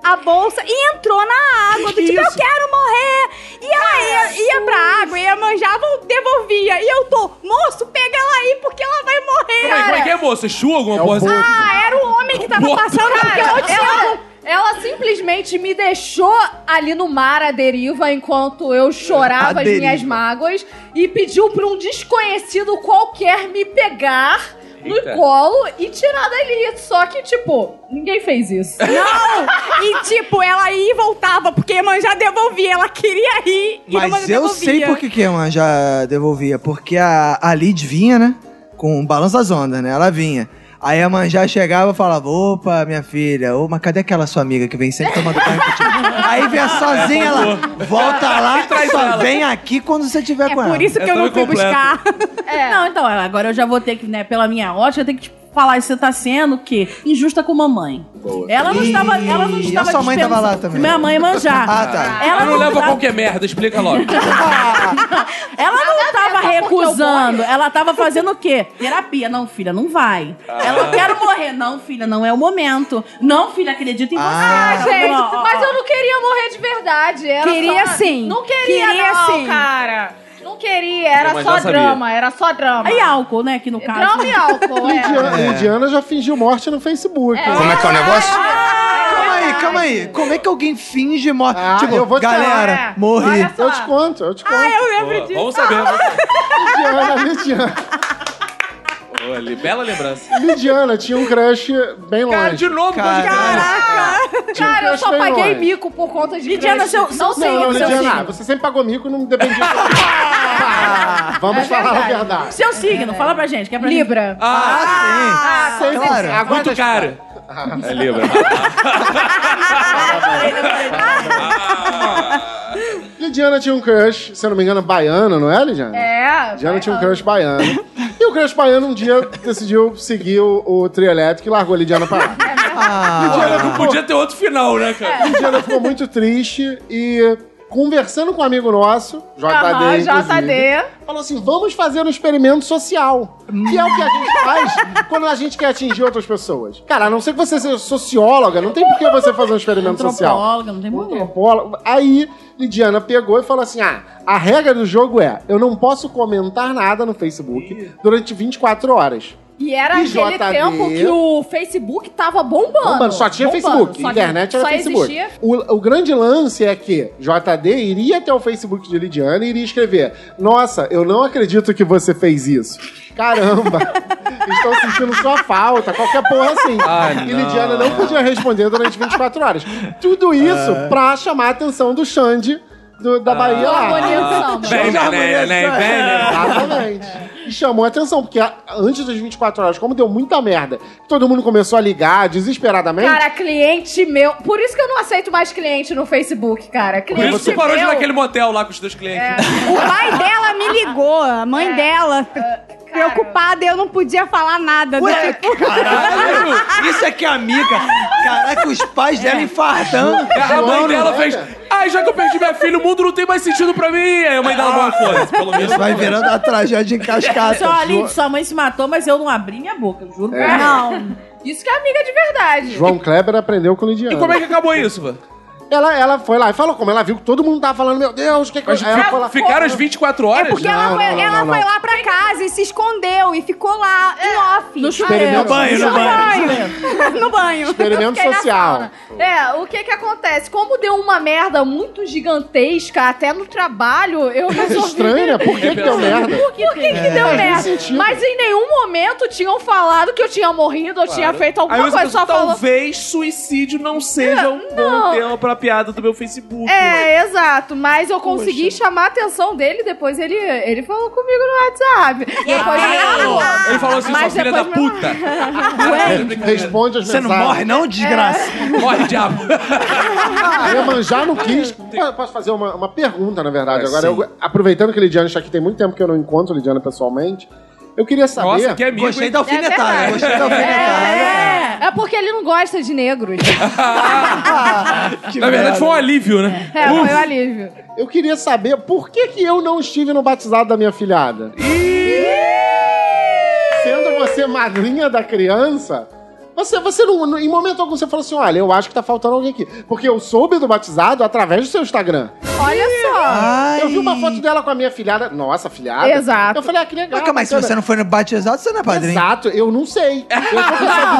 D: a bolsa e entrou na água. Do tipo, eu quero morrer. E aí ia pra água, ia manjava, devolvia. E eu tô, moço, pega ela aí porque ela vai morrer.
A: Como é que é, moço? Chu
C: um
A: alguma porra assim?
D: Ah, era o homem que tava
A: Boa.
D: passando porque eu tinha
H: Ela, ela simplesmente me deixou ali no mar à deriva enquanto eu chorava
B: À
H: as
B: deriva.
H: minhas mágoas e pediu pra um desconhecido qualquer me pegar
A: Eita.
H: no colo e tirar dali. Só que, tipo, ninguém fez isso.
D: Não! E tipo, ela ia e voltava, porque a mãe já devolvia. Ela queria ir e a mãe
B: Mas
D: já
B: eu
D: devolvia.
B: sei por que que a mãe já devolvia. Porque a, a Lid vinha, né? Com o balanço das ondas, né? Ela vinha. Aí a mãe já chegava e falava: opa, minha filha, ô, mas cadê aquela sua amiga que vem sempre tomando banho contigo? Aí vem sozinha, ela volta lá e só vem aquaqui quando você tiver
D: É
B: com ela.
D: por isso
A: É
D: que eu
A: tão
D: não fui
A: incompleto.
D: buscar.
H: É.
G: Não, então, agora eu já vou ter que, né, pela minha ótica, eu tenho que te falar isso. Você tá sendo o quê? Injusta com mamãe. Ela não
B: Ih,
G: estava. Ela não
B: a
G: estava
B: sua mãe
G: dispensando-
B: tava lá também.
G: Minha mãe manjar.
B: Ah, tá.
G: Ela
A: Eu não
G: não,
A: levo a
G: tá-
A: qualquer merda, explica logo.
G: ela não tava
H: porque eu
G: recusando. Ela tava fazendo o quê? Terapia. Não, filha, não vai. Ela
B: Ah.
G: não quero morrer. Não, filha, não é o momento. Não, filha, acredita em você.
B: Ah,
H: Ah, gente,
G: Ó, ó,
H: mas
G: ó.
H: eu não queria morrer de verdade. Era
D: Queria
H: só-
D: sim.
H: Não queria,
D: Queria
H: não,
D: sim.
H: cara. Não queria, era
A: Eu, mas já
H: só
A: sabia.
H: drama, era só drama.
G: Aí álcool, né, que no caso.
H: drama e álcool, é.
F: Lidiana, Lidiana já fingiu morte no Facebook.
J: Como é que é o negócio?
B: Calma aí, calma aí. Como é que alguém finge morte?
F: Ah,
B: tipo,
F: eu vou te
B: galera,
H: falar.
B: morri.
H: Olha só.
F: Eu te conto, eu te conto.
B: Ah,
A: Boa, Vamos saber. vamos saber.
F: Lidiana, Lidiana,
A: Boa, li- bela lembrança.
F: Lidiana tinha um crush bem
A: Cara,
F: longe.
A: de novo,
H: Cara, eu só
F: Crush bem
H: paguei
F: longe.
H: mico por conta de
G: Lidiana,
H: crush.
G: seu-
H: Não
G: seu-
H: sei
F: não, não,
H: o seu
F: Lidiana, ah,
H: signo.
F: você sempre pagou mico e não dependia. Vamos falar a verdade.
G: É Seu signo, fala pra gente. Que é pra gente-
H: Libra.
B: Ah,
A: Ah,
F: Sempre-
B: claro.
F: Agora
A: muito caro. É Libra.
F: Lidiana tinha um crush, se eu não me engano, baiano, não é, Lidiana?
H: É.
F: Lidiana
H: vai
F: tinha um
H: falando.
F: crush baiano. E o crush baiano um dia decidiu seguir o, o trio elétrico e largou a Lidiana pra lá.
G: É.
B: Ah,
A: Não podia ter outro final, né, cara?
F: Lidiana ficou muito triste e conversando com um amigo nosso, JD,
C: Aham,
F: inclusive,
C: JD.
F: falou assim, vamos fazer um experimento social, que é o que a gente faz quando a gente quer atingir outras pessoas. Cara, a não ser que você seja socióloga, não tem por que você fazer um experimento social
G: Antropóloga, não tem problema.
F: antropólogo. Aí Lidiana pegou e falou assim: ah, a regra do jogo é: eu não posso comentar nada no Facebook durante 24 horas.
C: E era
F: E
C: aquele
F: JD.
C: tempo que o Facebook tava bombando.
F: Bombando, só tinha
C: Bombando.
F: Facebook.
C: Só-
F: internet era
C: só
F: Facebook.
C: existia-
F: O, o grande lance é que JD iria até o Facebook de Lidiana e iria escrever: Nossa, eu não acredito que você fez isso. Caramba, estou sentindo sua falta, qualquer porra assim. e Lidiana não podia responder durante 24 horas. Tudo isso pra chamar a atenção do Xande do- da Bahia lá.
C: Harmonização.
A: Bem, né, né, né, bem, né.
F: Exatamente. E chamou a atenção, porque a- antes das 24 horas, como deu muita merda, todo mundo começou a ligar desesperadamente.
C: Cara, cliente meu. Por isso que eu não aceito mais cliente no Facebook, cara.
D: É.
A: Por
C: Cliente
A: isso você parou de ir
C: meu.
A: naquele motel lá com os teus clientes.
D: O pai dela me ligou, a
G: É.
D: mãe
G: Ah,
D: dela. Preocupada, eu não podia falar nada.
B: Ué,
J: Caralho, isso é que é amiga.
B: Caraca, os pais
D: É
B: dela infartando.
A: A mãe dela fez.
F: olha.
A: Ai, já que eu perdi minha filha, o mundo não tem mais sentido pra mim. Aí a mãe dela falou, foda-se, pelo menos.
B: Vai virando a tragédia em cascata.
G: Só ali, sua mãe se matou, mas eu não abri minha boca, eu juro. pra
D: Não.
C: Isso que é amiga de verdade.
F: João Kleber aprendeu com o Lidiano.
A: E como é que acabou isso, Vã?
F: ela, ela foi lá e falou como ela viu que todo mundo tava falando, meu Deus, o que que...
A: Mas
F: Aí ela
A: fi-
F: falou,
A: ficaram as 24 horas?
D: é Porque ela
F: Não,
D: foi,
F: não, não,
D: ela
F: não,
D: foi
F: não.
D: lá pra casa e se escondeu e ficou lá em off.
G: É. No
F: experimento,
G: chuveiro.
A: né?
J: Banho, não banho.
D: no banho.
F: experimento
C: Fiquei na
F: social.
C: sauna. É, o que que acontece? Como deu uma merda muito gigantesca, até no trabalho, eu
F: Mas
C: resolvi...
F: estranho, né? Por que que deu merda?
C: Por que, que deu
F: faz muito
C: merda?
F: sentido.
C: Mas em nenhum momento tinham falado que eu tinha morrido ou tinha feito
A: Aí
C: alguma
A: você
C: coisa,
A: pensou,
C: só falou.
A: talvez suicídio não seja um bom
C: não.
A: tema pra piada do meu Facebook. né?
B: né?
C: É, exato, mas eu consegui chamar a atenção dele, depois ele, ele falou comigo no WhatsApp. Depois ele,
A: Ele falou assim,
C: Mas
A: sua filha da
C: depois meu-
A: puta. Caralho, brincadeira.
F: Responde as
J: Você não
F: mensagens.
J: morre, não, desgraça?
A: Morre, diabo.
F: A Iemanjá não quis. Eu Posso fazer uma, uma pergunta, na verdade.
A: É,
F: Agora,
A: sim.
F: eu- aproveitando que o Lidiano está aqui, tem muito tempo que eu não encontro o Lidiano pessoalmente. Eu queria saber.
A: Nossa, que é amigo,
B: Gostei
A: hein?
B: da alfinetada, gostei da alfinetada.
C: é, é porque ele não gosta de negros.
B: Que
A: Na verdade,
B: merda.
A: foi um alívio, né?
C: É, foi um alívio.
F: Eu queria saber por que, que eu não estive no batizado da minha filhada. Sendo você madrinha da criança. Você, você não, não- Em momento algum você falou assim: olha, eu acho que tá faltando alguém aqui. Porque eu soube do batizado através do seu Instagram.
C: Olha só.
B: Ai.
F: Eu vi uma foto dela com a minha filhada. Nossa, filhada.
C: Exato.
F: Eu falei, ah, que legal.
B: Mas, mas se
F: bacana.
B: você não foi no batizado, você não é padrinho.
F: Exato, eu não sei. Eu estou com essa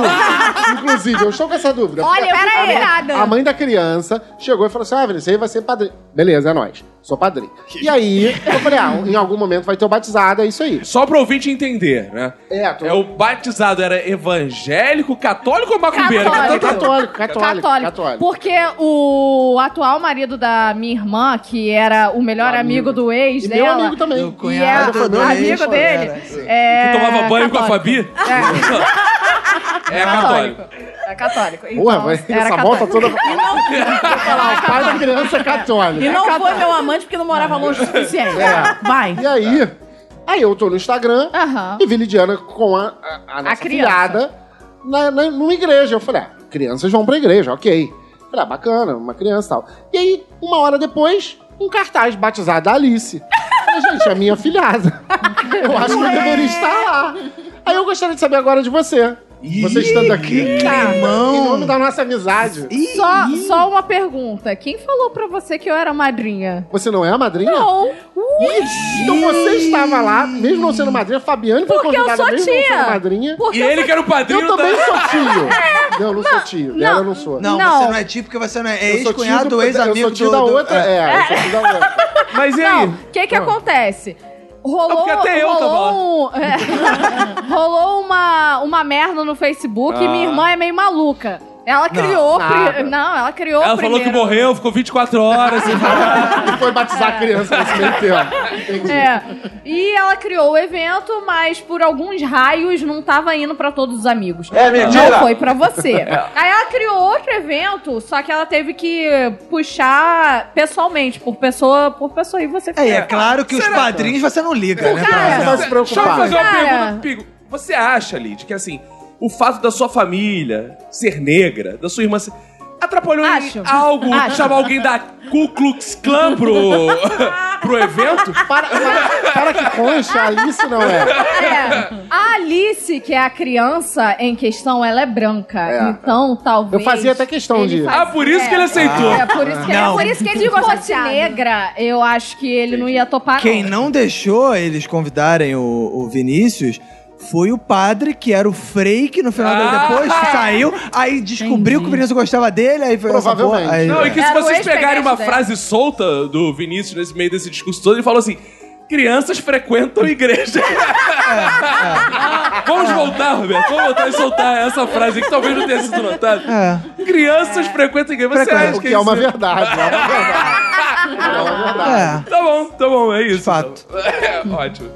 F: dúvida. Inclusive, eu estou com essa dúvida.
D: Olha,
F: Porque
D: pera
F: a
D: aí.
F: mãe- A mãe da criança chegou e falou assim: Ah, Vinícius, aí vai ser padrinho. Beleza, é nóis. Sou padrinho. E aí, eu falei: Ah, em algum momento vai ter o batizado, é isso aí.
A: Só pra ouvir te entender, né?
F: É, tô-
A: É, o batizado era evangélico, católico ou macumbeiro?
C: Católico.
F: Católico, católico,
C: Católico.
F: católico.
C: Porque o atual marido da minha irmã, que era o melhor amigo, do ex
F: E meu
C: dela.
F: amigo também.
B: Meu
C: E
B: cunhado.
C: é
F: Ela foi meu
C: amigo
B: ex,
C: dele.
B: era.
C: É,
A: Que tomava banho com a
C: católico.
A: Fabi? É, católico.
C: É católico. Então,
F: Porra, vai- essa
C: era
F: volta
C: católico.
F: toda. Vou falar, o pai da criança é católico.
G: E não foi
A: um.
G: meu amante porque não morava longe o suficiente.
F: É.
G: Vai.
F: E aí, aí eu tô no Instagram
C: Aham.
F: e vi Lidiana com a, a, a nossa
C: criança.
F: filhada na, na- numa igreja. Eu falei, ah, crianças vão pra igreja, ok. Falei, ah, bacana, uma criança e tal. E aí, uma hora depois, um cartaz batizado da Alice. Falei, gente, é minha filhada. Eu acho
K: é.
F: que eu deveria estar lá. Aí eu gostaria de saber agora de você. Você estando aqui, em nome da nossa amizade.
C: Só, só uma pergunta. Quem falou pra você que eu era madrinha?
F: Você não é a madrinha?
C: Não.
F: Então você estava lá, mesmo não sendo madrinha, Fabiane foi
C: Porque eu
F: convidada
C: sou
F: mesmo não
C: tia.
F: sendo madrinha.
C: Porque É,
A: E ele que era o
F: Eu
A: padrinho
F: também
A: da...
F: sou tio. Não, eu não sou tio. Dela eu não sou.
B: Não,
C: Não.
B: você não é tipo porque você não é
F: Eu sou tio
B: ex-cunhado,
F: do- Eu
B: ex-amigo
F: sou tio
B: do...
F: da
B: do-
F: outra.
B: é.
F: É, eu sou tio da outra.
A: Mas e aí?
C: Não, o que que acontece? Rolou,
A: Ah. É porque até eu tava lá.
C: rolou, um- é, rolou uma, uma merda no Facebook e
A: Ah.
C: minha irmã é meio maluca. Ela criou. pri- Não,
F: nada.
C: ela criou
A: Ela falou
C: primeiro.
A: que morreu, ficou 24 horas.
F: E foi batizar a criança nesse meio tempo. Entendi.
C: É. E ela criou o evento, mas por alguns raios não tava indo pra todos os amigos. É mentira. Não foi pra você.
A: É.
C: Aí ela criou outro evento, só que ela teve que puxar pessoalmente, por pessoa por pessoa e você
B: É, e é claro que os padrinhos você não liga, né?
F: Você vai se
A: Deixa eu fazer
F: preocupar.
A: uma
C: Cara.
A: pergunta, Pigo. Você acha, Lid, que assim, o fato da sua família ser negra, da sua irmã ser... a- atrapalhou em
C: Acho.
A: algo
F: Ah.
C: Acho.
A: chamar alguém da Ku Klux Klan pro, pro evento?
F: Para, para, para que concha, Alice não é.
C: É, a Alice, que é a criança em questão, ela é branca.
F: É.
C: Então,
F: Eu
C: talvez.
F: fazia até questão
C: ele
F: de-
C: faz-
A: Ah, por isso que ele aceitou.
C: É, por isso que, é
B: Não.
C: por isso que ele
D: Ficou
C: fosse
D: chateado.
C: negra, eu acho que ele não ia topar.
B: Quem não deixou eles convidarem o, o Vinícius foi o padre, que era o Frei, que no final do
A: Ah!
B: depois saiu, aí descobriu que o Vinícius gostava dele, aí foi essa
F: Provavelmente.
B: porra, aí- É.
A: Não, e que se
C: Era o
A: vocês
C: ex-peguete
A: pegarem uma
C: dela.
A: frase solta do Vinícius nesse meio desse discurso todo, ele falou assim: crianças frequentam igreja.
B: É,
A: Vamos voltar, Roberto. Vamos voltar e soltar essa frase que talvez não tenha sido notada.
B: É.
A: Crianças frequentam igreja. Você
B: Frequentam,
A: acha
F: O
A: que,
F: que é uma
A: isso-
F: verdade. É uma verdade. É uma verdade.
B: É.
A: Tá bom, tá bom, é isso.
B: Fato.
A: É, ótimo.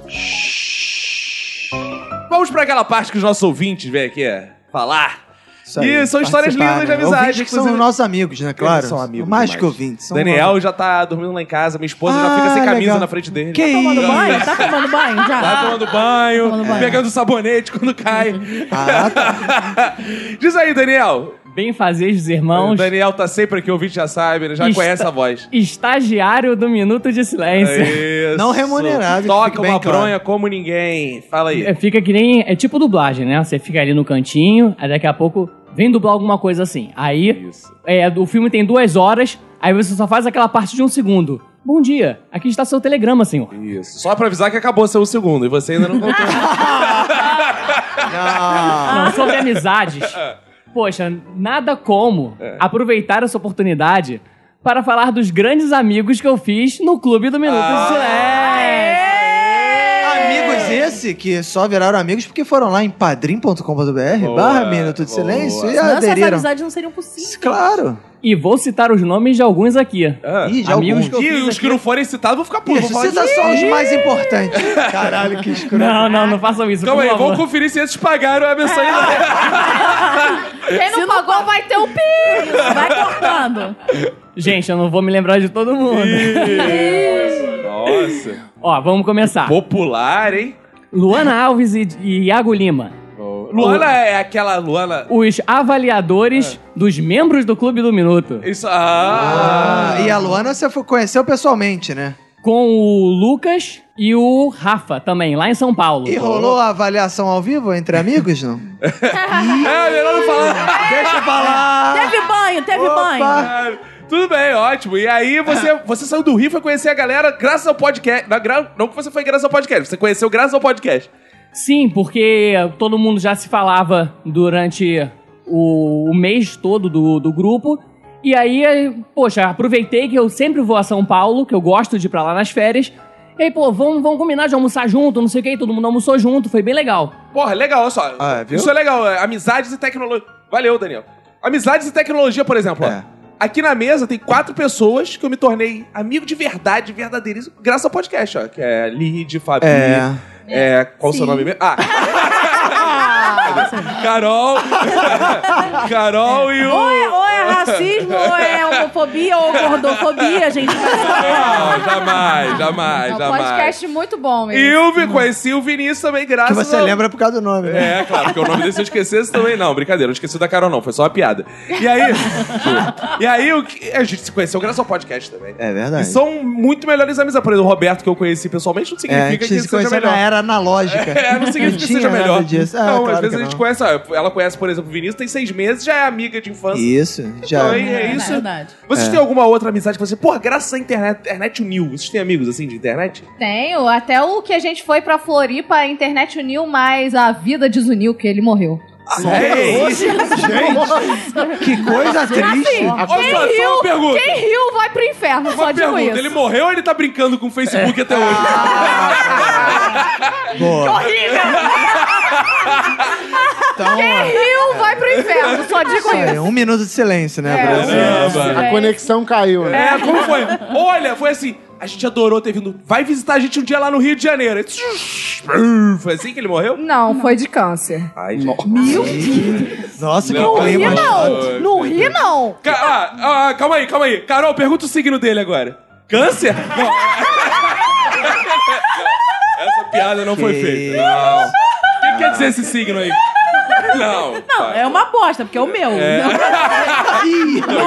A: Vamos pra aquela parte que os nossos ouvintes vêm aqui é, falar.
B: Isso, aí,
A: Ih, são histórias
B: participaram.
A: lindas de amizade,
B: Ouvintes que são
A: inclusive.
B: nossos amigos, né? Claro.
I: são amigos
B: Mais
I: demais.
B: que ouvintes. são
A: Daniel já tá dormindo lá em casa, minha esposa já
B: Ah,
A: fica sem camisa
B: legal.
A: na frente dele.
B: Que
G: Tomando
B: isso?
G: banho? Tá tomando banho? Já.
A: Tá tomando banho,
G: Tomando banho.
A: pegando sabonete quando cai.
B: Ah, tá.
A: Diz aí, Daniel.
K: Bem fazer os irmãos.
A: Daniel tá sempre aqui, ouvinte já sabe, né? já
K: Está-
A: conhece a voz. É
K: Estagiário do Minuto de Silêncio.
A: Isso.
B: Não remunerado, que
A: Toca
B: fique
A: uma
B: bem claro.
A: bronha como ninguém. Fala
K: É,
A: aí.
K: Fica que nem. É tipo dublagem, né? Você fica ali no cantinho, aí daqui a pouco vem dublar alguma coisa assim. Aí
A: Isso.
K: é, o filme tem duas horas, aí você só faz aquela parte de um segundo. Bom dia, aqui está seu telegrama, senhor.
A: Isso. Só pra avisar que acabou seu segundo e você ainda não contou.
B: Não.
K: Não, sobre amizades. Poxa, nada como
B: É.
K: aproveitar essa oportunidade para falar dos grandes amigos que eu fiz no Clube do Minuto é.
A: Ah.
K: de Silêncio.
B: Amigos esse que só viraram amigos porque foram lá em padrim.com.br
A: Boa,
B: barra Minuto de
A: boa.
B: Silêncio e
G: Senão essas
B: aderiram.
G: amizades não seriam possíveis.
B: Claro.
K: E vou citar os nomes de alguns aqui.
A: Ah.
B: Ih, já
K: Amigos
B: alguns.
K: que eu
A: E os que não forem citados vão ficar putos.
B: Isso,
A: vão falar
B: cita
A: assim,
B: só os mais importantes. Caralho, que escroto.
K: Não, não, não façam isso.
A: Calma
K: por
A: aí,
K: favor.
A: vamos conferir se eles pagaram a mensalidade.
C: Quem não pagou vai ter o pi!
G: Vai cortando.
K: Gente, eu não vou me lembrar de todo mundo.
A: Nossa.
K: Ó, vamos começar.
A: Popular, hein?
K: Luana Alves e, e Iago Lima,
A: Luana é aquela Luana. É.
K: os avaliadores dos membros do Clube do Minuto.
A: Isso. Ah!
B: Ah, e a Luana você foi- conheceu pessoalmente, né?
K: Com o Lucas e o Rafa também, lá em São Paulo.
B: E rolou a avaliação ao vivo entre amigos, não?
A: É, melhor não falar.
B: Deixa eu falar!
G: Teve banho, teve
B: Opa!
G: banho.
A: Claro. Tudo bem, ótimo. E aí você, você saiu do Rio e foi conhecer a galera graças ao podcast. Não, gra- não que você foi graças ao podcast, você conheceu graças ao podcast.
K: Sim, porque todo mundo já se falava durante o, o mês todo do, do grupo. E aí, eh, poxa, aproveitei que eu sempre vou a São Paulo, que eu gosto de ir pra lá nas férias. E aí, pô, vamos, vamos combinar de almoçar junto, não sei o que, todo mundo almoçou junto, foi bem legal.
A: Porra, legal, olha só.
B: Ah, é, viu?
A: Isso é legal. é, Amizades e tecnologia. Valeu, Daniel. Amizades e tecnologia, por exemplo. ó.
B: É.
A: Aqui na mesa tem quatro pessoas que eu me tornei amigo de verdade, verdadeiríssimo, graças ao podcast, ó. Que é Lid, Fabi.
B: É.
A: é, qual o seu nome mesmo? Ah! Carol. Carol e o.
G: Ou é, ou é racismo, ou é homofobia, ou gordofobia, gente.
A: Não, jamais, jamais,
C: É um
A: jamais.
C: podcast muito bom,
A: E
C: hein?
A: eu vi- conheci o é Vinícius também,
B: Que
A: graças
B: você
A: ao-
B: lembra por causa do nome, né?
A: É, claro, porque o nome desse eu esquecesse também. Não, brincadeira, eu esqueci da Carol, não. Foi só uma piada. E aí. e aí, o que- a gente se conheceu graças ao podcast também.
B: É
A: E
B: verdade.
A: são muito melhores amizades. Por exemplo, o Roberto, que eu conheci pessoalmente, não significa
B: É, a gente
A: que
B: se
A: seja
B: conheceu
A: melhor.
B: na era analógica.
A: É, não significa que
B: tinha
A: seja
B: nada
A: melhor.
B: disso. Ah,
A: não,
B: claro
A: às
B: que
A: vezes a gente
B: não.
A: conhece. ó, Ela conhece, por exemplo, o Vinícius, tem seis meses, já é amiga de infância.
B: Isso, já.
A: Então, é, é isso.
G: verdade.
A: Vocês têm alguma outra amizade que você, porra, graças à internet, internet uniu. Vocês têm amigos assim de internet?
C: Tenho, até o que a gente foi pra Floripa, a internet uniu, mas a vida desuniu, que ele morreu.
A: É isso.
B: Ah, Que coisa triste.
A: Olha só, só uma pergunta.
C: assim, Quem riu vai pro inferno, só
A: Uma
C: digo
A: pergunta,
C: isso.
A: ele morreu ou ele tá brincando com o Facebook
B: É.
A: até hoje?
B: Boa.
C: Horrível!
B: Então, ó,
C: Riu, vai pro inferno, só digo
B: isso aí,
C: isso.
B: um minuto de silêncio, né,
C: É,
B: Brasil?
A: Caramba.
F: A conexão caiu, né?
A: É, como foi? Olha, foi assim. A gente adorou ter vindo. Vai visitar a gente um dia lá no Rio de Janeiro. Aí, tsh, brrr, Foi assim que ele morreu?
C: Não, foi de câncer.
A: Ai, gente.
B: Nossa, que
A: Não,
B: clima.
A: não.
C: não! Não ri, não!
A: Ca- ah, ah, calma aí, calma aí. Carol, pergunta o signo dele agora. Câncer? Não. Essa piada não foi
B: Que
A: feita. Não. O que quer dizer esse signo aí? Não, tá.
G: Não, é uma aposta, porque é o meu.
A: É.
G: Não,
A: Não,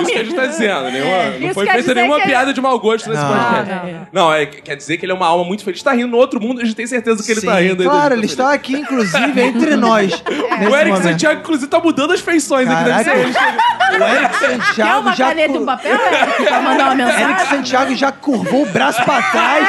A: isso que a gente tá dizendo. Nenhuma,
G: É.
A: não
G: Isso
A: foi
G: quer
A: feita
G: dizer
A: nenhuma
G: que ele-
A: piada de mau gosto nesse
G: Não.
A: podcast.
G: Não,
A: Não, é, quer dizer que ele é uma alma muito feliz. Tá rindo no outro mundo, a gente tem certeza que ele
B: Sim,
A: tá rindo.
B: claro, ele está aqui, inclusive, entre nós.
A: É. O
B: nesse
A: Eric
B: momento.
A: Santiago, inclusive, tá mudando as feições aqui. Deve
B: Caraca.
A: ser ele.
B: O Eric Santiago
G: Quer uma
B: já
G: caneta e um papel, Eric, pra mandar uma mensagem?
B: Eric Santiago já curvou o braço pra trás,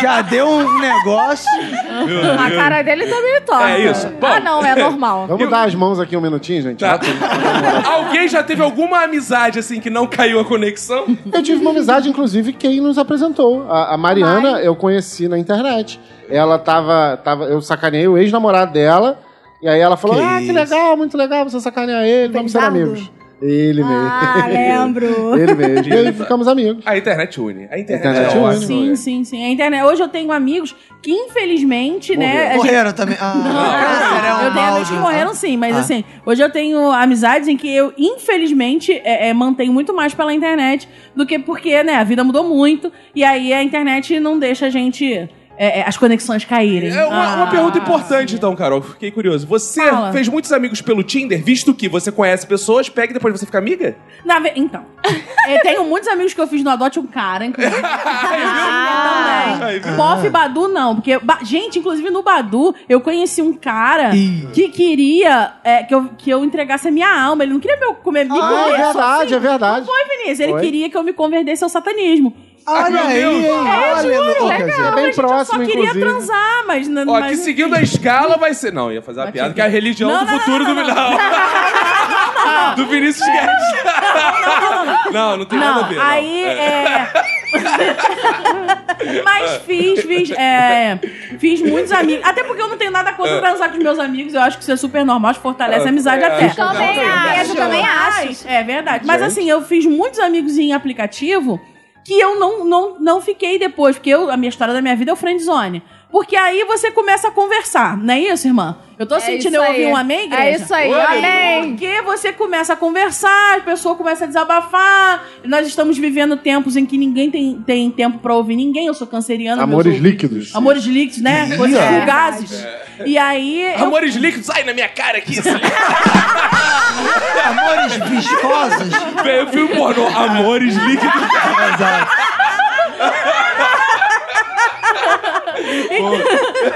B: já deu um negócio.
C: A cara dele tá meio torta.
A: É isso. Bom.
C: ah, não, é normal. Tá.
F: Vamos dar as mãos aqui um minutinho, gente?
A: Alguém já teve alguma amizade, assim, que não caiu a conexão?
F: Eu tive uma amizade, inclusive, quem nos apresentou. A, a Mariana eu conheci na internet. Ela tava. tava eu sacaneei o ex-namorado dela. E aí ela falou:
J: Que
F: Ah, que
J: isso.
F: legal, muito legal você sacanear ele, vamos ser
J: Bernardo?
F: amigos. Ele mesmo.
D: Ah, lembro.
F: Ele mesmo. E aí ficamos amigos.
A: A internet une. A internet,
F: internet
A: é
F: une.
A: ótima.
G: Sim, sim, sim. A internet. Hoje eu tenho amigos que, infelizmente, né. a gente-
B: Morreram também. Ah, câncer é um
G: eu tenho
B: mal
G: amigos que
B: de-
G: morreram sim, mas
B: Ah.
G: assim, hoje eu tenho amizades em que eu, infelizmente, é, é, mantenho muito mais pela internet do que porque, né, a vida mudou muito e aí a internet não deixa a gente. é, é, as conexões caírem.
A: É uma, uma
G: Ah.
A: pergunta importante, então, Carol. Fiquei curioso. Você
G: Fala.
A: fez muitos amigos pelo Tinder, visto que você conhece pessoas, pega e depois você fica amiga?
G: Na ve- Então, eu tenho muitos amigos que eu fiz no Adote um Cara, inclusive.
A: Aí, viu?
G: Também. Pof e Badu, não. Porque, ba- gente, inclusive no Badu, eu conheci um cara
B: Ih.
G: que queria é, que, eu, que eu entregasse a minha alma. Ele não queria meu, comer, me
F: Ah, é
G: comer. só
F: verdade, é verdade.
G: assim, Foi, Vinícius. Ele
F: Foi.
G: queria que eu me convertesse ao satanismo. É,
B: Olha
A: Ai,
B: aí,
A: meu
B: hein?
A: Deus.
B: Olha, Lu- quer dizer,
F: É bem próximo,
G: eu só queria
F: inclusive.
G: transar, mas... n-
A: Ó,
G: mas
A: aqui
G: enfim.
A: seguindo a escala vai ser. Não, ia fazer uma piada que é a religião
G: Não,
A: do
G: não,
A: futuro do Não. Do Vinícius Guedes. Não, não tem
G: Não,
A: nada a ver. não.
G: aí
A: É.
G: é. Mas fiz, fiz. é, Fiz muitos amigos. Até porque eu não tenho nada contra transar com os meus amigos. Eu acho que isso é super normal, acho que fortalece a amizade
A: É,
G: até.
A: acho que não.
C: Também ah.
D: Eu também acho.
G: Mas, é verdade. Mas assim, eu fiz muitos amigos em aplicativo que eu não, não, não fiquei depois, porque eu, a minha história da minha vida é o friendzone. Porque aí você começa a conversar, não é isso, irmã? Eu tô
C: É
G: sentindo
C: isso
G: eu ouvir
C: aí.
G: um amém, igreja?
C: É isso aí,
A: Oi.
C: amém.
G: Porque você começa a conversar, a pessoa começa a desabafar. Nós estamos vivendo tempos em que ninguém tem, tem tempo pra ouvir ninguém. Eu sou canceriana. meus
F: Amores
G: ouvidos-
F: líquidos. é.
G: Amores líquidos, né? Coisas fugazes. E aí. eu-
A: É. Amores líquidos, sai na minha cara aqui. assim. esse líquido.
B: amores viscosos.
A: Veio filme pornô. Amores líquidos.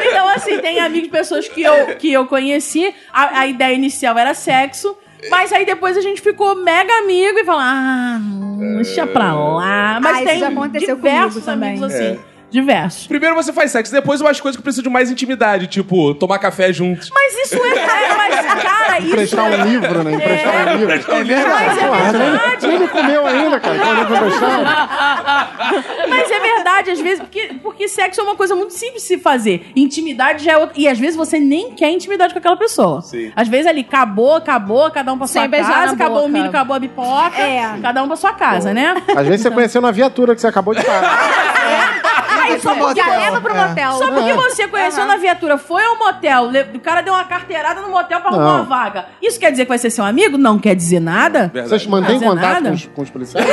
G: Então, assim, tem amigos, pessoas que eu, que eu conheci. A, a ideia inicial era sexo. Mas aí depois a gente ficou mega amigo e falou: ah, não, deixa pra lá. Mas
D: Ah, isso
G: tem
D: já aconteceu
G: diversos
D: comigo também.
G: amigos
F: É.
G: assim. Diversos.
A: Primeiro você faz sexo, depois umas coisas que precisam de mais intimidade, tipo tomar café juntos.
G: Mas isso é. é mas, cara, isso
F: Emprestar
G: é.
F: um livro, né? Emprestar um livro.
B: É verdade.
G: Mas é verdade.
F: Ele comeu ainda, cara. Quer olhar pra emprestar?
G: Mas é verdade, às vezes, porque, porque sexo é uma coisa muito simples de se fazer. Intimidade já é outra. E às vezes você nem quer intimidade com aquela pessoa.
A: Sim.
G: Às vezes ali, acabou, acabou, cada um pra
C: Sem
G: sua
C: beijar
G: casa,
C: na
G: acabou
C: boca.
G: o milho, acabou a pipoca,
D: É.
G: cada um pra sua casa, né?
F: Às vezes você conheceu na viatura que você acabou de parar.
B: Aí só
D: Já leva
A: É.
D: pro motel.
G: Só porque você conheceu na viatura, foi ao motel, le- o cara deu uma carteirada no motel pra arrumar
F: Não.
G: uma vaga. Isso quer dizer que vai ser seu amigo? Não quer dizer nada.
F: Vocês
A: Verdade.
F: mantêm
G: Fazer
F: contato
G: nada?
F: com os, com os policiais?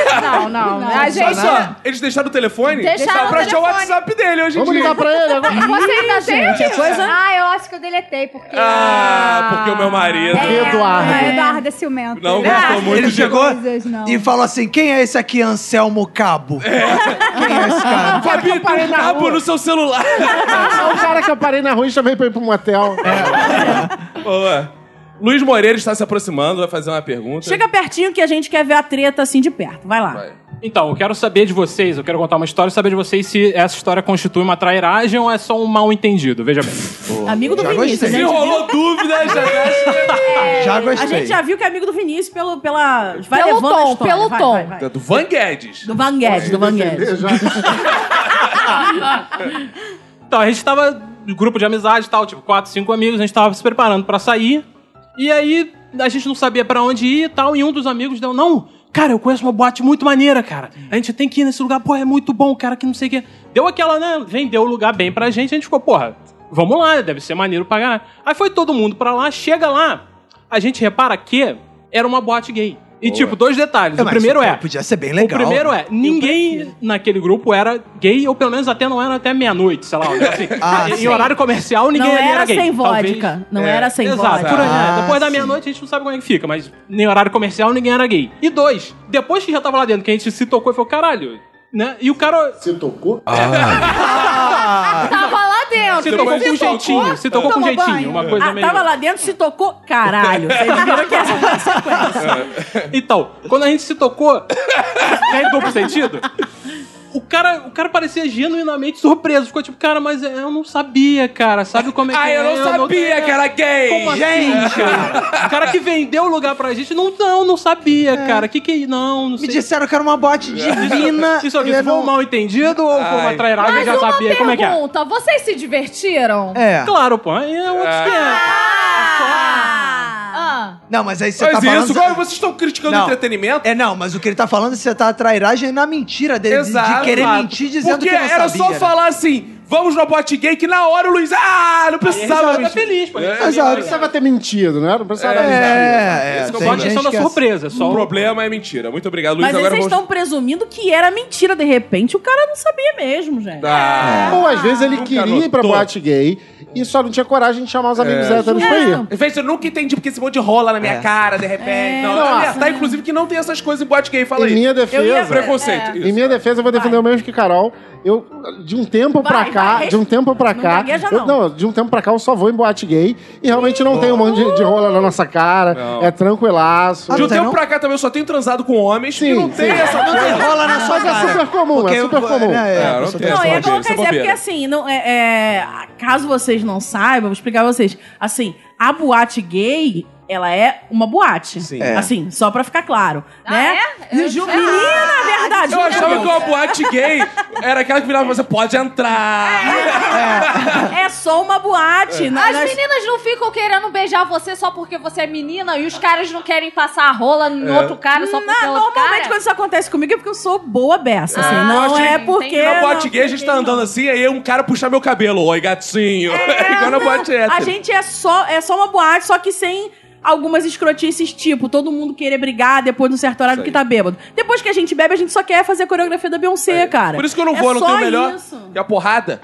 F: né?
C: Não, não. a gente.
A: Só, eles deixaram o telefone
C: Deixaram
A: só pra
C: o
A: achar o
C: telefone.
A: WhatsApp dele hoje em
F: Vamos
A: dia.
F: ligar pra ele agora.
C: Você ainda tem
G: gente, é coisa-
D: Ah, eu acho que eu deletei, porque.
A: Ah, porque o meu marido.
F: É. Eduardo.
D: É, Eduardo é ciumento.
A: Não gostou muito
B: Ele
A: de-
B: chegou
D: Coisas, não.
B: e falou assim: quem é esse aqui, Anselmo Cabo? Quem é esse cara?
A: Fabi, tem
F: parei na
A: cabo
F: rua.
A: no seu celular.
F: É o cara que eu parei na rua e chamei pra ir pro motel.
A: Boa. Luiz Moreira está se aproximando, vai fazer uma pergunta.
G: Chega pertinho que a gente quer ver a treta assim de perto. Vai lá.
A: Vai.
L: Então, eu quero saber de vocês, eu quero contar uma história e saber de vocês se essa história constitui uma trairagem ou é só um mal entendido. Veja bem.
G: Amigo do
B: Já
G: Vinícius.
B: gostei.
G: né?
A: Se rolou dúvida, já
L: né?
B: Já
G: A
B: gostei.
G: gente já viu que é amigo do Vinícius pelo, pela. Vai
C: Pelo
G: levando a
C: tom,
G: história.
C: pelo
G: Vai,
C: tom.
G: vai, vai.
A: Do Van Guedes.
G: Do Van Guedes, do Van Guedes.
F: Já-
L: Então, a gente tava de grupo de amizade e tal, tipo, quatro, cinco amigos, a gente tava se preparando pra sair. E aí, a gente não sabia pra onde ir e tal, e um dos amigos deu, não, cara, eu conheço uma boate muito maneira, cara. A gente tem que ir nesse lugar, porra, é muito bom, cara, que não sei o quê. Deu aquela, né, vendeu o lugar bem pra gente, a gente ficou, porra, vamos lá, deve ser maneiro pra caralho. Aí foi todo mundo pra lá, chega lá, a gente repara que era uma boate gay. E, tipo, dois detalhes.
B: É,
L: o
B: mas
L: primeiro
B: isso
L: é.
B: Podia ser bem legal.
L: O primeiro
B: né?
L: é, ninguém naquele grupo era gay, ou pelo menos até não era até meia-noite, sei lá. um negócio Assim,
G: Ah,
L: Em
G: sim.
L: horário comercial, ninguém
G: Não
L: ali
G: era
L: gay.
G: sem
L: Talvez-
G: vodka. Não era sem
L: Exato,
G: vodka.
L: por aí, né?
G: Ah,
L: Depois da
G: sim.
L: meia-noite a gente não sabe como é que fica, mas em horário comercial ninguém era gay. E dois, depois que já tava lá dentro, que a gente se tocou e falou, caralho, né? E o cara. Se tocou?
G: Ah.
H: Tava lá dentro.
L: Se tocou
H: Ele
L: com jeitinho, se tocou com
H: tomou
L: jeitinho,
H: banho.
L: uma coisa
G: Ah,
L: meio-
G: tava lá dentro, se tocou. Caralho, vocês viram que essa foi a sequência.
L: Então, quando a gente se tocou, é em duplo sentido. O cara, o cara parecia genuinamente surpreso. Ficou tipo, cara, mas eu não sabia, cara. Sabe como é que
A: Ah,
L: é?
A: eu não sabia que era gay.
L: Como assim,
A: Gente.
L: cara? O cara que vendeu o lugar pra gente, não, não, não sabia, cara. Que que... Não, não
J: Me
L: sei. É.
J: disseram que era uma boate divina.
L: Isso
J: e
L: aqui
J: eu
L: foi
J: não-
L: um mal entendido ou foi uma
J: Ai.
L: trairagem? Eu
H: Mas
L: já
H: uma
L: sabia. Como é que é?
H: pergunta, vocês se divertiram?
B: É.
L: Claro, pô. Aí é outro esquema.
H: Ah.
B: Não, mas aí você
A: Mas
B: tá falando...
A: isso, como vocês estão criticando o entretenimento?
B: É, não, mas o que ele tá falando é que você tá a trairagem na mentira dele. de- De,
A: Exato.
B: querer mentir dizendo
A: Porque
B: que não
A: era
B: sabia. né?
A: só falar assim, vamos no bote gay, que na hora o Luiz, ah, não precisava.
L: Tá feliz, pô.
A: É.
F: Exato. Não precisava ter mentido, né? Não precisava
A: É,
L: Esse que eu gosto é a questão da
F: assim.
L: surpresa. Só
A: O problema é mentira. Muito obrigado, Luiz.
G: Mas aí
A: agora
G: vocês
A: vamos...
G: estão presumindo que era mentira. De repente, o cara não sabia mesmo, gente.
A: Ah.
F: Ou às vezes ele
A: Nunca
F: queria ir pra
A: notou.
F: boate gay e só não tinha coragem de chamar os amigos
A: É.
F: héteros pra ir. É.
A: Vê, eu nunca entendi porque esse monte de rola na minha cara, de repente. não, eu
F: Nossa.
A: quero alertar, inclusive, que não tem essas coisas em boate gay. Fala
F: Em
A: aí.
F: minha defesa. É,
A: é. Preconceito.
F: Em minha defesa, eu vou defender o mesmo que Carol. Eu, de um tempo
G: Vai,
F: pra
G: vai,
F: cá,
G: res-
F: de um tempo pra
G: Não
F: cá.
G: gagueja,
F: eu-
G: não.
F: de um tempo pra cá eu só vou em boate gay e realmente não tem um monte de, de rola na nossa cara. É tranquilaço.
A: De um tempo pra cá também eu só tenho transado com homens e não tem
F: sim.
A: essa
F: Não tem
A: coisa.
F: rola na sua Mas é cara. super comum, é
A: Porque-
F: super comum.
A: É,
F: É,
A: não
F: eu sou
A: tem
G: Não,
A: essa
G: é
A: bobeira,
G: como
A: essa
G: quer dizer, porque
A: bobeira.
G: assim, não, é, é, caso vocês não saibam, vou explicar pra vocês. Assim, a boate gay, ela é uma boate. Sim.
A: É.
G: Assim, só pra ficar claro. né? É? Menina, é verdade.
A: Eu achava
G: meu
A: Ah, que uma boate gay era aquela que virava você pode entrar.
G: É só uma
A: É.
G: boate. né?
H: As
G: Nós-
H: meninas não ficam querendo beijar você só porque você é menina e os caras não querem passar a rola no
G: É.
H: outro cara só porque é
G: Não,
H: outro
G: normalmente
H: cara.
G: quando isso acontece comigo é porque eu sou boa beça. assim,
H: Ah,
G: não
H: achei-
G: é porque.
A: E na
G: não-
A: boate gay a gente tá andando assim, aí um cara puxa meu cabelo. Oi, gatinho. Igual na boate hétero.
G: É, A gente é só, é só uma boate, só que sem algumas escrotices, tipo, todo mundo querer brigar depois de um certo horário que tá bêbado. Depois que a gente bebe, a gente só quer fazer a coreografia da Beyoncé, cara.
A: Por isso que eu não
G: É
A: vou, não
G: só
A: tenho melhor.
G: isso.
A: Que é a porrada.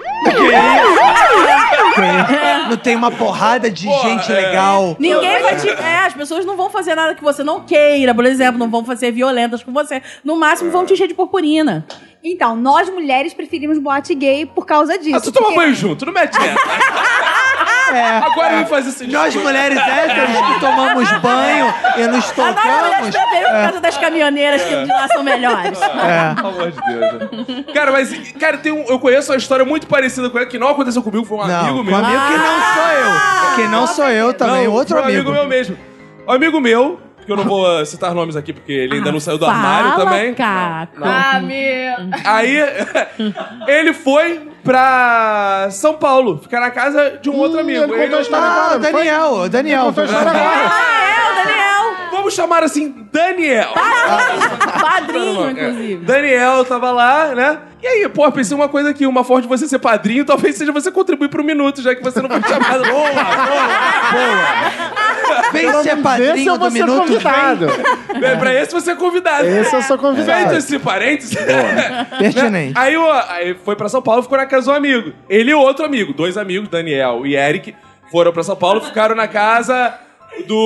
B: Tem- é Não tem uma porrada de gente
A: é.
B: legal.
G: Ninguém vai te. É, as pessoas não vão fazer nada que você não queira, por exemplo, não vão ser violentas com você. No máximo vão te encher de purpurina.
D: Então, nós mulheres preferimos boate gay por causa disso.
A: Ah, tu toma
D: porque-
G: é.
A: banho junto, não mete nessa. Agora assim, me faz esse
B: É. Nós mulheres héteros que tomamos banho e nos
G: Agora
B: tocamos. É.
G: já por
A: É.
G: causa das caminhoneiras que de lá são melhores.
A: Pelo amor de Deus. né? Cara, mas, cara, tem um, eu conheço uma história muito parecida com ela, que não aconteceu comigo, foi um amigo meu.
B: Um amigo que não sou
G: Ah!
B: eu. Que não sou eu também,
A: Não,
B: outro
A: foi um
B: amigo.
A: meu mesmo. Um amigo meu, que eu não vou ah, citar nomes aqui porque ele ainda não saiu do
G: Fala,
A: armário também.
G: Caco.
H: Ah, meu.
A: Aí, ele foi pra São Paulo, ficar na casa de um outro amigo.
F: ele contou a história
A: não-
F: agora,
B: Ah,
F: não foi?
B: Daniel, Daniel.
F: Contou a história agora.
G: É, o Daniel!
A: Vamos chamar assim, Daniel.
B: Ah,
G: Padrinho,
A: É.
G: inclusive.
A: Daniel tava lá, né? E aí, pô, pensei uma coisa aqui, uma forma de você ser padrinho, talvez seja você contribuir pro minuto, já que você não foi chamado. boa, boa,
B: Vem ser
F: Esse eu
B: padrinho
F: vou ser
B: do Minuto
F: convidado.
A: boa. É, pra esse você é convidado.
F: Esse eu sou convidado.
A: Feito esse parênteses. Né?
B: Pertinente.
A: Aí, ó, aí foi pra São Paulo, ficou na casa de um amigo. Ele e outro amigo, dois amigos, Daniel e Eric, foram pra São Paulo, ficaram na casa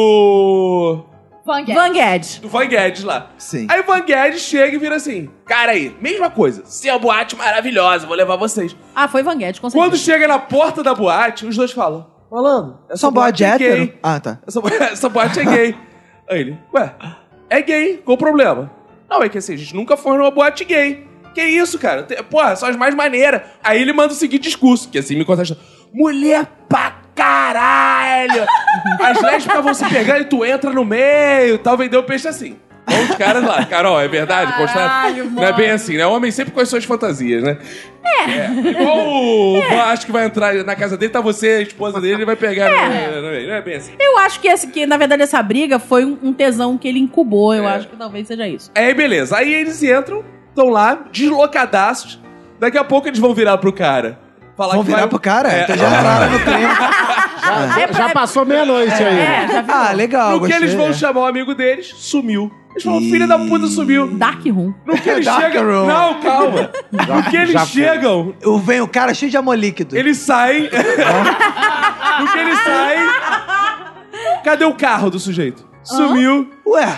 A: do.
H: Vanguard.
G: Van Guedes.
A: do Van Guedes lá.
B: Sim.
A: Aí o Van Guedes chega e vira assim: Cara, aí, mesma coisa. Se é uma boate maravilhosa, vou levar vocês.
G: Ah, foi Van Guedes, com certeza.
A: Quando chega na porta da boate, os dois falam: Malandro, essa
B: São boate
A: é
B: hétero?
A: gay.
B: Ah, tá.
A: Essa, bo- essa boate é gay. Aí ele: Ué, é gay, qual o problema? Não, é que assim, a gente nunca foi numa boate gay. Que isso, cara? Tem- Porra, são as mais maneiras. Aí ele manda o seguinte discurso, que assim me contesta: Mulher pra caralho! As lésbicas vão se pegar e tu entra no meio e tal, vendeu peixe assim. Então os caras lá, Carol, é verdade? Constata-
H: Caralho,
A: Não é bem assim, né? O homem sempre com as suas fantasias, né? Igual o Vasco que vai entrar na casa dele, tá você, a esposa dele, ele vai pegar. Não, não, não é bem assim.
G: Eu acho que, esse, que, na verdade, essa briga foi um um tesão que ele incubou. Eu
A: É.
G: acho que talvez seja isso.
A: Aí, beleza. Aí eles entram, estão lá, deslocadaços. Daqui a pouco eles vão virar pro cara. Falar
B: Vão
A: que
B: virar
A: vai-
B: pro cara?
A: É.
B: Então já entraram no tempo.
F: Já, já passou meia-noite
A: É,
F: aí.
B: ah, legal.
A: No que
B: gostei,
A: eles vão
B: é.
A: chamar o amigo deles, sumiu. Eles falam, filha da puta sumiu.
G: Dark Room.
A: No que eles chegam. Não, calma. No que eles chegam.
B: Eu venho o cara é cheio de amor líquido.
A: Eles saem. no que eles saem. Cadê o carro do sujeito? Sumiu.
B: Ué.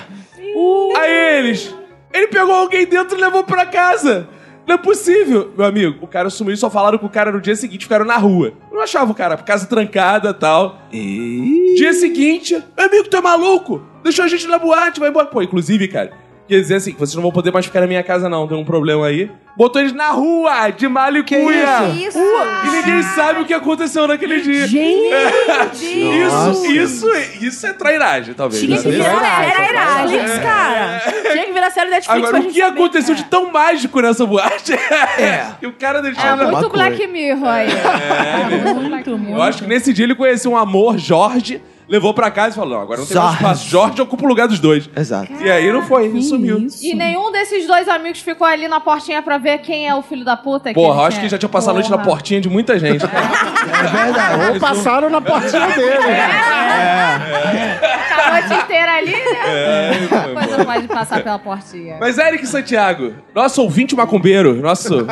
A: Aí eles. Ele pegou alguém dentro e levou pra casa. Não é possível, meu amigo. O cara sumiu e só falaram com o cara no dia seguinte, ficaram na rua. Não achava o cara, casa trancada tal. Dia seguinte, meu amigo, tu é maluco? Deixou a gente na boate, vai embora. Pô, inclusive, cara, quer dizer assim, vocês não vão poder mais ficar na minha casa, não. Tem um problema aí. Botou eles na rua, de malho e cuia.
D: Isso.
A: E ninguém sabe o que aconteceu naquele dia. É.
G: Gente!
A: isso, isso, isso é trairagem, talvez.
G: Tinha que
A: Isso é
G: virar
A: trairagem.
G: série da Netflix,
A: É.
G: cara. Tinha que virar série da Netflix
A: Agora,
G: pra
A: o
G: gente
A: que é
G: saber.
A: aconteceu de tão mágico nessa boate é que o cara deixou...
C: É
A: na-
C: muito
B: coisa.
C: Black Mirror aí.
H: é.
G: Muito,
A: É, Eu
G: muito.
A: acho que nesse dia ele conheceu um amor, Jorge, levou pra casa e falou, não, agora não tem mais
B: Jorge.
A: espaço. Jorge ocupa o lugar dos dois.
B: Exato.
A: E aí não foi, ele
G: Que
A: sumiu.
G: isso?
C: E nenhum desses dois amigos ficou ali na portinha pra ver quem é o filho da puta.
A: Porra,
C: ele
A: acho que
C: é.
A: já tinha passado a noite na
C: Porra.
A: portinha de muita gente.
B: É verdade.
F: Ah, Ou passaram na portinha dele. né?
H: É,
C: A noite inteira ali,
A: É,
C: né? Coisa não pode passar pela portinha.
A: Mas Eric Santiago, nosso ouvinte macumbeiro, nosso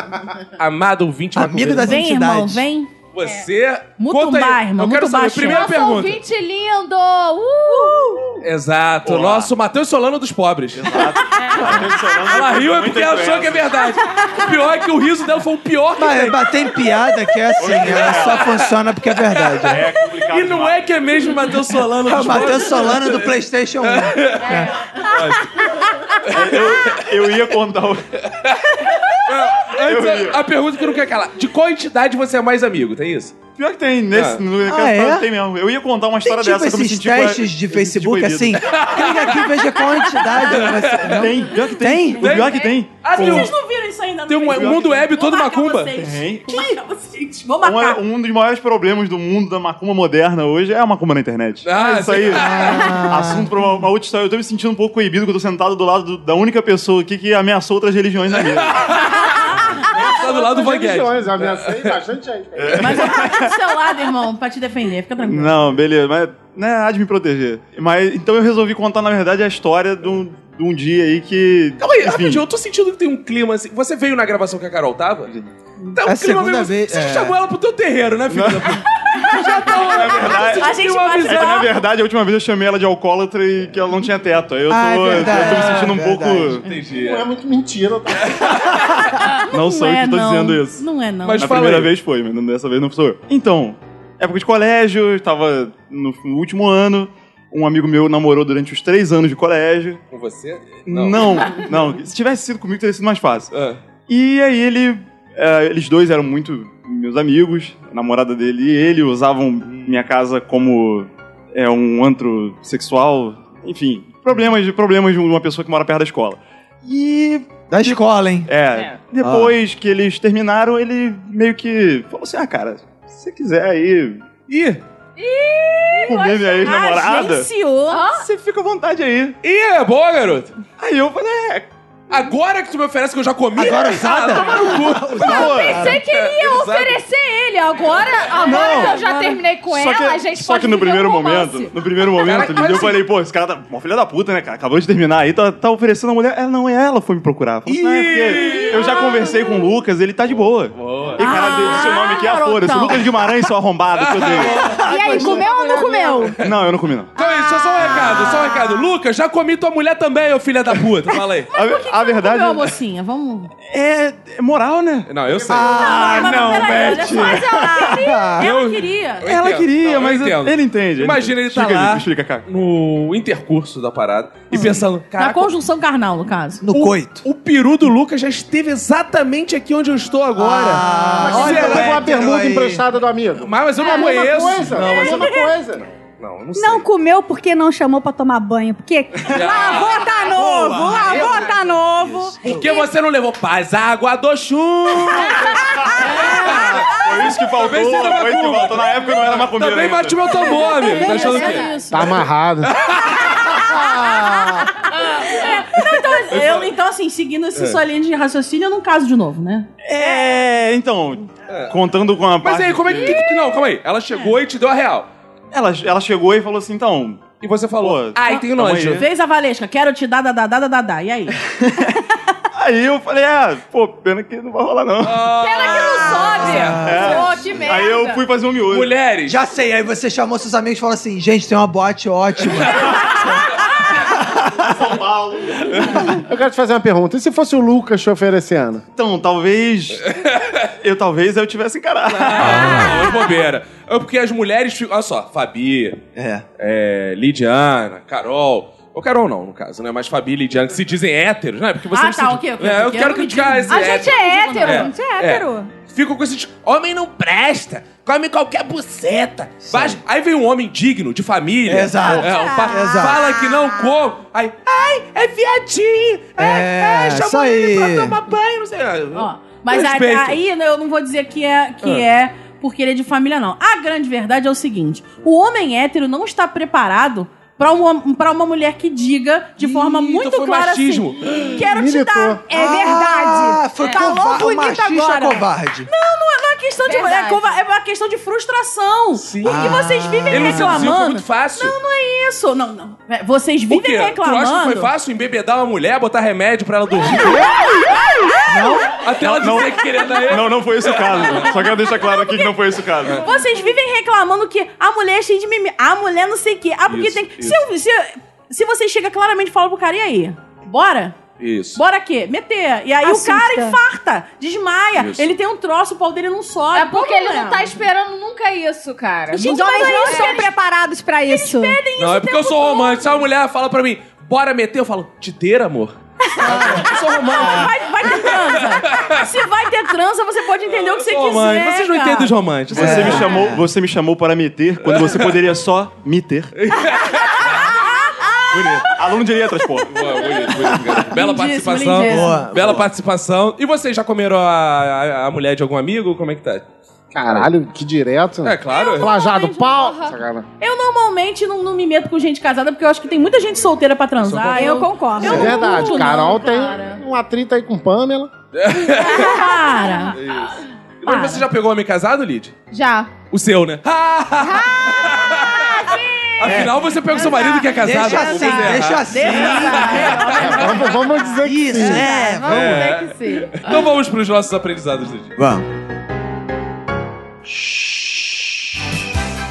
A: amado ouvinte
B: Amigo
A: macumbeiro.
B: das
G: Vem, irmão,
B: entidades.
G: vem.
A: Você.
G: Mutumbá,
A: conta aí.
G: irmão,
A: Eu quero
G: mutumbá,
A: saber.
G: chefe.
A: Primeira
C: Nosso
A: pergunta.
C: ouvinte lindo! Uh!
A: Exato. Nosso Matheus Solano dos pobres. Ela riu é porque achou que é verdade. O pior é que o riso dela foi o pior que
B: Mas
A: tem.
B: bater em piada que é assim, ela só funciona porque é verdade. né?
M: É complicado
A: E não é que é mesmo Matheus Solano
B: É o
A: dos
B: Matheus
A: pobres.
B: Solano do PlayStation 1.
M: É. Eu, eu ia contar o...
A: Antes, a, a pergunta que eu não quero calar. De qual entidade você é mais amigo? Tem isso?
M: Pior que tem,
A: Ah.
M: nesse... no-
B: Ah, é?
M: Tem mesmo. Eu ia contar uma
B: Tem
M: história
B: tipo
M: dessa. que eu me
B: esses
M: senti, tipo,
B: testes de
M: eu me senti
B: Facebook
M: coibido.
B: assim? Clica aqui e veja qual entidade você não.
M: Tem, pior que
B: Tem?
M: tem. O
G: é
M: pior que tem.
A: Ah, tem um-
G: Vocês não viram isso ainda no
A: Tem um
G: Facebook?
A: mundo web
G: Vou
A: todo
G: marcar
A: macumba.
G: vocês.
M: Tem.
G: Vou marcar vocês. Vou
M: Um,
G: marcar.
M: é- um dos maiores problemas do mundo da macumba moderna hoje é a macumba na internet.
A: Ah,
M: Mas isso
A: sim.
M: aí.
B: Ah.
M: Assunto pra uma, uma outra história. Eu tô me sentindo um pouco coibido que eu tô sentado do lado do- da única pessoa aqui que ameaçou outras religiões na mesa.
A: Tá do lado do Van Guedes.
F: Religiões, eu ameacei bastante gente.
G: Mas eu tô do seu lado, irmão, pra te defender. Fica tranquilo.
M: Não, beleza, mas né, há de me proteger. Mas então eu resolvi contar, na verdade, a história de um, de um dia aí que.
A: Calma aí,
M: enfim,
A: rapidinho, eu tô sentindo que tem um clima assim. Você veio na gravação que a Carol tava? Tá um
B: É a
A: clima
B: segunda
A: meio.
B: vez,
A: Você
B: é.
A: chamou ela pro teu terreiro, né, filho? da puta? Já tá rolando.
G: A gente
A: uma
G: bate
M: é que, na
G: papo.
M: verdade, a última vez eu chamei ela de alcoólatra e que ela não tinha teto. Aí eu tô,
B: Ah, é
M: eu tô me
B: verdade,
M: sentindo um
B: é
M: pouco.
A: Entendi. é
F: Não é muito mentira, tá?
M: Não, sou eu que tô
G: não.
M: dizendo isso.
G: Não é, não.
A: Mas-
M: Na
A: fala
M: primeira
A: aí.
M: vez foi, mas dessa vez não sou eu. Então, época de colégio, eu tava no último ano. Um amigo meu namorou durante os três anos de colégio.
A: Com você?
M: Não, não. Se tivesse sido comigo, teria sido mais fácil.
C: É.
A: Ah.
M: E aí ele. eh, eles dois eram muito meus amigos, a namorada dele e ele usavam minha casa como é, um antro sexual. Enfim, problemas de problemas de uma pessoa que mora perto da escola. E.
B: Da escola, hein? Ah.
M: É. Depois que eles terminaram, ele meio que falou assim: ah, cara, se você quiser aí
A: Ih!
M: comer minha ex-namorada,
G: Agenciou.
M: você fica à vontade aí.
A: Ih, é boa, garoto!
M: Aí eu falei: é,
A: Agora que tu me oferece que eu já comi.
B: Agora usada?
A: Ah, toma no cu.
M: pô,
C: Pensei que ele ia
A: É, Exato.
C: oferecer ele. Agora,
D: Ah,
C: agora
M: Não.
C: que eu já terminei com
M: só
C: ela,
M: que,
C: a gente
M: só
C: pode
M: que no
C: viver
M: primeiro
C: um romance.
M: momento, no primeiro momento,
A: Caraca,
M: ele
A: mas
M: deu, eu
A: assim-
M: falei, pô, esse cara tá uma filha da puta, né, cara? Acabou de terminar aí, tá, tá oferecendo a mulher. Ela não é ela, foi me procurar. Eu falei, não, é porque
A: ah.
M: eu já conversei com o Lucas, ele tá de boa. E cara, dele, seu nome aqui é a
G: Ah, garotão.
M: foda. Lucas Guimarães, seu arrombado, que eu dei.
C: E aí, comeu ou não comeu?
M: Não, eu não comi, não.
A: Então é isso, só um recado, só um recado. Lucas, já comi tua mulher também, ô filha da puta. Fala aí.
M: A, a verdade
A: é-
G: Meu mocinha, vamos.
M: é, é moral, né?
A: Não, eu sei.
M: Ah,
G: mas peraí, olha
M: Beth.
G: só, mas ela queria.
A: Eu-
G: Ela queria.
A: Eu
M: Ela
A: entendo. Não,
M: queria,
A: eu
M: mas é
A: entendo.
M: ele entende.
A: Imagina ele tá
M: explica,
A: lá
M: Explica, cara.
A: no intercurso da parada
M: Hum.
A: e pensando,
G: Na
A: caraca,
G: conjunção carnal, no caso.
B: No coito.
A: o peru do Lucas já esteve exatamente aqui onde eu estou agora.
B: Ah,
A: mas,
F: Olha,
M: tá
B: olha,
F: pegou a
B: hétero
F: bermuda
B: aí.
F: emprestada do amigo.
A: Ah, mas, eu não
F: É a mesma
A: conheço.
F: coisa,
A: Não,
F: é a
A: mas eu
F: mesma coisa.
A: não, eu não sei.
D: Não comeu porque não chamou pra tomar banho. Porque
A: Ah,
H: Ah,
D: lavou tá novo, lavou tá novo.
A: Porque você não levou paz, água do chum.
M: Foi É isso que faltou,
A: Talvez seja
M: foi isso que
A: macumba.
M: faltou. Na época eu não era macumbeiro
A: Também
M: ainda.
A: bate meu tambor, amigo. Tá achando que...
G: É isso.
F: Tá amarrado.
G: Eu, então, assim, seguindo essa sua linha de raciocínio, eu não caso de novo, né?
M: É, então, contando com a
A: Mas
M: parte
A: aí, como é que... que- Não, calma aí. Ela chegou e te deu a real.
M: Ela, ela chegou e falou assim, então... tá,
A: E você falou,
G: Ah, e Fez a Valesca, quero te dar, dar, dar, dar, dar, dar. E aí?
M: Aí eu falei, ah, pô, pena que não vai rolar não.
H: Pena que não sobe.
M: É.
H: Pô, que merda.
M: Aí eu fui fazer um miojo.
A: Mulheres!
B: Ah, Já sei, aí você chamou seus amigos e falou assim: gente, tem uma boate ótima.
M: São Paulo.
F: Eu quero te fazer uma pergunta. E se fosse o Lucas chofer esse ano?
M: Então, talvez... eu talvez eu tivesse encarado.
A: Ah, é bobeira. É porque as mulheres ficam. Olha só, Fabi,
B: é.
A: Lidiana, Carol. Ou Carol não, no caso, né? Mas Fabi e Lidiana que se dizem héteros, né? Porque vocês
H: Ah,
A: se
H: tá,
A: di-
H: ok, ok,
A: É, eu
H: ok.
A: quero
H: Eu não
A: criticar
H: digo.
A: esse
H: A gente é hétero,
A: É,
H: a gente é
A: é.
H: hétero.
A: Ficam com esses. Homem não presta! Come qualquer buceta! Mas- aí vem um homem digno, de família.
B: Exato.
A: É, um pa-
B: Exato.
A: Fala que não come. Aí. Ai, é viadinho! É,
B: É,
A: é,
B: isso
A: chamou
B: aí.
A: ele pra tomar banho, não sei.
G: Ó, mas a-
A: Respeito.
G: aí né, eu não vou dizer que é que
A: Ah.
G: é porque ele é de família não. A grande verdade é o seguinte: o homem hétero não está preparado pra uma, pra uma mulher que diga de forma muito
A: então foi
G: clara
A: machismo.
G: assim: quero te
F: Militou.
G: dar.
D: É verdade.
B: Ah, foi
G: É.
B: cova-
G: Falou bonito
B: machista
G: agora.
B: covarde.
G: Não, não é, não é questão de é,
H: Verdade.
G: cova- é uma questão de frustração. Porque vocês
B: Ah.
G: vivem
A: Ele não seduziu, foi
G: reclamando.
A: muito fácil.
G: Não, não é isso. Não, não. É, Vocês vivem
A: Por quê? Tu acha que
G: reclamando.
A: foi fácil embebedar uma mulher, botar remédio pra ela dormir? Até ela dizer que queria dar ele.
M: Não, não foi esse o caso. Só quero deixar claro aqui que não foi esse o caso.
G: Vocês vivem reclamando que a mulher é cheia de mimimi. A mulher não sei o quê. Ah, porque
A: Isso,
G: tem que.
A: isso.
G: Se, eu- se, se você chega claramente e fala pro cara, e aí? Bora?
A: Isso.
G: Bora quê? Meter. E aí
D: Assusta.
G: o cara infarta, desmaia.
A: Isso.
G: Ele tem um troço, o pau dele não sobe.
H: É porque
G: Qual o
H: ele não
G: problema?
H: tá esperando nunca isso, cara.
D: Os
G: Gente,
D: homens
G: mas
D: não
G: é isso,
D: são
G: eles-
D: preparados pra isso.
A: Não, é porque eu sou romântico. Se uma mulher fala pra mim, bora meter, eu falo, te ter, amor? eu sou romântico.
G: Vai, vai ter transa. se vai ter transa, você pode entender o que você
A: Sou
G: quiser.
A: romântico. Vocês não
G: cara.
A: entendem os É. românticos.
M: Você me chamou, você me chamou para me ter quando você poderia só me ter. Bonito. Aluno de letras, pô.
A: Boa, bonito, bonito, garoto. Bela
G: Lindíssimo,
A: participação.
G: lindíssimo.
B: Boa,
A: Bela participação. E vocês já comeram a, a- a mulher de algum amigo? Como é que tá?
F: Caralho, que direto.
A: É claro.
F: Plajado, pau.
G: porra.
F: Sacanagem.
G: Eu normalmente não, não me meto com gente casada, porque eu acho que tem muita gente solteira pra transar.
D: Eu concordo.
F: É
G: Eu-
F: verdade.
G: não,
F: Carol tem
G: cara.
F: um atrito aí com Pamela.
G: Cara.
A: Mas
G: Para.
A: você já pegou homem casado, Lid?
H: Já.
A: O seu, né?
H: Ah,
A: Afinal, você pega o seu marido que é casado.
B: Deixa
A: Vamos
B: assim,
A: errar.
B: deixa assim.
H: assim.
F: Vamos, vamos dizer que
B: Isso,
F: sim.
B: é.
H: Vamos ver que sim.
A: Então vamos pros nossos aprendizados do dia.
B: Vamos.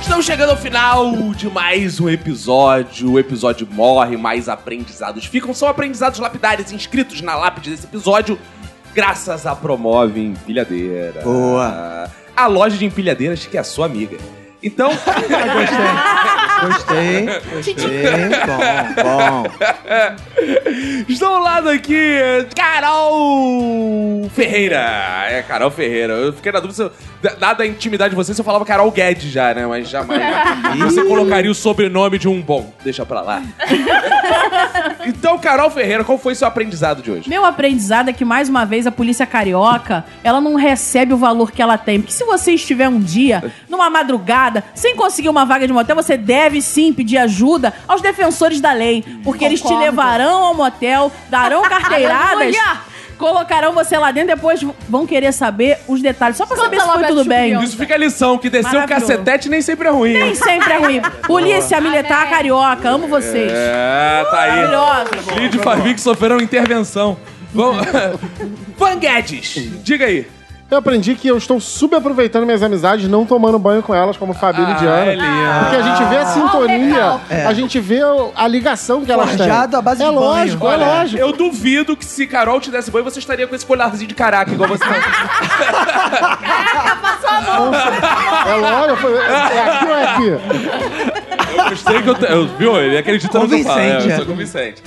A: Estamos chegando ao final de mais um episódio. O episódio morre, mais aprendizados ficam. São aprendizados lapidares inscritos na lápide desse episódio, graças a Promove Empilhadeira.
B: Boa.
A: A loja de empilhadeiras que é a sua amiga. Então,
B: Tá Gostei, gostei. Bom, bom.
A: estão ao lado aqui Carol Ferreira. É, Carol Ferreira. Eu fiquei na dúvida, se eu- dada a intimidade de você, se eu falava Carol Guedes já, né? Mas jamais. Você colocaria o sobrenome de um bom. Deixa pra lá. então, Carol Ferreira, qual foi seu aprendizado de hoje?
G: Meu aprendizado é que, mais uma vez, a polícia carioca, ela não recebe o valor que ela tem. Porque se você estiver um dia, numa madrugada, sem conseguir uma vaga de motel, você deve sim pedir ajuda aos defensores da lei. Porque eles te
H: Concordo.
G: levarão ao motel, darão carteiradas. Colocarão você lá dentro, depois vão querer saber os detalhes. Só pra
H: Conta
G: saber se
H: logo
G: foi
H: a
G: tudo bem.
H: descobriu.
A: Isso fica a lição, que descer o
G: Maravilhoso.
A: cacetete nem sempre é ruim.
G: Nem sempre é ruim. Polícia militar carioca, amo vocês.
A: É, tá aí.
G: Maravilhosa.
A: Lídio e Fabi que sofreram intervenção. Vamos... Van Guedes, diga aí.
F: Eu aprendi que eu estou subaproveitando minhas amizades, não tomando banho com elas, como Fabi e
A: é
F: Diana.
A: lindo.
B: Ah,
F: Porque a gente vê a sintonia,
H: recalque.
F: a gente vê a ligação que elas têm.
B: É. Forjado à base
F: É
B: de banho.
F: lógico, é
B: Olha,
F: lógico.
A: Eu duvido que se Carol te desse banho, você estaria com esse colarzinho de caraca, igual você tá.
F: É lógico, foi- é aqui ou é aqui?
A: Eu gostei que eu... te- eu viu? Ele acredita no que eu falo. É,
B: Convincente,
A: eu
B: é.
A: sou convincente.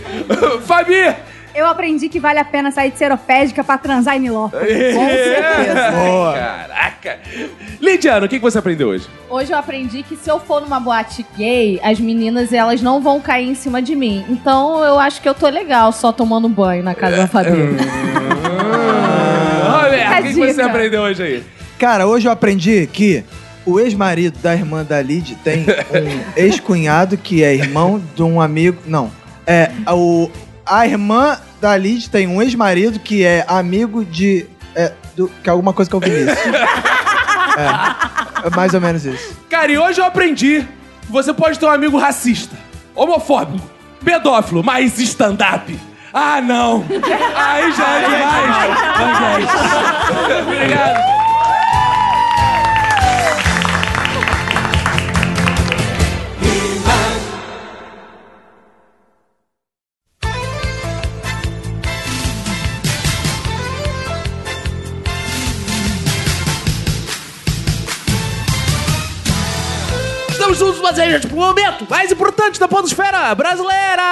A: Fabi!
D: Eu aprendi que vale a pena sair de serofédica pra transar em Miló.
A: É.
B: Boa.
A: Caraca. Lidiano, o que que você aprendeu hoje?
H: Hoje eu aprendi que se eu for numa boate gay, as meninas elas não vão cair em cima de mim. Então eu acho que eu tô legal só tomando banho na
A: É,
H: casa da Fabi.
B: Ah.
A: Roberto, o que, que
H: dica.
A: você aprendeu hoje aí?
B: Cara, hoje eu aprendi que o ex-marido da irmã da Lid tem um ex-cunhado que é irmão de um amigo. Não. É, o, a irmã da Lid tem um ex-marido que é amigo de. É, do, que é alguma coisa que eu vi isso. É, é mais ou menos isso.
A: Cara, e hoje eu aprendi
L: Você pode ter um amigo racista, homofóbico, pedófilo, mas stand-up. Ah, não! Aí já é demais! Mas é isso. Obrigado. Estamos juntos, mas aí, gente, pro momento mais importante da podosfera brasileira!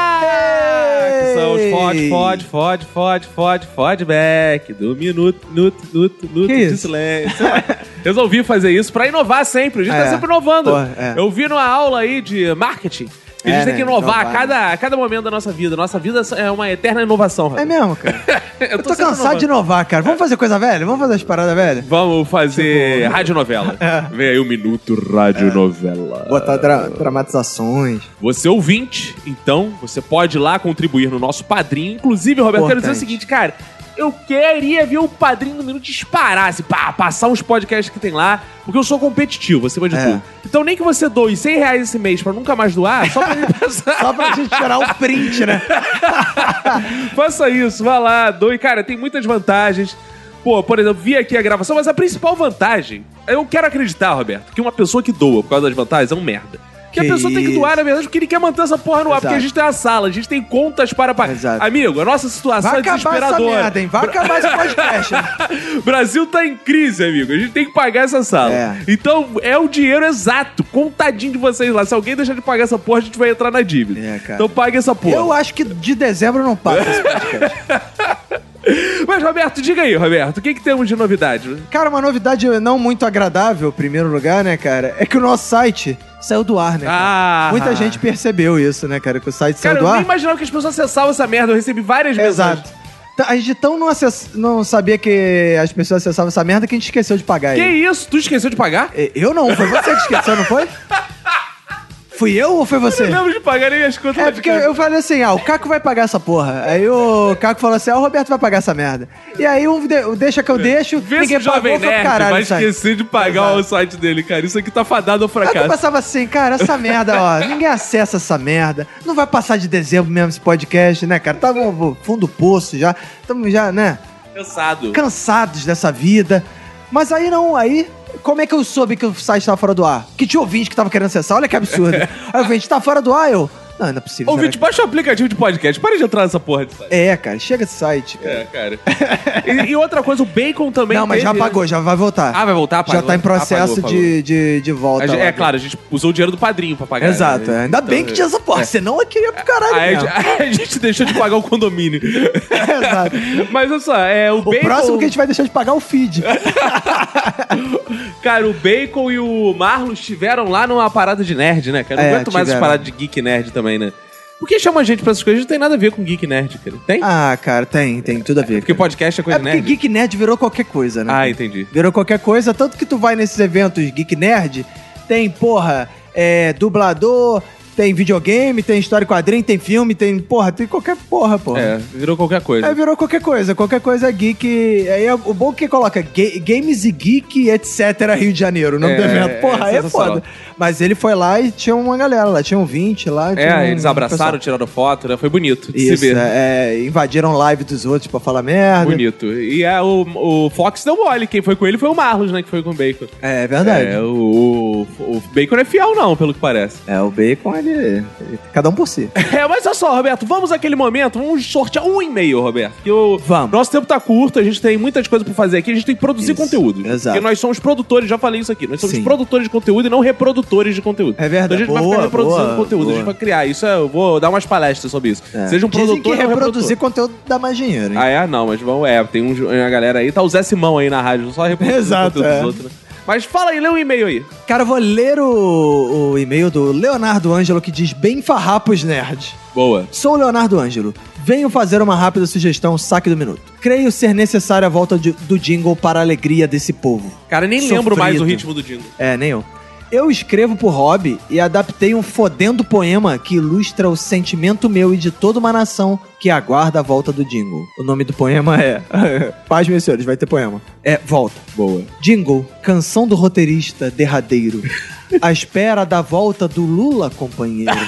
A: Que são os fode, fode, fode, fode, fode, fode back do minuto, minuto, minuto, minuto de silêncio. Resolvi fazer isso pra inovar sempre. A gente tá
L: É.
A: sempre inovando.
L: Porra, é.
A: Eu vi numa aula aí de marketing. que A gente
L: É,
A: tem que
L: né?
A: inovar a
L: Inovar,
A: cada, a cada momento da nossa vida. Nossa vida é uma eterna inovação,
B: É
A: rapaz.
B: mesmo, cara.
A: Eu
B: Tô cansado de inovar, cara. Vamos fazer coisa velha? Vamos fazer as paradas velhas?
A: Vamos
L: né?
A: fazer radionovela.
L: É.
A: Vem aí o Minuto Radionovela.
B: Botar dra- dramatizações.
A: Você é ouvinte, então, você pode ir lá contribuir no nosso padrinho. Inclusive, Roberto, quero dizer o
B: Importante.
A: seguinte, cara. Eu queria ver o padrinho do Minuto disparar, assim, pá, passar uns podcasts que tem lá, porque eu sou competitivo, acima de
B: É.
A: tudo. Então, nem que você doe 100 reais esse mês pra nunca mais doar, só pra gente passar.
B: Só pra gente tirar o print, né?
A: Faça isso, vá lá, doe. Cara, tem muitas vantagens. Pô, por exemplo, vi aqui a gravação, mas a principal vantagem, eu quero acreditar, Roberto, que uma pessoa que doa por causa das vantagens é um merda. Que,
L: Que
A: a pessoa tem que
L: isso.
A: doar, na verdade, porque ele quer manter essa porra no ar, porque a
L: Exato.
A: gente tem a sala, a gente tem contas para pagar. Amigo, a nossa situação
B: Vai
A: é
B: acabar
A: desesperadora.
B: essa merda, hein? Vai acabar esse podcast. hein?
A: Brasil tá em crise, amigo. A gente tem que pagar essa sala. Então, é o dinheiro exato, contadinho de vocês lá. Se alguém deixar de pagar essa porra, a gente vai entrar na dívida. Então pague essa porra.
B: É, Eu acho que de dezembro não passa esse podcast.
A: Mas, Roberto, diga aí, Roberto, o que, que temos de novidade?
B: Cara, uma novidade não muito agradável, em primeiro lugar, né, cara? É que o nosso site saiu do ar, né? cara?
A: Ah.
B: Muita gente percebeu isso, né, cara? Que o site
A: Cara,
B: saiu do
A: eu nem
B: ar.
A: imaginava que as pessoas acessavam essa merda. Eu recebi várias mensagens.
B: Exato. Tá, A gente tão não, acess- não sabia que as pessoas acessavam essa merda que a gente esqueceu de pagar
A: Que
B: ele.
A: isso? Tu esqueceu de pagar?
B: É, Eu não, foi você que esqueceu, não foi? Fui eu ou foi você?
A: Eu não lembro de pagar nem as contas.
B: É porque eu falei assim, ah, o Caco vai pagar essa porra. Aí o Caco falou assim, ah, o Roberto vai pagar essa merda. E aí um de- o deixa que eu deixo,
A: Vê se
B: ninguém
A: o Jovem
B: pagou, foi
A: Nerd
B: caralho.
A: vai
B: sai.
A: esquecer de pagar o site dele, cara. Isso aqui tá fadado
B: Aí eu
A: ao fracasso.
B: passava assim, cara, essa merda, ó, ninguém acessa essa merda. Não vai passar de dezembro mesmo esse podcast, né, cara? Tava no fundo do poço já. Tamo já, né?
A: Cansado.
B: Cansados dessa vida. Mas aí não, aí. Como é que eu soube que o site tava fora do ar? Que tinha ouvinte que tava querendo acessar, olha que absurdo. aí o ouvinte tá fora do ar, eu. Não, não é possível. será
A: Ouvinte, baixa o aplicativo de podcast. Para de entrar nessa porra de site.
B: que- É, cara, chega esse site, cara.
A: É, cara. e, e outra coisa, o Bacon também
B: não, mas já
A: teve- né?
B: pagou, já vai voltar.
A: Ah, vai voltar?
B: Já
A: Pagou.
B: tá em processo
A: Ah, pagou, pagou.
B: De, de, de volta.
A: A gente-
B: lá.
A: é claro, a gente usou o dinheiro do padrinho pra pagar. né?
B: Exato, é. ainda bem que tinha essa porra,
A: É.
B: senão eu queria pro caralho.
A: Aí a
B: mesmo.
A: gente, a gente deixou de pagar o condomínio.
B: Exato.
A: Mas olha só, é, o,
B: O
A: Bacon...
B: próximo que a gente vai deixar de pagar é o feed.
A: Cara, o Bacon e o Marlos estiveram lá numa parada de nerd, né, cara? Eu Não
B: É,
A: aguento mais as
B: tiveram.
A: paradas de geek nerd também, né? Por que chama a gente pra essas coisas? Não tem nada a ver com geek nerd, cara. Tem?
B: Ah, cara, tem, tem tudo a ver.
A: Porque podcast é coisa
B: Porque
A: nerd.
B: Geek Nerd virou qualquer coisa, né?
A: Ah, entendi.
B: Virou qualquer coisa, tanto que tu vai nesses eventos Geek Nerd, tem, porra, é, dublador, tem videogame, tem história e quadrinho, tem filme, tem, porra, tem qualquer porra, porra.
A: É, virou qualquer coisa.
B: Aí virou qualquer coisa, qualquer coisa é geek. Aí é o bom que coloca ga- games e geek, etc. Rio de Janeiro, o nome
A: É,
B: do evento. Porra,
A: é
B: aí é
A: sensacional.
B: foda. Mas ele foi lá e tinha uma galera lá, tinha um 20 lá. tinha um-
A: É, eles abraçaram, tiraram foto, né? Foi bonito de
B: Isso,
A: se ver.
B: é, é, invadiram live dos outros pra falar merda.
A: Bonito. E é, o, o Fox deu mole. Quem foi com ele foi o Marlos, né? Que foi com o Bacon.
B: É, verdade.
A: É, o, o- o Bacon não é fiel, não, pelo que parece.
B: É, o Bacon, ele. Cada um por si.
A: É, mas olha só, Roberto, vamos àquele momento, vamos sortear um e-mail, Roberto. Que o nosso tempo tá curto, a gente tem muitas coisas pra fazer aqui, a gente tem que produzir conteúdo. Exato. Porque nós somos produtores, já falei isso aqui, nós somos
B: Sim.
A: produtores de conteúdo e não reprodutores de conteúdo.
B: É verdade.
A: Então a gente vai
B: Boa,
A: ficar reproduzindo
B: boa,
A: conteúdo, a gente
B: boa. É.
A: vai criar. Isso é, eu vou dar umas palestras sobre isso. Seja
B: Dizem
A: um produtor
B: que
A: ou um
B: reproduzir
A: reprodutor.
B: conteúdo dá mais dinheiro, hein?
A: Ah, é? Não, mas vamos, é, tem um, uma galera aí, tá o Zé Simão aí na rádio, só reproduzindo
B: Exato,
A: conteúdo dos
B: é.
A: outros. né? Mas fala aí, lê um e-mail aí.
B: Cara, eu vou ler o, o e-mail do Leonardo Ângelo que diz bem farrapos nerd.
A: Boa.
B: Sou o Leonardo Ângelo. Venho fazer uma rápida sugestão, saque do minuto. Creio ser necessária a volta de- do jingle para a alegria desse povo.
A: Cara, nem lembro mais o
B: Sofrido.
A: ritmo do jingle.
B: É, nem eu. Eu escrevo por hobby e adaptei um fodendo poema que ilustra o sentimento meu e de toda uma nação que aguarda a volta do Jingle. O nome do poema é. Paz, meus senhores, vai ter poema. É, volta.
A: Boa.
B: Jingle, canção do roteirista derradeiro. à espera da volta do Lula, companheiro.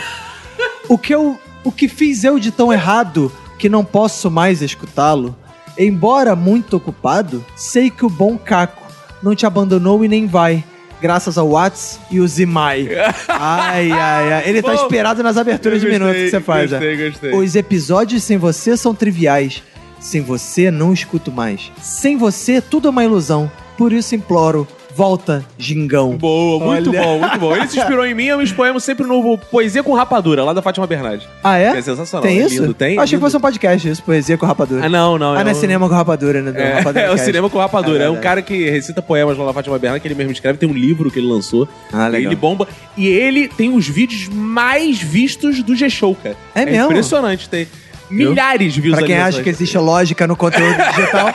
B: O que eu, o que fiz eu de tão errado que não posso mais escutá-lo? Embora muito ocupado, sei que o bom Caco não te abandonou e nem vai. Graças ao Whats e o Zimai. Ai, ai, ai. Ele tá
A: Bom,
B: esperado nas aberturas de
A: eu gostei,
B: minutos que você faz.
A: gostei,
B: né?
A: gostei.
B: Os episódios sem você são triviais. Sem você, não escuto mais. Sem você, tudo é uma ilusão. Por isso imploro, volta, gingão.
A: Boa, Muito bom, muito bom. Ele se inspirou em mim, eu me expoemos sempre no Poesia com Rapadura, lá da Fátima Bernardes.
B: Ah, é?
A: É sensacional.
B: Tem
A: é
B: isso?
A: Lindo. Tem?
B: Eu achei que
A: lindo.
B: fosse um podcast isso, poesia com rapadura.
A: Ah, não, não.
B: Ah, não é
A: eu-
B: cinema com rapadura, né? Não,
A: É,
B: rapadura
A: é o
B: cast.
A: cinema com rapadura.
B: É
A: É, um
B: verdade.
A: cara que recita poemas lá na Fátima Bernardes, que ele mesmo escreve. Tem um livro que ele lançou.
B: Ah, legal.
A: Ele bomba. E ele tem os vídeos mais vistos do G-Show, cara.
B: É mesmo?
A: impressionante. Tem milhares de
B: Ah, Pra quem
A: visualizações.
B: acha que existe lógica no conteúdo digital.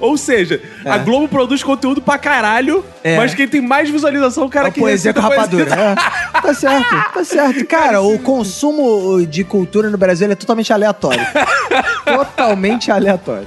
A: Ou seja, a Globo produz conteúdo pra caralho,
B: É.
A: mas quem tem mais visualização é o cara
B: É
A: que
B: poesia com
A: recita
B: rapadura. É.
A: poesia.
B: Tá certo, tá certo. Cara, o consumo de cultura no Brasil ele é totalmente aleatório. totalmente aleatório.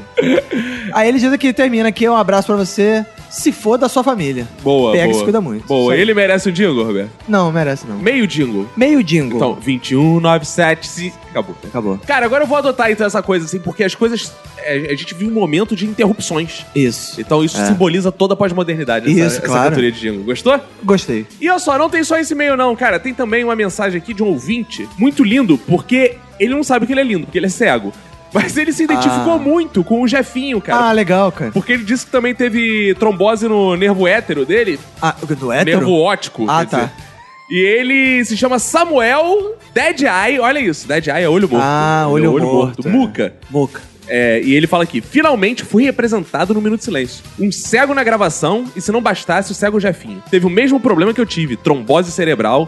B: Aí ele diz que termina aqui, um abraço pra você. Se for da sua família.
A: Boa,
B: Pega e
A: boa.
B: se cuida muito. Isso
A: Boa.
B: aí.
A: Ele merece o jingle, Roberto?
B: Não, merece não.
A: Meio jingle.
B: Meio jingle.
A: Então, 21, 9, 7, se... Acabou.
B: Acabou.
A: Cara, agora eu vou adotar então essa coisa, assim, porque as coisas. é, a gente viu um momento de interrupções.
B: Isso.
A: Então isso
B: É.
A: simboliza toda a pós-modernidade.
B: Isso,
A: essa, essa
B: claro.
A: cantoria de jingle. Gostou?
B: Gostei.
A: E olha só, não tem só esse e-mail, não, cara. Tem também uma mensagem aqui de um ouvinte, muito lindo, porque ele não sabe que ele é lindo, porque ele é cego. Mas ele se identificou
B: Ah.
A: muito com o Jefinho, cara.
B: Ah, legal, cara.
A: Porque ele disse que também teve trombose no nervo hétero dele.
B: Ah, do hétero?
A: Nervo óptico.
B: Ah,
A: quer
B: tá.
A: dizer. E ele se chama Samuel Dead Eye. Olha isso, Dead Eye é olho morto.
B: Ah,
A: Ele é
B: olho morto, é.
A: Muca.
B: Muca.
A: É, e ele fala aqui: finalmente fui representado no Minuto de Silêncio. Um cego na gravação, e se não bastasse, o cego Jefinho. Teve o mesmo problema que eu tive: trombose cerebral.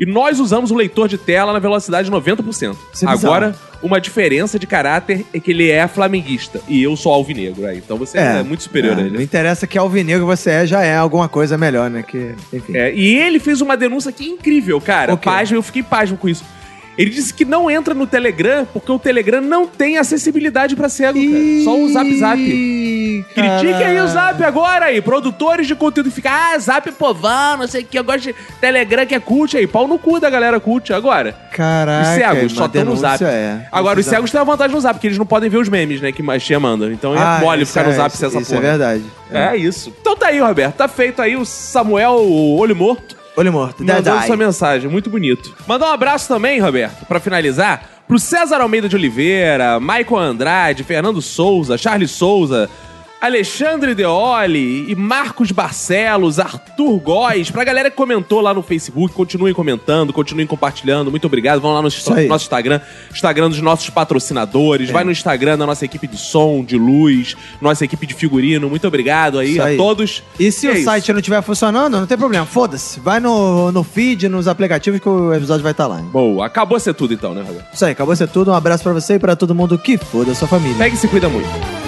A: E nós usamos o leitor de tela na velocidade 90%.
B: Isso é bizarro.
A: Agora, uma diferença de caráter é que ele é flamenguista e eu sou alvinegro. é. Então você é, muito superior
B: é,
A: a ele.
B: Não interessa que alvinegro você é, já é alguma coisa melhor, né? Que, enfim.
A: É, e ele fez uma denúncia aqui incrível, cara. Pasmo, eu fiquei pasmo com isso. Ele disse que não entra no Telegram porque o Telegram não tem acessibilidade pra cego, cara. Só o Zap Zap. Critique aí o Zap agora aí, produtores de conteúdo que fica, ah, Zap é povão, não sei o que, eu gosto de Telegram que é cult aí, pau no cu da galera cult agora.
B: Caraca,
A: os cegos
B: uma
A: só estão no
B: denúncia,
A: Zap.
B: é.
A: Agora, os
B: Precisava.
A: cegos têm a vantagem no Zap, porque eles não podem ver os memes, né, que Machia manda. Então é
B: Ah,
A: mole
B: isso
A: ficar
B: é-
A: no Zap sem essa
B: isso é
A: porra.
B: verdade.
A: É. isso. Então tá aí, Roberto. Tá feito aí o Samuel o Olho Morto.
B: Olho Morto,
A: Mandou
B: Dead Eye.
A: sua mensagem, muito bonito. Mandar um abraço também, Roberto, pra finalizar, pro César Almeida de Oliveira, Michael Andrade, Fernando Souza, Charles Souza, Alexandre Deoli e Marcos Barcelos, Arthur Góes, pra galera que comentou lá no Facebook, continuem comentando, continuem compartilhando, muito obrigado. Vão lá no
B: Isso aí. É.
A: nosso Instagram, Instagram dos nossos patrocinadores, vai no Instagram da nossa equipe de som, de luz, nossa equipe de figurino, muito obrigado aí
B: Isso
A: a
B: aí.
A: todos.
B: E se
A: E é
B: o
A: isso.
B: site não estiver funcionando, não tem problema. Foda-se. Vai no, no feed, nos aplicativos que o episódio vai estar lá. hein?
A: Boa, acabou ser tudo então, né, Roberto?
B: Isso aí, acabou ser tudo. Um abraço pra você e pra todo mundo que foda a sua família.
A: Pega e se cuida muito.